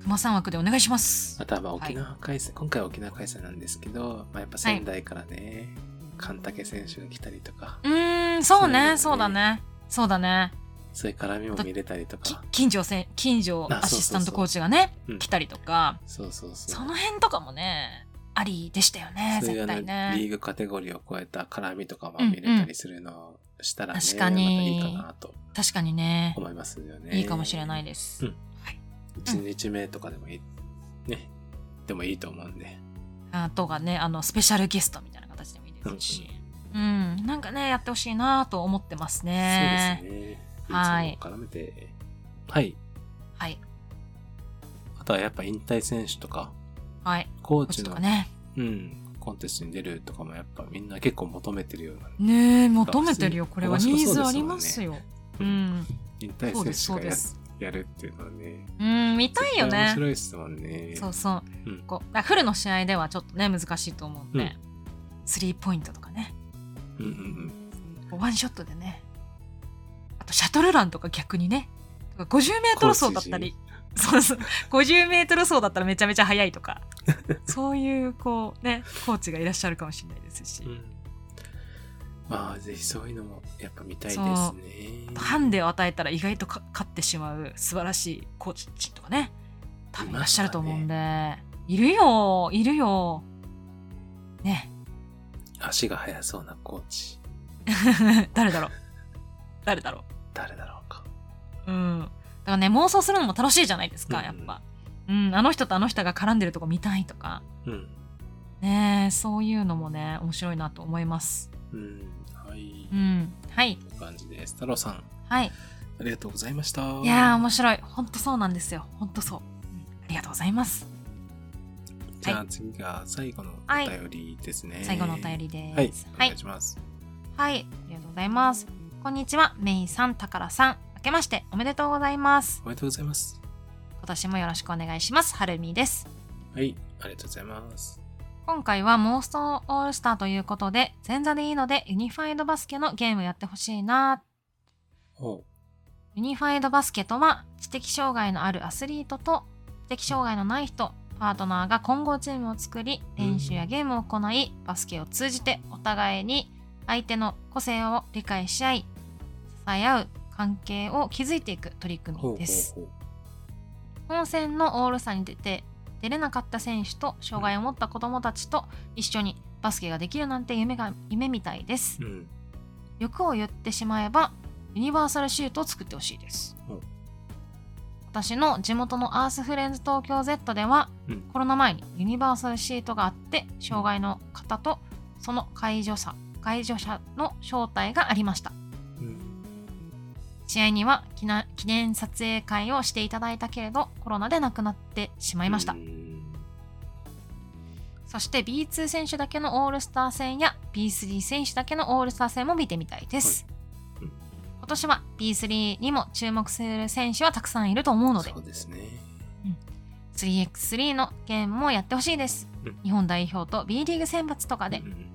[SPEAKER 2] 熊さん枠でお願いします
[SPEAKER 1] あとはまあ沖縄開催、今回は沖縄開催なんですけど、まあ、やっぱ仙台からね、神武選手が来たりとか、
[SPEAKER 2] うーんそうね
[SPEAKER 1] そ
[SPEAKER 2] そうう
[SPEAKER 1] だ
[SPEAKER 2] だ
[SPEAKER 1] ね
[SPEAKER 2] ねそうだね
[SPEAKER 1] そういう絡みも見れたりと
[SPEAKER 2] き
[SPEAKER 1] か、
[SPEAKER 2] 近所せん近所
[SPEAKER 1] あそ
[SPEAKER 2] ア
[SPEAKER 1] うそうそう
[SPEAKER 2] シスタントコーチがね
[SPEAKER 1] うん
[SPEAKER 2] 来たりとか
[SPEAKER 1] そうそうそう。
[SPEAKER 2] その辺とかもねありでしたよね
[SPEAKER 1] そういうあ
[SPEAKER 2] 絶
[SPEAKER 1] の
[SPEAKER 2] 対
[SPEAKER 1] リー
[SPEAKER 2] ね
[SPEAKER 1] グカテゴリーを超えた絡みとかも見れたりするのをしたらね、
[SPEAKER 2] 確かに
[SPEAKER 1] またいいかなと
[SPEAKER 2] 確かにね
[SPEAKER 1] 思いますよね。
[SPEAKER 2] いいかもしれないです、
[SPEAKER 1] うん1日目とかでもいい、ね、でもいいと思うんで。
[SPEAKER 2] あとがねあのスペシャルゲストみたいな形でもいいですしうん、なんかねやってほしいなと思ってますね
[SPEAKER 1] そうですね。
[SPEAKER 2] はい
[SPEAKER 1] つも絡めて。はい。
[SPEAKER 2] はい
[SPEAKER 1] あとはやっぱ引退選手とか、
[SPEAKER 2] はい
[SPEAKER 1] コー
[SPEAKER 2] コーチ
[SPEAKER 1] チ
[SPEAKER 2] と
[SPEAKER 1] の、
[SPEAKER 2] かね
[SPEAKER 1] うん、コンテストに出るとかもやっぱみんな結構求めてるような。
[SPEAKER 2] ねえ求めてるよこれは
[SPEAKER 1] 面
[SPEAKER 2] ニ
[SPEAKER 1] 白
[SPEAKER 2] ー
[SPEAKER 1] そうですも
[SPEAKER 2] ズあ
[SPEAKER 1] んね
[SPEAKER 2] りますよう
[SPEAKER 1] うん
[SPEAKER 2] ん
[SPEAKER 1] 引
[SPEAKER 2] そう
[SPEAKER 1] 退
[SPEAKER 2] です
[SPEAKER 1] 選
[SPEAKER 2] そ
[SPEAKER 1] 手が
[SPEAKER 2] うで
[SPEAKER 1] や
[SPEAKER 2] す
[SPEAKER 1] やるっていうのはね。
[SPEAKER 2] うん見たいよ
[SPEAKER 1] 絶対面
[SPEAKER 2] ね
[SPEAKER 1] 白いですもんね。
[SPEAKER 2] そうそうう、
[SPEAKER 1] ん
[SPEAKER 2] こうだからフルの試合ではちょっとね難しいと思うんで、スリーポイントとかね
[SPEAKER 1] うんうんうん。
[SPEAKER 2] こうワンショットでねあとシャトルランとか逆にね5 0ル走だったりそうそう5 0ル走だったらめちゃめちゃ速いとかそういうこうねコーチがいらっしゃるかもしれないですし、
[SPEAKER 1] うんまあ、ぜひそういうのもやっぱ見たいです
[SPEAKER 2] そ
[SPEAKER 1] ね
[SPEAKER 2] う。ハンデを与えたら意外とか勝ってしまう素晴らしいコーチとかね多分いらっしゃると思うんで、いるよいるよね <laughs>
[SPEAKER 1] 足が速そうなコーチ。
[SPEAKER 2] 誰だろう誰だろ
[SPEAKER 1] 誰だろうか。
[SPEAKER 2] ううんだからね妄想するのも楽しいじゃないですか、
[SPEAKER 1] うん
[SPEAKER 2] やっぱうんあの人とあの人が絡んでるとこ見たいとか
[SPEAKER 1] うん。
[SPEAKER 2] ねえそういうのもね面白いなと思います
[SPEAKER 1] うん。はい。
[SPEAKER 2] う
[SPEAKER 1] こ
[SPEAKER 2] んはい
[SPEAKER 1] んな感じです。太郎さん、
[SPEAKER 2] はい
[SPEAKER 1] ありがとうございました。
[SPEAKER 2] いやー面白いほんとそうなんですよほんとそう、うんありがとうございます
[SPEAKER 1] じゃあ次が最後の
[SPEAKER 2] はい
[SPEAKER 1] お便りですね。
[SPEAKER 2] 最後のお便りです
[SPEAKER 1] はい、お
[SPEAKER 2] は
[SPEAKER 1] 願
[SPEAKER 2] い
[SPEAKER 1] いします。
[SPEAKER 2] はい、ありがとうございます。こんにちは、メイさん、タカラさん。明けましておめでとうございます。
[SPEAKER 1] おめでとうございます。
[SPEAKER 2] 今年もよろしくお願いします。はるみです。
[SPEAKER 1] はい、ありがとうございます。
[SPEAKER 2] 今回はモーストオールスターということで、前座でいいのでユニファイドバスケのゲームやってほしいな。
[SPEAKER 1] おう
[SPEAKER 2] ユニファイドバスケとは、知的障害のあるアスリートと、知的障害のない人、パートナーが混合チームを作り、練習やゲームを行い、バスケを通じてお互いに相手の個性を理解し合い、支え合う関係を築いていく取り組
[SPEAKER 1] ほう
[SPEAKER 2] みです。
[SPEAKER 1] ほうほ
[SPEAKER 2] 本戦のオールスターに出て出れなかった選手と障害を持った子どもたちと一緒にバスケができるなんて夢が夢みたいです
[SPEAKER 1] う。うん。
[SPEAKER 2] 欲を言ってしまえばユニバーサルシュートを作ってほしいです
[SPEAKER 1] うん
[SPEAKER 2] 私の地元のアースフレンズ東京 Z では、
[SPEAKER 1] うん
[SPEAKER 2] コロナ前にユニバーサルシートがあって障害の方とその介助者介助者の招待がありました
[SPEAKER 1] うん。
[SPEAKER 2] 試合には記な記念撮影会をしていただいたけれどコロナで亡くなってしまいました
[SPEAKER 1] う、ん
[SPEAKER 2] そして B2 選手だけのオールスター戦や B3 選手だけのオールスター戦も見てみたいです、
[SPEAKER 1] はいうん
[SPEAKER 2] 今年は B3 にも注目する選手はたくさんいると思うので
[SPEAKER 1] そうですね。
[SPEAKER 2] 3x3 のゲームもやってほしいです、
[SPEAKER 1] うん
[SPEAKER 2] 日本代表と B リーグ選抜とかで、
[SPEAKER 1] うん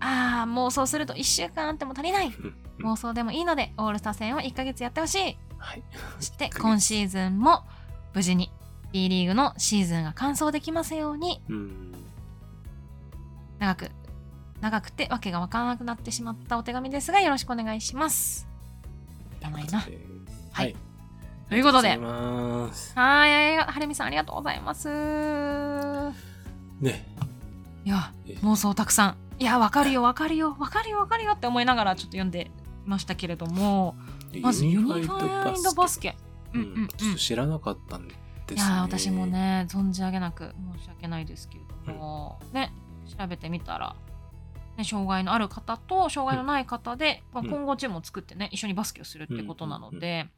[SPEAKER 2] ああ妄想すると1週間あっても足りない
[SPEAKER 1] うんうん
[SPEAKER 2] 妄想でもいいのでオールスター戦を1ヶ月やってほしい
[SPEAKER 1] はい。
[SPEAKER 2] そして今シーズンも無事に B リーグのシーズンが完走できますように
[SPEAKER 1] うん。
[SPEAKER 2] 長く長くてわけがわからなくなってしまったお手紙ですがよろしくお願いします。いらないな。
[SPEAKER 1] えー
[SPEAKER 2] はい
[SPEAKER 1] はい。
[SPEAKER 2] ということ
[SPEAKER 1] あ
[SPEAKER 2] で
[SPEAKER 1] りがとうございます。
[SPEAKER 2] はい、はるみさんありがとうございます。い
[SPEAKER 1] ね。
[SPEAKER 2] や
[SPEAKER 1] え、
[SPEAKER 2] 妄想たくさん。いや、わかるよ、わかるよ、わかるよ、わかるよって思いながらちょっと読んでましたけれども、まずユニファインドバスケ。
[SPEAKER 1] う
[SPEAKER 2] うんんうんうん。
[SPEAKER 1] ちょっと知らなかったんですね。
[SPEAKER 2] いやー私も。ね存じ上げなく申し訳ないですけれども、ね調べてみたら、ね、障害のある方と障害のない方で、まあ、
[SPEAKER 1] うん
[SPEAKER 2] 混合チームを作ってね一緒にバスケをするってことなので、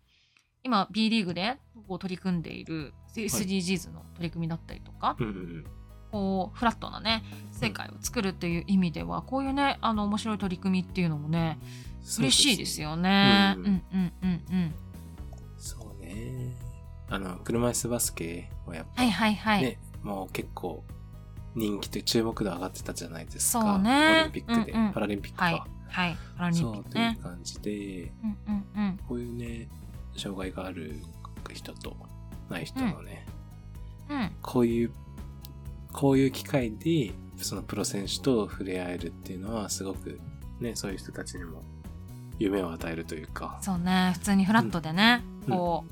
[SPEAKER 2] 今 B リーグでこう取り組んでいる SDGs の取り組みだったりとか、
[SPEAKER 1] うんうん
[SPEAKER 2] こうフラットなね世界を作るっていう意味ではこういうねあの面白い取り組みっていうのもね
[SPEAKER 1] うん。
[SPEAKER 2] 嬉しいですよね。
[SPEAKER 1] う
[SPEAKER 2] うんんうんうんうん。
[SPEAKER 1] そうね。あの、車椅子バスケはやっぱ
[SPEAKER 2] はいはいはい。
[SPEAKER 1] ね、もう結構人気という注目度上がってたじゃないですか。
[SPEAKER 2] そう
[SPEAKER 1] オリ
[SPEAKER 2] ね
[SPEAKER 1] ンピックで、
[SPEAKER 2] うんうん
[SPEAKER 1] パラリンピックか。
[SPEAKER 2] はいはい。パラリンピ
[SPEAKER 1] そ
[SPEAKER 2] ッ
[SPEAKER 1] う
[SPEAKER 2] ク
[SPEAKER 1] とい
[SPEAKER 2] ね
[SPEAKER 1] う。感じで、
[SPEAKER 2] うんうんうん。
[SPEAKER 1] こういうね、障害がある人とない人のね、
[SPEAKER 2] うん
[SPEAKER 1] こういう、こういう機会で、そのプロ選手と触れ合えるっていうのは、すごくね、そういう人たちにも夢を与えるというか、
[SPEAKER 2] そうね普通にフラットでね、
[SPEAKER 1] うん
[SPEAKER 2] こ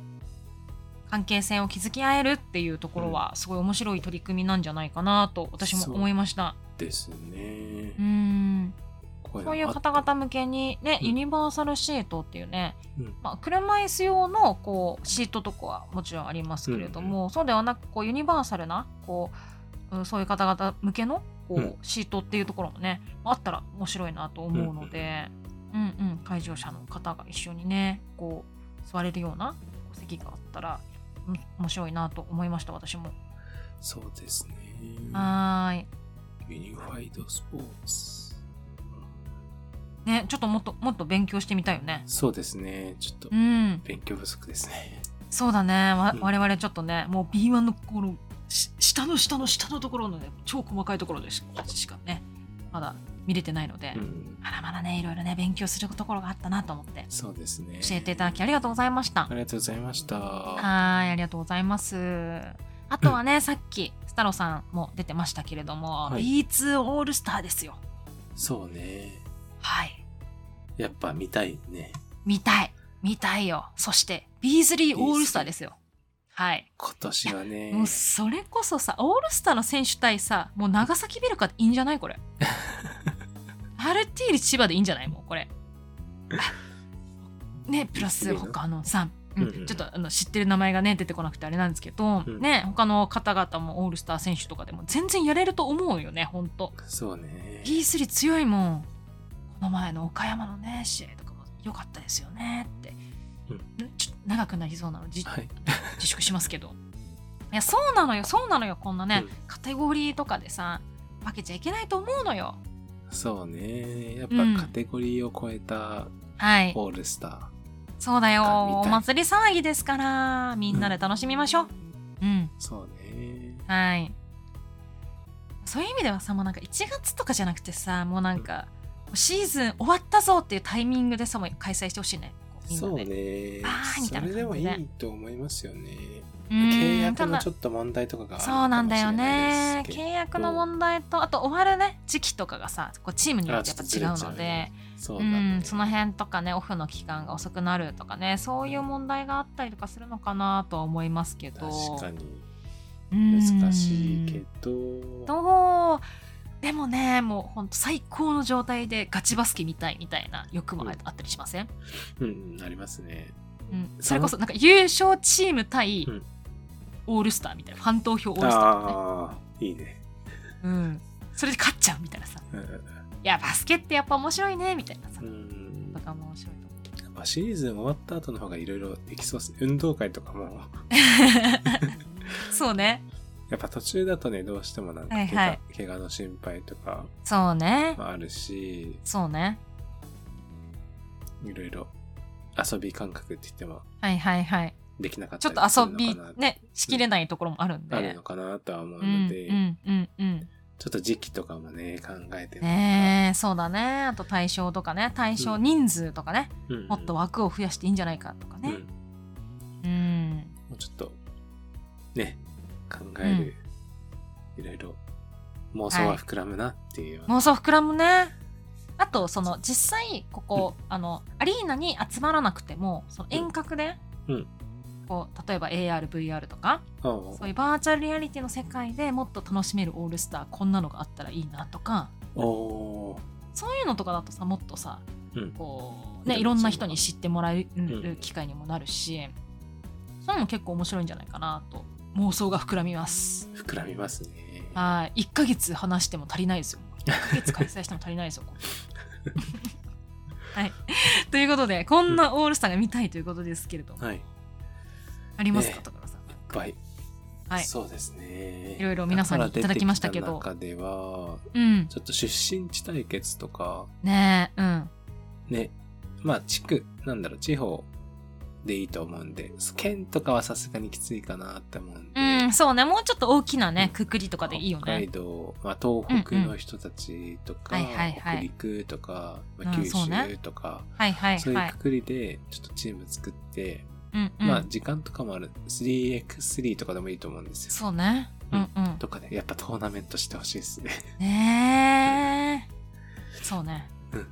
[SPEAKER 2] う関係性を築き合えるっていうところはすごい面白い取り組みなんじゃないかなと私も思いました
[SPEAKER 1] ですね
[SPEAKER 2] う。ん
[SPEAKER 1] こ
[SPEAKER 2] そういう
[SPEAKER 1] のあっ
[SPEAKER 2] 方々向けにね、
[SPEAKER 1] うん
[SPEAKER 2] ユニバーサルシートっていうね、
[SPEAKER 1] うん
[SPEAKER 2] まあ、車椅子用のこうシートとかはもちろんありますけれども、そうではなくこうユニバーサルなこう、うんそういう方々向けのこう、
[SPEAKER 1] うん
[SPEAKER 2] シートっていうところもねあったら面白いなと思うので、うんうん会場者の方が一緒にねこう座れるような席があったらうん面白いなと思いました私も。
[SPEAKER 1] そうですね。
[SPEAKER 2] はーい
[SPEAKER 1] ユニファイドスポーツ。
[SPEAKER 2] ね、ちょっともっともっと勉強してみたいよね。
[SPEAKER 1] そうですね。ちょっと
[SPEAKER 2] うん、
[SPEAKER 1] 勉強不足ですね。
[SPEAKER 2] そうだね、わ
[SPEAKER 1] うん
[SPEAKER 2] 我々ちょっとねもう B1 のこのし下の下の下のところのね超細かいところでししかねまだ見れてないので、
[SPEAKER 1] うん、
[SPEAKER 2] まだまだねいろいろね勉強するところがあったなと思って
[SPEAKER 1] そうですね。
[SPEAKER 2] 教えていただきありがとうございました
[SPEAKER 1] ありがとうございました。は
[SPEAKER 2] はいありがとうございますあとは
[SPEAKER 1] <clears throat>
[SPEAKER 2] ねさっきスタロさんも出てましたけれども、
[SPEAKER 1] はい
[SPEAKER 2] B2 オールスターですよ
[SPEAKER 1] そうね。
[SPEAKER 2] はい
[SPEAKER 1] やっぱ見たいね。
[SPEAKER 2] 見たい見たいよそして B3 オールスターですよはい
[SPEAKER 1] 今年はね。
[SPEAKER 2] もうそれこそさオールスターの選手対さもう長崎ビルカでいいんじゃな
[SPEAKER 1] <laughs>
[SPEAKER 2] いこれアルティーリ千葉でいいんじゃないも
[SPEAKER 1] <laughs>
[SPEAKER 2] うこれあねプラ
[SPEAKER 1] いい
[SPEAKER 2] ス
[SPEAKER 1] の
[SPEAKER 2] 他のさ、う
[SPEAKER 1] うん
[SPEAKER 2] ん
[SPEAKER 1] うん
[SPEAKER 2] ちょっとあの知ってる名前がね出てこなくてあれなんですけど、
[SPEAKER 1] うん
[SPEAKER 2] ね他の方々もオールスター選手とかでも全然やれると思うよねほんと
[SPEAKER 1] そうね。
[SPEAKER 2] P3 強いもんこの前の岡山のね試合とかも良かったですよねって、
[SPEAKER 1] うん
[SPEAKER 2] んちょっと長くなりそうなのじ
[SPEAKER 1] はい。
[SPEAKER 2] 自粛しますけどいやそうなのよそうなのよこんなね、
[SPEAKER 1] うん
[SPEAKER 2] カテゴリーとかでさ分けちゃいけないと思うのよ
[SPEAKER 1] そうね。やっ
[SPEAKER 2] うん
[SPEAKER 1] ぱカテゴリーを超えた
[SPEAKER 2] はい
[SPEAKER 1] オールスタ
[SPEAKER 2] そうだよ
[SPEAKER 1] あ見
[SPEAKER 2] お
[SPEAKER 1] たい
[SPEAKER 2] 祭り騒ぎですからみんなで楽しみましょううん、
[SPEAKER 1] ー。そうね。
[SPEAKER 2] はいそういう意味ではさもうなんか1月とかじゃなくてさもうなんかシーズン終わったぞっていうタイミングでさもう開催してほしいねこうみんな
[SPEAKER 1] そう
[SPEAKER 2] で
[SPEAKER 1] ね
[SPEAKER 2] あー。みた
[SPEAKER 1] そ
[SPEAKER 2] いな
[SPEAKER 1] れでも
[SPEAKER 2] 感
[SPEAKER 1] い
[SPEAKER 2] じで
[SPEAKER 1] いと思いますよね。
[SPEAKER 2] う
[SPEAKER 1] 契
[SPEAKER 2] ん
[SPEAKER 1] 約
[SPEAKER 2] た
[SPEAKER 1] の
[SPEAKER 2] だ
[SPEAKER 1] ちょっと問題とかがある
[SPEAKER 2] そうなんだよ
[SPEAKER 1] か
[SPEAKER 2] ね
[SPEAKER 1] もしれないですけど
[SPEAKER 2] 契約の問題とあと終わるね時期とかがさこうチームによってやっぱ違
[SPEAKER 1] あ
[SPEAKER 2] う
[SPEAKER 1] ちょっと
[SPEAKER 2] の
[SPEAKER 1] ずれちゃうよ
[SPEAKER 2] で
[SPEAKER 1] ねそう
[SPEAKER 2] う
[SPEAKER 1] だね
[SPEAKER 2] ん、その辺とかねオフの期間が遅くなるとかねそういう問題があったりとかするのかなとは思いますけど
[SPEAKER 1] 確かに
[SPEAKER 2] うん
[SPEAKER 1] 難しいけど、
[SPEAKER 2] どうでもねもうほんと最高の状態でガチバスケ見たいみたいな欲もあ
[SPEAKER 1] うん
[SPEAKER 2] あったりしません、
[SPEAKER 1] うん、ありますね。
[SPEAKER 2] うん、それこそなんか優勝チーム対
[SPEAKER 1] うん
[SPEAKER 2] オールスターみたいなファン投票オールスターとかね、
[SPEAKER 1] ああー、いいね。
[SPEAKER 2] うん、それで勝っちゃうみたいなさいやバスケってやっぱ面白いねみたいなさ、
[SPEAKER 1] うん
[SPEAKER 2] と。かも面白いと思う
[SPEAKER 1] やっぱシリーズン終わった後の方がいろいろできそうです。運動会とかも、
[SPEAKER 2] そう <laughs> ね
[SPEAKER 1] やっぱ途中だとね、どうしてもなんか
[SPEAKER 2] はい
[SPEAKER 1] 怪我,、
[SPEAKER 2] はい
[SPEAKER 1] 怪我の心配とか
[SPEAKER 2] そうね
[SPEAKER 1] もあるし、
[SPEAKER 2] そうね
[SPEAKER 1] いろいろ遊び感覚って言っても
[SPEAKER 2] はいはいはい
[SPEAKER 1] できなかっ
[SPEAKER 2] ち
[SPEAKER 1] た
[SPEAKER 2] ょっ
[SPEAKER 1] り
[SPEAKER 2] と
[SPEAKER 1] する
[SPEAKER 2] 遊
[SPEAKER 1] の
[SPEAKER 2] び
[SPEAKER 1] かな
[SPEAKER 2] ねしきれないところもあるんで、
[SPEAKER 1] あるのかなとは思う
[SPEAKER 2] う
[SPEAKER 1] の
[SPEAKER 2] ん
[SPEAKER 1] で、
[SPEAKER 2] うんうんうん
[SPEAKER 1] ちょっと時期とかもね、考えても
[SPEAKER 2] ねえそうだねあと対象とかね対象人数とかね、
[SPEAKER 1] うん
[SPEAKER 2] もっと枠を増やしていいんじゃないかとか
[SPEAKER 1] うん
[SPEAKER 2] ね
[SPEAKER 1] も
[SPEAKER 2] うん、
[SPEAKER 1] うちょっと、ね、考える、いろいろ妄想は膨らむなっていうような、
[SPEAKER 2] 妄想膨らむねあとその実際ここ、あのアリーナに集まらなくてもその遠隔で、
[SPEAKER 1] うん
[SPEAKER 2] こう例えば ARVR とか
[SPEAKER 1] うんうん
[SPEAKER 2] そういうバーチャルリアリティの世界でもっと楽しめるオールスターこんなのがあったらいいなとか
[SPEAKER 1] おー
[SPEAKER 2] そういうのとかだとさもっとさ
[SPEAKER 1] うん
[SPEAKER 2] こう
[SPEAKER 1] う
[SPEAKER 2] ね
[SPEAKER 1] ん
[SPEAKER 2] いろんな人に知ってもらえ
[SPEAKER 1] ん
[SPEAKER 2] る機会にもなるし、そういうのも結構面白いんじゃないかなと妄想が膨らみます
[SPEAKER 1] 膨らみますね
[SPEAKER 2] はい1ヶ月話しても足りないですよ1ヶ月開催しても足りないですよこれはいということでこんなオールスターが見たいということですけれども、
[SPEAKER 1] はいいっ
[SPEAKER 2] ありますか
[SPEAKER 1] ね
[SPEAKER 2] 高田さん
[SPEAKER 1] ぱい、
[SPEAKER 2] はい
[SPEAKER 1] そうですね
[SPEAKER 2] いろいろ皆さんにいただきましたけど
[SPEAKER 1] だから出てきた中では
[SPEAKER 2] うん
[SPEAKER 1] ちょっと出身地対決とか
[SPEAKER 2] ねえうん
[SPEAKER 1] ねまあ地区なんだろう地方でいいと思うんで県とかはさすがにきついかなって思うんで、
[SPEAKER 2] うん、そうね。もうちょっと大きな
[SPEAKER 1] う、
[SPEAKER 2] ね
[SPEAKER 1] ん
[SPEAKER 2] くくりとかでいいよ
[SPEAKER 1] 北海
[SPEAKER 2] ね。
[SPEAKER 1] 道、まあ、東北の人たちとか、
[SPEAKER 2] うんうんはいはいはい
[SPEAKER 1] 北陸とか、
[SPEAKER 2] う
[SPEAKER 1] ま
[SPEAKER 2] ん
[SPEAKER 1] あ、九
[SPEAKER 2] そうね
[SPEAKER 1] 州とか、
[SPEAKER 2] はいはい
[SPEAKER 1] そう
[SPEAKER 2] は
[SPEAKER 1] いう
[SPEAKER 2] い
[SPEAKER 1] く。くりでちょっとチーム作って、
[SPEAKER 2] うんうん。
[SPEAKER 1] まあ時間とかもある 3x3 とかでもいいと思うんですよ。
[SPEAKER 2] そうね。う
[SPEAKER 1] うん
[SPEAKER 2] んうん。
[SPEAKER 1] とかでやっぱトーナメントしてほしいです
[SPEAKER 2] <laughs>
[SPEAKER 1] ね。
[SPEAKER 2] ねえ。そうね
[SPEAKER 1] うん。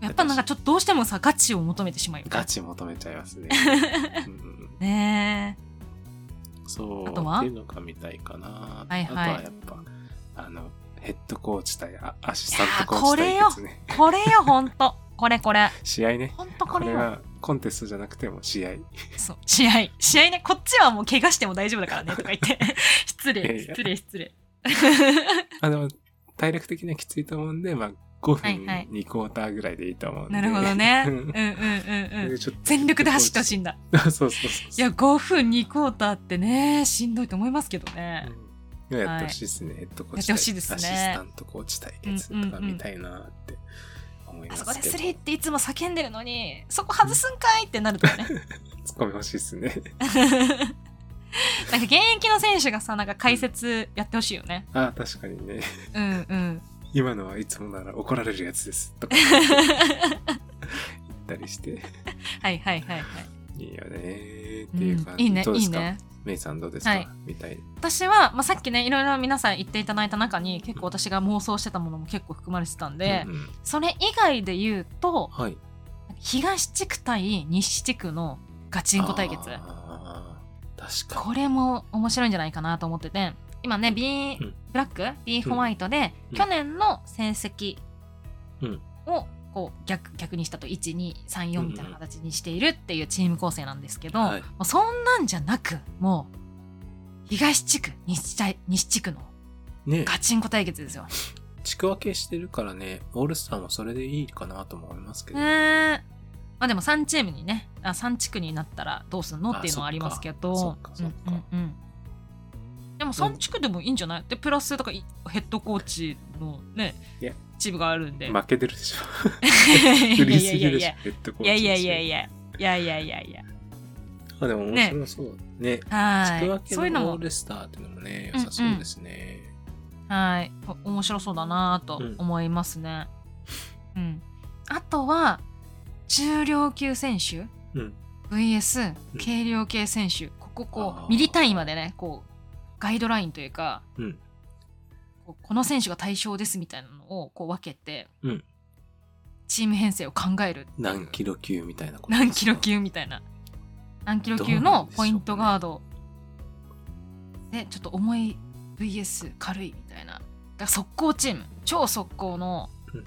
[SPEAKER 2] やっぱなんかちょっとどうしてもさ、ガチを求めてしまうよね。
[SPEAKER 1] ガチ求めちゃい
[SPEAKER 2] <laughs>
[SPEAKER 1] ますね。うん
[SPEAKER 2] ね
[SPEAKER 1] そう
[SPEAKER 2] あとは
[SPEAKER 1] っていうのが見たいかな。
[SPEAKER 2] はいはい
[SPEAKER 1] あとはやっぱあのヘッドコーチ対アアシスタントコーチ対決ね。
[SPEAKER 2] え。これよ、 <laughs> ほんと。これこれ。
[SPEAKER 1] 試合ね。
[SPEAKER 2] ほんとこ
[SPEAKER 1] こ
[SPEAKER 2] れ
[SPEAKER 1] れ
[SPEAKER 2] よ。
[SPEAKER 1] はコンテストじゃなくても試合。
[SPEAKER 2] そう。試合。試合ね。こっちはもう怪我しても大丈夫だからね、とか
[SPEAKER 1] <laughs>
[SPEAKER 2] 言って。失
[SPEAKER 1] いや
[SPEAKER 2] 礼、
[SPEAKER 1] いや
[SPEAKER 2] 失礼、失礼。
[SPEAKER 1] あの、体力的にはきついと思うんで、まあ、5分
[SPEAKER 2] はいはい
[SPEAKER 1] 2クォーターぐらいでいいと思うんで。
[SPEAKER 2] なるほどね。う
[SPEAKER 1] うん
[SPEAKER 2] うん
[SPEAKER 1] ん
[SPEAKER 2] うんうん。
[SPEAKER 1] ちょっと
[SPEAKER 2] 全力で走ってほしいんだ。
[SPEAKER 1] <laughs> そうそうそうそう。
[SPEAKER 2] いや、5分2クォーターってね、しんどいと思いますけど
[SPEAKER 1] う
[SPEAKER 2] ね。
[SPEAKER 1] んでもやってほしいですね。ヘッドコーチ対
[SPEAKER 2] やってほしいですね
[SPEAKER 1] アシスタントコーチ対決とか見たいなって思い
[SPEAKER 2] あ
[SPEAKER 1] ますけ
[SPEAKER 2] そこ
[SPEAKER 1] ど。
[SPEAKER 2] でスリーっていつも叫んでるのに、そこ外すんかいってなるとね。
[SPEAKER 1] ツッコミ欲しいです
[SPEAKER 2] <laughs>
[SPEAKER 1] ね。
[SPEAKER 2] なんか現役の選手がさ、なんか解説やってほしいよね。
[SPEAKER 1] ああ、確かにね。
[SPEAKER 2] うんうん。
[SPEAKER 1] 今のはいつもなら怒られるやつです。とか言ったりして。
[SPEAKER 2] はいはいはいはい。
[SPEAKER 1] いいよねーって
[SPEAKER 2] う
[SPEAKER 1] いうん感じ。
[SPEAKER 2] いいね
[SPEAKER 1] どう、で
[SPEAKER 2] いい
[SPEAKER 1] すか
[SPEAKER 2] ね。
[SPEAKER 1] メイさんどうですか、
[SPEAKER 2] はい
[SPEAKER 1] みたい。
[SPEAKER 2] 私は、まあ、さっきね、いろいろ皆さん言っていただいた中に、結構私が妄想してたものも結構含まれてたんで、
[SPEAKER 1] うんうん
[SPEAKER 2] それ以外で言うと、
[SPEAKER 1] はい。
[SPEAKER 2] 東地区対西地区のガチンコ対決。
[SPEAKER 1] あー確かに。
[SPEAKER 2] これも面白いんじゃないかなと思ってて今ね B、
[SPEAKER 1] うん
[SPEAKER 2] ブラック B ホワイトで、
[SPEAKER 1] うん
[SPEAKER 2] 去年の成績
[SPEAKER 1] うん
[SPEAKER 2] をこう逆逆にしたと1234みたいな形にしているっていうチーム構成なんですけど、
[SPEAKER 1] はい
[SPEAKER 2] もうそんなんじゃなくもう東地区西地区西地区の
[SPEAKER 1] ね
[SPEAKER 2] ガチンコ対決ですよ。
[SPEAKER 1] 地区分けしてるからね、オールスターもそれでいいかなとも思いますけど。
[SPEAKER 2] ねえまあでも3チームにねあ3地区になったらどうすんのっていうのはあ
[SPEAKER 1] あ
[SPEAKER 2] りますけど
[SPEAKER 1] そっかそっか
[SPEAKER 2] うんうんうんでも3地区でもいいんじゃないでプラスだからいヘッドコーチのね
[SPEAKER 1] いや
[SPEAKER 2] チームがあるんで、
[SPEAKER 1] 負けてるでしょ。
[SPEAKER 2] い <laughs>
[SPEAKER 1] 振
[SPEAKER 2] や
[SPEAKER 1] り
[SPEAKER 2] いや
[SPEAKER 1] す
[SPEAKER 2] い
[SPEAKER 1] ぎ
[SPEAKER 2] や
[SPEAKER 1] る
[SPEAKER 2] い
[SPEAKER 1] し
[SPEAKER 2] や、
[SPEAKER 1] ヘッドコーチ
[SPEAKER 2] いやいやいやい
[SPEAKER 1] や。
[SPEAKER 2] やいやいやいやいや
[SPEAKER 1] あ、でも面白そう。ね。 <laughs> 地区
[SPEAKER 2] は
[SPEAKER 1] 分
[SPEAKER 2] いそう
[SPEAKER 1] け
[SPEAKER 2] いうの
[SPEAKER 1] のオ
[SPEAKER 2] も
[SPEAKER 1] ールスターってのもね、良さそうですね。
[SPEAKER 2] はいお面白そうだなと思いますね、うんあとは重量級選手
[SPEAKER 1] うん。
[SPEAKER 2] VS
[SPEAKER 1] うん
[SPEAKER 2] 軽量系選手、こここ
[SPEAKER 1] あ
[SPEAKER 2] う
[SPEAKER 1] ー
[SPEAKER 2] ミリ単位までねこうガイドラインというか
[SPEAKER 1] うん。
[SPEAKER 2] こうこの選手が対象ですみたいなのをこう分けて、
[SPEAKER 1] うん
[SPEAKER 2] チーム編成を考える
[SPEAKER 1] 何キロ級みたいなことですか。
[SPEAKER 2] 何キロ級みたいな何キロ級
[SPEAKER 1] どうなん
[SPEAKER 2] の
[SPEAKER 1] でしょうね
[SPEAKER 2] ポイントガードで,、ちょっと重い VS 軽いみたいなだから速攻チーム超速攻の、
[SPEAKER 1] うん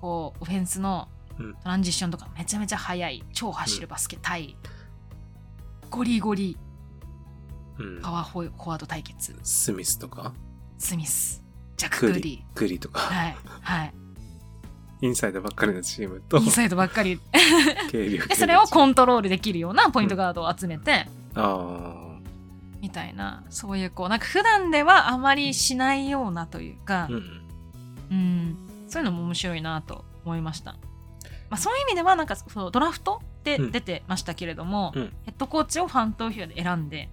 [SPEAKER 2] こうオフェンスの
[SPEAKER 1] うん
[SPEAKER 2] トランジションとかめちゃめちゃ速い超走るバスケ対、ゴリゴリ
[SPEAKER 1] うん
[SPEAKER 2] パ。ワーフォワード対決
[SPEAKER 1] スミスとか、
[SPEAKER 2] スミスジャック・
[SPEAKER 1] ク
[SPEAKER 2] グ
[SPEAKER 1] ー
[SPEAKER 2] リー
[SPEAKER 1] リクリとか、
[SPEAKER 2] はい
[SPEAKER 1] <laughs>
[SPEAKER 2] はい
[SPEAKER 1] インサイドばっかりのチームと
[SPEAKER 2] イン、サイドばっかり
[SPEAKER 1] 軽量級のチーム。
[SPEAKER 2] <laughs> でそれをコ
[SPEAKER 1] ン。
[SPEAKER 2] ントロールできるようなポイントガードを集めて、
[SPEAKER 1] あ
[SPEAKER 2] みたいなそういうこうなんか普段ではあまりしないようなというか
[SPEAKER 1] あ。う、ん。
[SPEAKER 2] うんそういうのも面白いなと思いました、まあ、そういう意味ではなんかそうドラフトで
[SPEAKER 1] うん
[SPEAKER 2] 出てましたけれども、
[SPEAKER 1] うん
[SPEAKER 2] ヘッドコーチをファン投票で選んで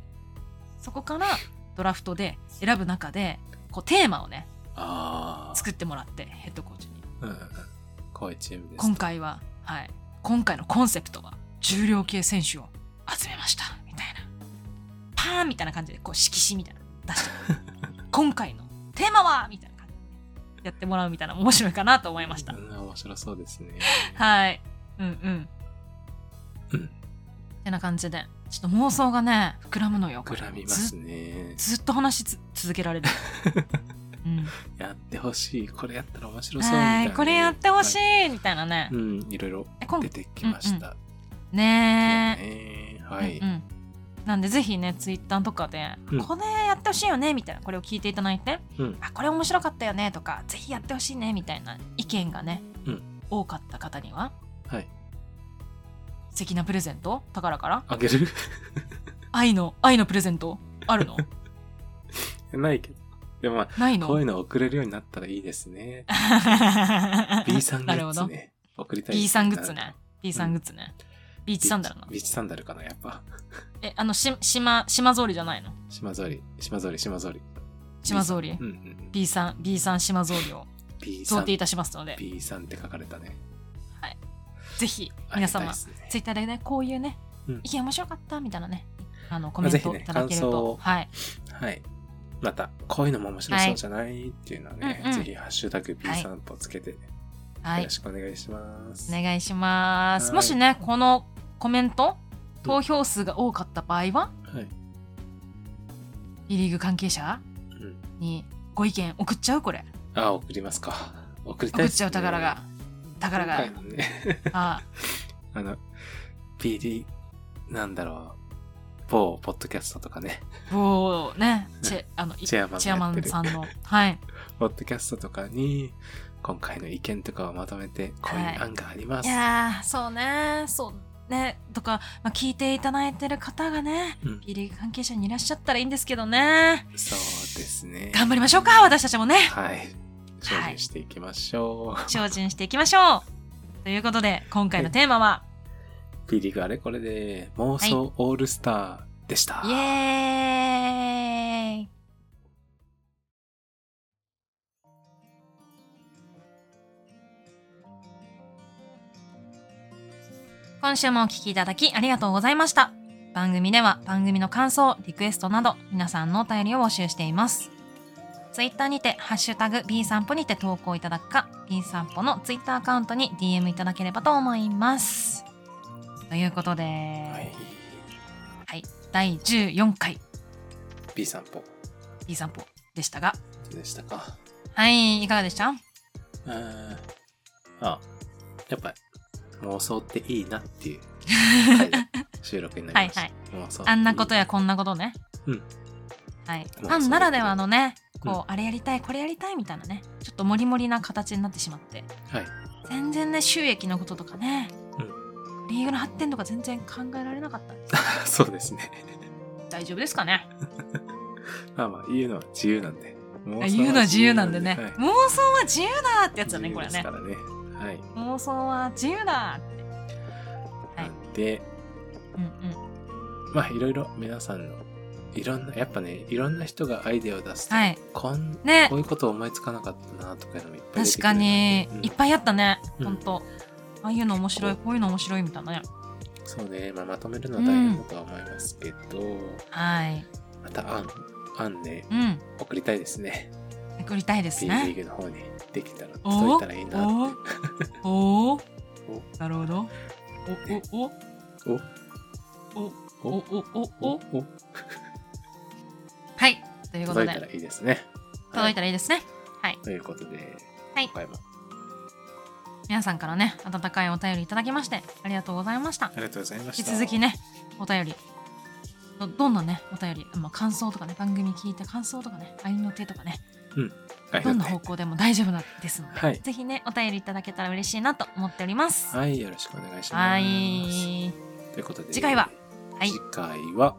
[SPEAKER 2] そこからドラフトで選ぶ中でこうテーマをね
[SPEAKER 1] ああ。
[SPEAKER 2] 作ってもらってヘッドコーチに
[SPEAKER 1] うんうん。怖いチームです。
[SPEAKER 2] 今回は、はい、今回のコンセプトは重量系選手を集めましたみたいなパーンみたいな感じでこう色紙みたいな出
[SPEAKER 1] <laughs>
[SPEAKER 2] してくる今回のテーマはみたいな感じでねやってもらうみたいなの面白いかなと思いました
[SPEAKER 1] うん面白そうです
[SPEAKER 2] <laughs>
[SPEAKER 1] ね。
[SPEAKER 2] はいうんうん
[SPEAKER 1] うん
[SPEAKER 2] てな感じでちょっと妄想がね膨らむのよこ
[SPEAKER 1] 膨
[SPEAKER 2] れ
[SPEAKER 1] らみますね。
[SPEAKER 2] ずずっと話しつ続け
[SPEAKER 1] <laughs>
[SPEAKER 2] られる、うん、
[SPEAKER 1] やってほしい。これやったら面白そうみたいな
[SPEAKER 2] は
[SPEAKER 1] ね、
[SPEAKER 2] いこれやってほし
[SPEAKER 1] い。
[SPEAKER 2] いみたいなね、
[SPEAKER 1] うん、いろいろ
[SPEAKER 2] え今
[SPEAKER 1] 出てきました。
[SPEAKER 2] ねえ
[SPEAKER 1] ねはい、
[SPEAKER 2] うんうんなんでぜひねツイッターとかで、
[SPEAKER 1] うん
[SPEAKER 2] これやってほしいよねみたいなこれを聞いていただいて、
[SPEAKER 1] うん
[SPEAKER 2] あこれ面白かったよねとかぜひやってほしいねみたいな意見がね、
[SPEAKER 1] うん
[SPEAKER 2] 多かった方には
[SPEAKER 1] はい。
[SPEAKER 2] 素敵なプレゼント宝から
[SPEAKER 1] あげる
[SPEAKER 2] 愛の愛のプレゼントあるの
[SPEAKER 1] <laughs> ないけど。でもま
[SPEAKER 2] ない
[SPEAKER 1] あ、
[SPEAKER 2] の <laughs>
[SPEAKER 1] こういうの送れるようになったらいいですね。B さんグ
[SPEAKER 2] なるほ
[SPEAKER 1] ッズ
[SPEAKER 2] ど
[SPEAKER 1] ね。送りたいです
[SPEAKER 2] B さんグッズね B さんグッズね、ビ
[SPEAKER 1] ビー
[SPEAKER 2] ー
[SPEAKER 1] チ
[SPEAKER 2] チサンダルな
[SPEAKER 1] ビーチサンダルかな、やっぱ。
[SPEAKER 2] えあのし島島ぞうりじゃないの
[SPEAKER 1] 島ぞり、島ぞり、島ぞり。
[SPEAKER 2] 島ぞうり
[SPEAKER 1] うんうんうん。
[SPEAKER 2] B さん B さん島ぞうりを
[SPEAKER 1] B
[SPEAKER 2] 贈
[SPEAKER 1] さん
[SPEAKER 2] 呈い。たしますので
[SPEAKER 1] B さんって書かれたね。
[SPEAKER 2] ぜひ
[SPEAKER 1] あ
[SPEAKER 2] 皆様
[SPEAKER 1] りがたいですね
[SPEAKER 2] ツイッターでね、こういうね、
[SPEAKER 1] うん
[SPEAKER 2] 意見面白かったみたいなね、あのコ
[SPEAKER 1] まあ
[SPEAKER 2] メン
[SPEAKER 1] ぜひ
[SPEAKER 2] ト
[SPEAKER 1] ね
[SPEAKER 2] いただける
[SPEAKER 1] 感想を
[SPEAKER 2] と、はい、
[SPEAKER 1] はい。また、こういうのも面白そうじゃないっていうのはね、
[SPEAKER 2] うんうん
[SPEAKER 1] ぜひ、ハッシュタグ B 散歩つけて、よ
[SPEAKER 2] はい
[SPEAKER 1] ろ、しくお願いします。
[SPEAKER 2] お願いします。
[SPEAKER 1] はい
[SPEAKER 2] もしね、このコメント、投票数が多かった場合は、
[SPEAKER 1] はい。
[SPEAKER 2] B リーグ関係者
[SPEAKER 1] うん。
[SPEAKER 2] にご意見送っちゃうこれ。
[SPEAKER 1] あ、送りますか。送りた
[SPEAKER 2] 送
[SPEAKER 1] い
[SPEAKER 2] っちゃう宝が。。宝が。
[SPEAKER 1] 今回のね、
[SPEAKER 2] あ
[SPEAKER 1] あの、PD、なんだろう、某ポッドキャストとかね、 <laughs>
[SPEAKER 2] もうね、チェあのい
[SPEAKER 1] チェアマンがやってる
[SPEAKER 2] チェアマンさんの、はい、
[SPEAKER 1] ポッドキャストとかに、今回の意見とかをまとめて、こう
[SPEAKER 2] はい
[SPEAKER 1] いう案がありま
[SPEAKER 2] い
[SPEAKER 1] す。
[SPEAKER 2] やー、そうね、そうね、とか、まあ、聞いていただいてる方がね、
[SPEAKER 1] うん
[SPEAKER 2] B リーグ関係者にいらっしゃったらいいんですけどね。
[SPEAKER 1] そうですね。
[SPEAKER 2] 頑張りましょうか私たちもね
[SPEAKER 1] はい。精進していきましょう。
[SPEAKER 2] 精進していきましょうということで今回のテーマは、
[SPEAKER 1] ピリがあれこれで妄想オールスターでした。
[SPEAKER 2] イエーイ今週もお聞きいただきありがとうございました番組では番組の感想リクエストなど皆さんのお便りを募集していますツイッターにて「ハッシュタグ #B 散歩」にて投稿いただくか B 散歩のツイッターアカウントに DM いただければと思いますということで、
[SPEAKER 1] はい。
[SPEAKER 2] はい、第14回
[SPEAKER 1] B 散歩
[SPEAKER 2] B 散歩でしたが、
[SPEAKER 1] でしたか。
[SPEAKER 2] はい、いかがでした
[SPEAKER 1] うーんあ、やっぱ妄想っていいなって
[SPEAKER 2] <laughs>
[SPEAKER 1] いう回が収録になりました。
[SPEAKER 2] はい
[SPEAKER 1] 妄想
[SPEAKER 2] あんなことやこ
[SPEAKER 1] ん
[SPEAKER 2] んなことね。
[SPEAKER 1] うん
[SPEAKER 2] はい、フ
[SPEAKER 1] まあ
[SPEAKER 2] ァンならではのね、
[SPEAKER 1] そうだけど
[SPEAKER 2] こう、あれやりたい、これやりたいみたいなね、ちょっともりもりな形になってしまって、
[SPEAKER 1] はい。
[SPEAKER 2] 全然ね、収益のこととかね、
[SPEAKER 1] う
[SPEAKER 2] リーグの発展とか全然考えられなかった。
[SPEAKER 1] <laughs> そうですね。
[SPEAKER 2] 大丈夫ですかね
[SPEAKER 1] まあまあ言うのは自由なんで。妄想
[SPEAKER 2] 言うのは自由なんでね、
[SPEAKER 1] はい
[SPEAKER 2] 妄想は自由だってやつだね、これは
[SPEAKER 1] 自由です
[SPEAKER 2] ね
[SPEAKER 1] か。らね。はい。
[SPEAKER 2] 妄想は自由だって。はい
[SPEAKER 1] なんで、
[SPEAKER 2] うんうん。
[SPEAKER 1] まあいろいろ皆さんのいろんなやっぱねいろんな人がアイデアを出すと、
[SPEAKER 2] はい
[SPEAKER 1] こん
[SPEAKER 2] ね
[SPEAKER 1] こういうこと思いつかなかったなとかいうのもいっぱい出て
[SPEAKER 2] 確
[SPEAKER 1] くる
[SPEAKER 2] か
[SPEAKER 1] ので
[SPEAKER 2] に、
[SPEAKER 1] うん
[SPEAKER 2] いっぱいあったね、
[SPEAKER 1] うん
[SPEAKER 2] ほんとああいうの面白いこういうの面白いみたいなね
[SPEAKER 1] そうね、まあ、まとめるのは大変だとは思いますけど、
[SPEAKER 2] はい
[SPEAKER 1] また案案ね
[SPEAKER 2] うん
[SPEAKER 1] 送りたいですね
[SPEAKER 2] 送りたいです
[SPEAKER 1] B リ
[SPEAKER 2] ね
[SPEAKER 1] ーグの方にできたら
[SPEAKER 2] お
[SPEAKER 1] 届いたらいいなって <laughs>
[SPEAKER 2] おおお
[SPEAKER 1] お
[SPEAKER 2] なるほどおおおおおおおお
[SPEAKER 1] お
[SPEAKER 2] はいということ
[SPEAKER 1] 届い
[SPEAKER 2] で
[SPEAKER 1] たらいいですね
[SPEAKER 2] 届いた
[SPEAKER 1] ら
[SPEAKER 2] らいいですね
[SPEAKER 1] ということで、
[SPEAKER 2] はい
[SPEAKER 1] 今回も
[SPEAKER 2] 皆さんからね温かいお便りいただきましてありがとうございました
[SPEAKER 1] ありがとうございまし
[SPEAKER 2] 引き
[SPEAKER 1] た
[SPEAKER 2] 続きねお便りどどんなねお便り、まあ、感想とかね番組聞いた感想とかね愛の手とかね
[SPEAKER 1] はい
[SPEAKER 2] どんな方向でも大丈夫なんですので、
[SPEAKER 1] はい
[SPEAKER 2] ぜひねお便りいただけたら嬉しいなと思っております。は
[SPEAKER 1] はいよろしくお願いします
[SPEAKER 2] い、
[SPEAKER 1] ということで
[SPEAKER 2] 次回ははい
[SPEAKER 1] 次回は、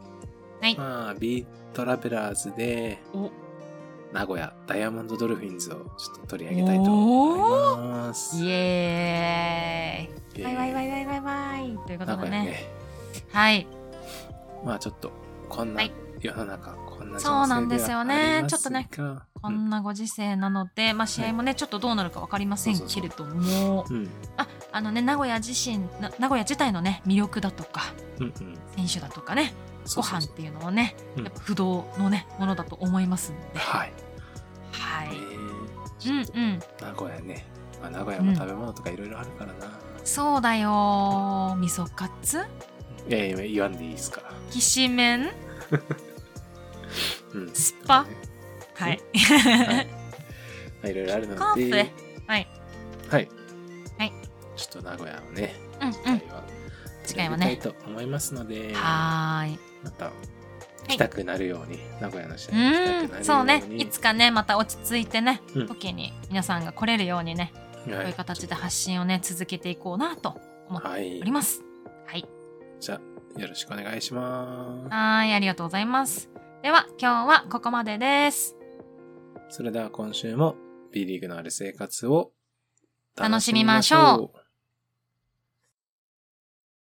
[SPEAKER 2] はい
[SPEAKER 1] まあ、ビートラベラーズで
[SPEAKER 2] お
[SPEAKER 1] 名古屋ダイヤモンドドルフィンズをちょっと取り上げたいと思います。
[SPEAKER 2] イエーイ、
[SPEAKER 1] えー
[SPEAKER 2] バイバイバイバイバイバイというこ
[SPEAKER 1] 名
[SPEAKER 2] とで
[SPEAKER 1] 古
[SPEAKER 2] ね
[SPEAKER 1] 屋ね、
[SPEAKER 2] はい、
[SPEAKER 1] まあちょっとこんな
[SPEAKER 2] はい
[SPEAKER 1] 世の中、こんな
[SPEAKER 2] そうな
[SPEAKER 1] 情
[SPEAKER 2] ん
[SPEAKER 1] 勢
[SPEAKER 2] です
[SPEAKER 1] で
[SPEAKER 2] よ
[SPEAKER 1] は
[SPEAKER 2] ね
[SPEAKER 1] あります
[SPEAKER 2] ちょっとね
[SPEAKER 1] が
[SPEAKER 2] こんなご時世なので、まあ、試合もね、ちょっとどうなるか分かりませんけれども
[SPEAKER 1] うん、うん、
[SPEAKER 2] ああのね名古屋自身な名古屋自体のね魅力だとか
[SPEAKER 1] うん、うん、
[SPEAKER 2] 選手だとかね
[SPEAKER 1] そ
[SPEAKER 2] ご
[SPEAKER 1] うそう
[SPEAKER 2] 飯っ
[SPEAKER 1] そう
[SPEAKER 2] ていうのはね、
[SPEAKER 1] うん
[SPEAKER 2] やっぱ不動のねものだと思いますので、
[SPEAKER 1] はい。
[SPEAKER 2] は
[SPEAKER 1] え
[SPEAKER 2] い、
[SPEAKER 1] ーち
[SPEAKER 2] う
[SPEAKER 1] ょ
[SPEAKER 2] ん
[SPEAKER 1] っと
[SPEAKER 2] うん、
[SPEAKER 1] 名古屋ね、まあ、名古屋も食べ物とかいろいろあるからな、
[SPEAKER 2] そうだよ味噌カツ
[SPEAKER 1] いやいや言わんでいいですから
[SPEAKER 2] きしめん
[SPEAKER 1] うん
[SPEAKER 2] スパはい、
[SPEAKER 1] はいまあいろいろあるので
[SPEAKER 2] カープはい
[SPEAKER 1] はい
[SPEAKER 2] はい
[SPEAKER 1] ちょっと名古屋をね
[SPEAKER 2] うん
[SPEAKER 1] 次回
[SPEAKER 2] う
[SPEAKER 1] は
[SPEAKER 2] 次回は
[SPEAKER 1] や
[SPEAKER 2] ね
[SPEAKER 1] りたいと思いますので
[SPEAKER 2] んはーい
[SPEAKER 1] また来たくなるように、名古屋の試合
[SPEAKER 2] う
[SPEAKER 1] に来たくなるよう
[SPEAKER 2] ー
[SPEAKER 1] に
[SPEAKER 2] んそうねいつかねまた落ち着いてね、
[SPEAKER 1] うん
[SPEAKER 2] 時に皆さんが来れるようにね
[SPEAKER 1] は
[SPEAKER 2] こういう形で発信をね続けていこうなと思って
[SPEAKER 1] はい
[SPEAKER 2] おりますはい
[SPEAKER 1] じゃあよろしくお願いしま
[SPEAKER 2] はーいありがとうございますでは今日はここまでです
[SPEAKER 1] すそれでは今週も B リーグのある生活を
[SPEAKER 2] 楽しみましょ
[SPEAKER 1] う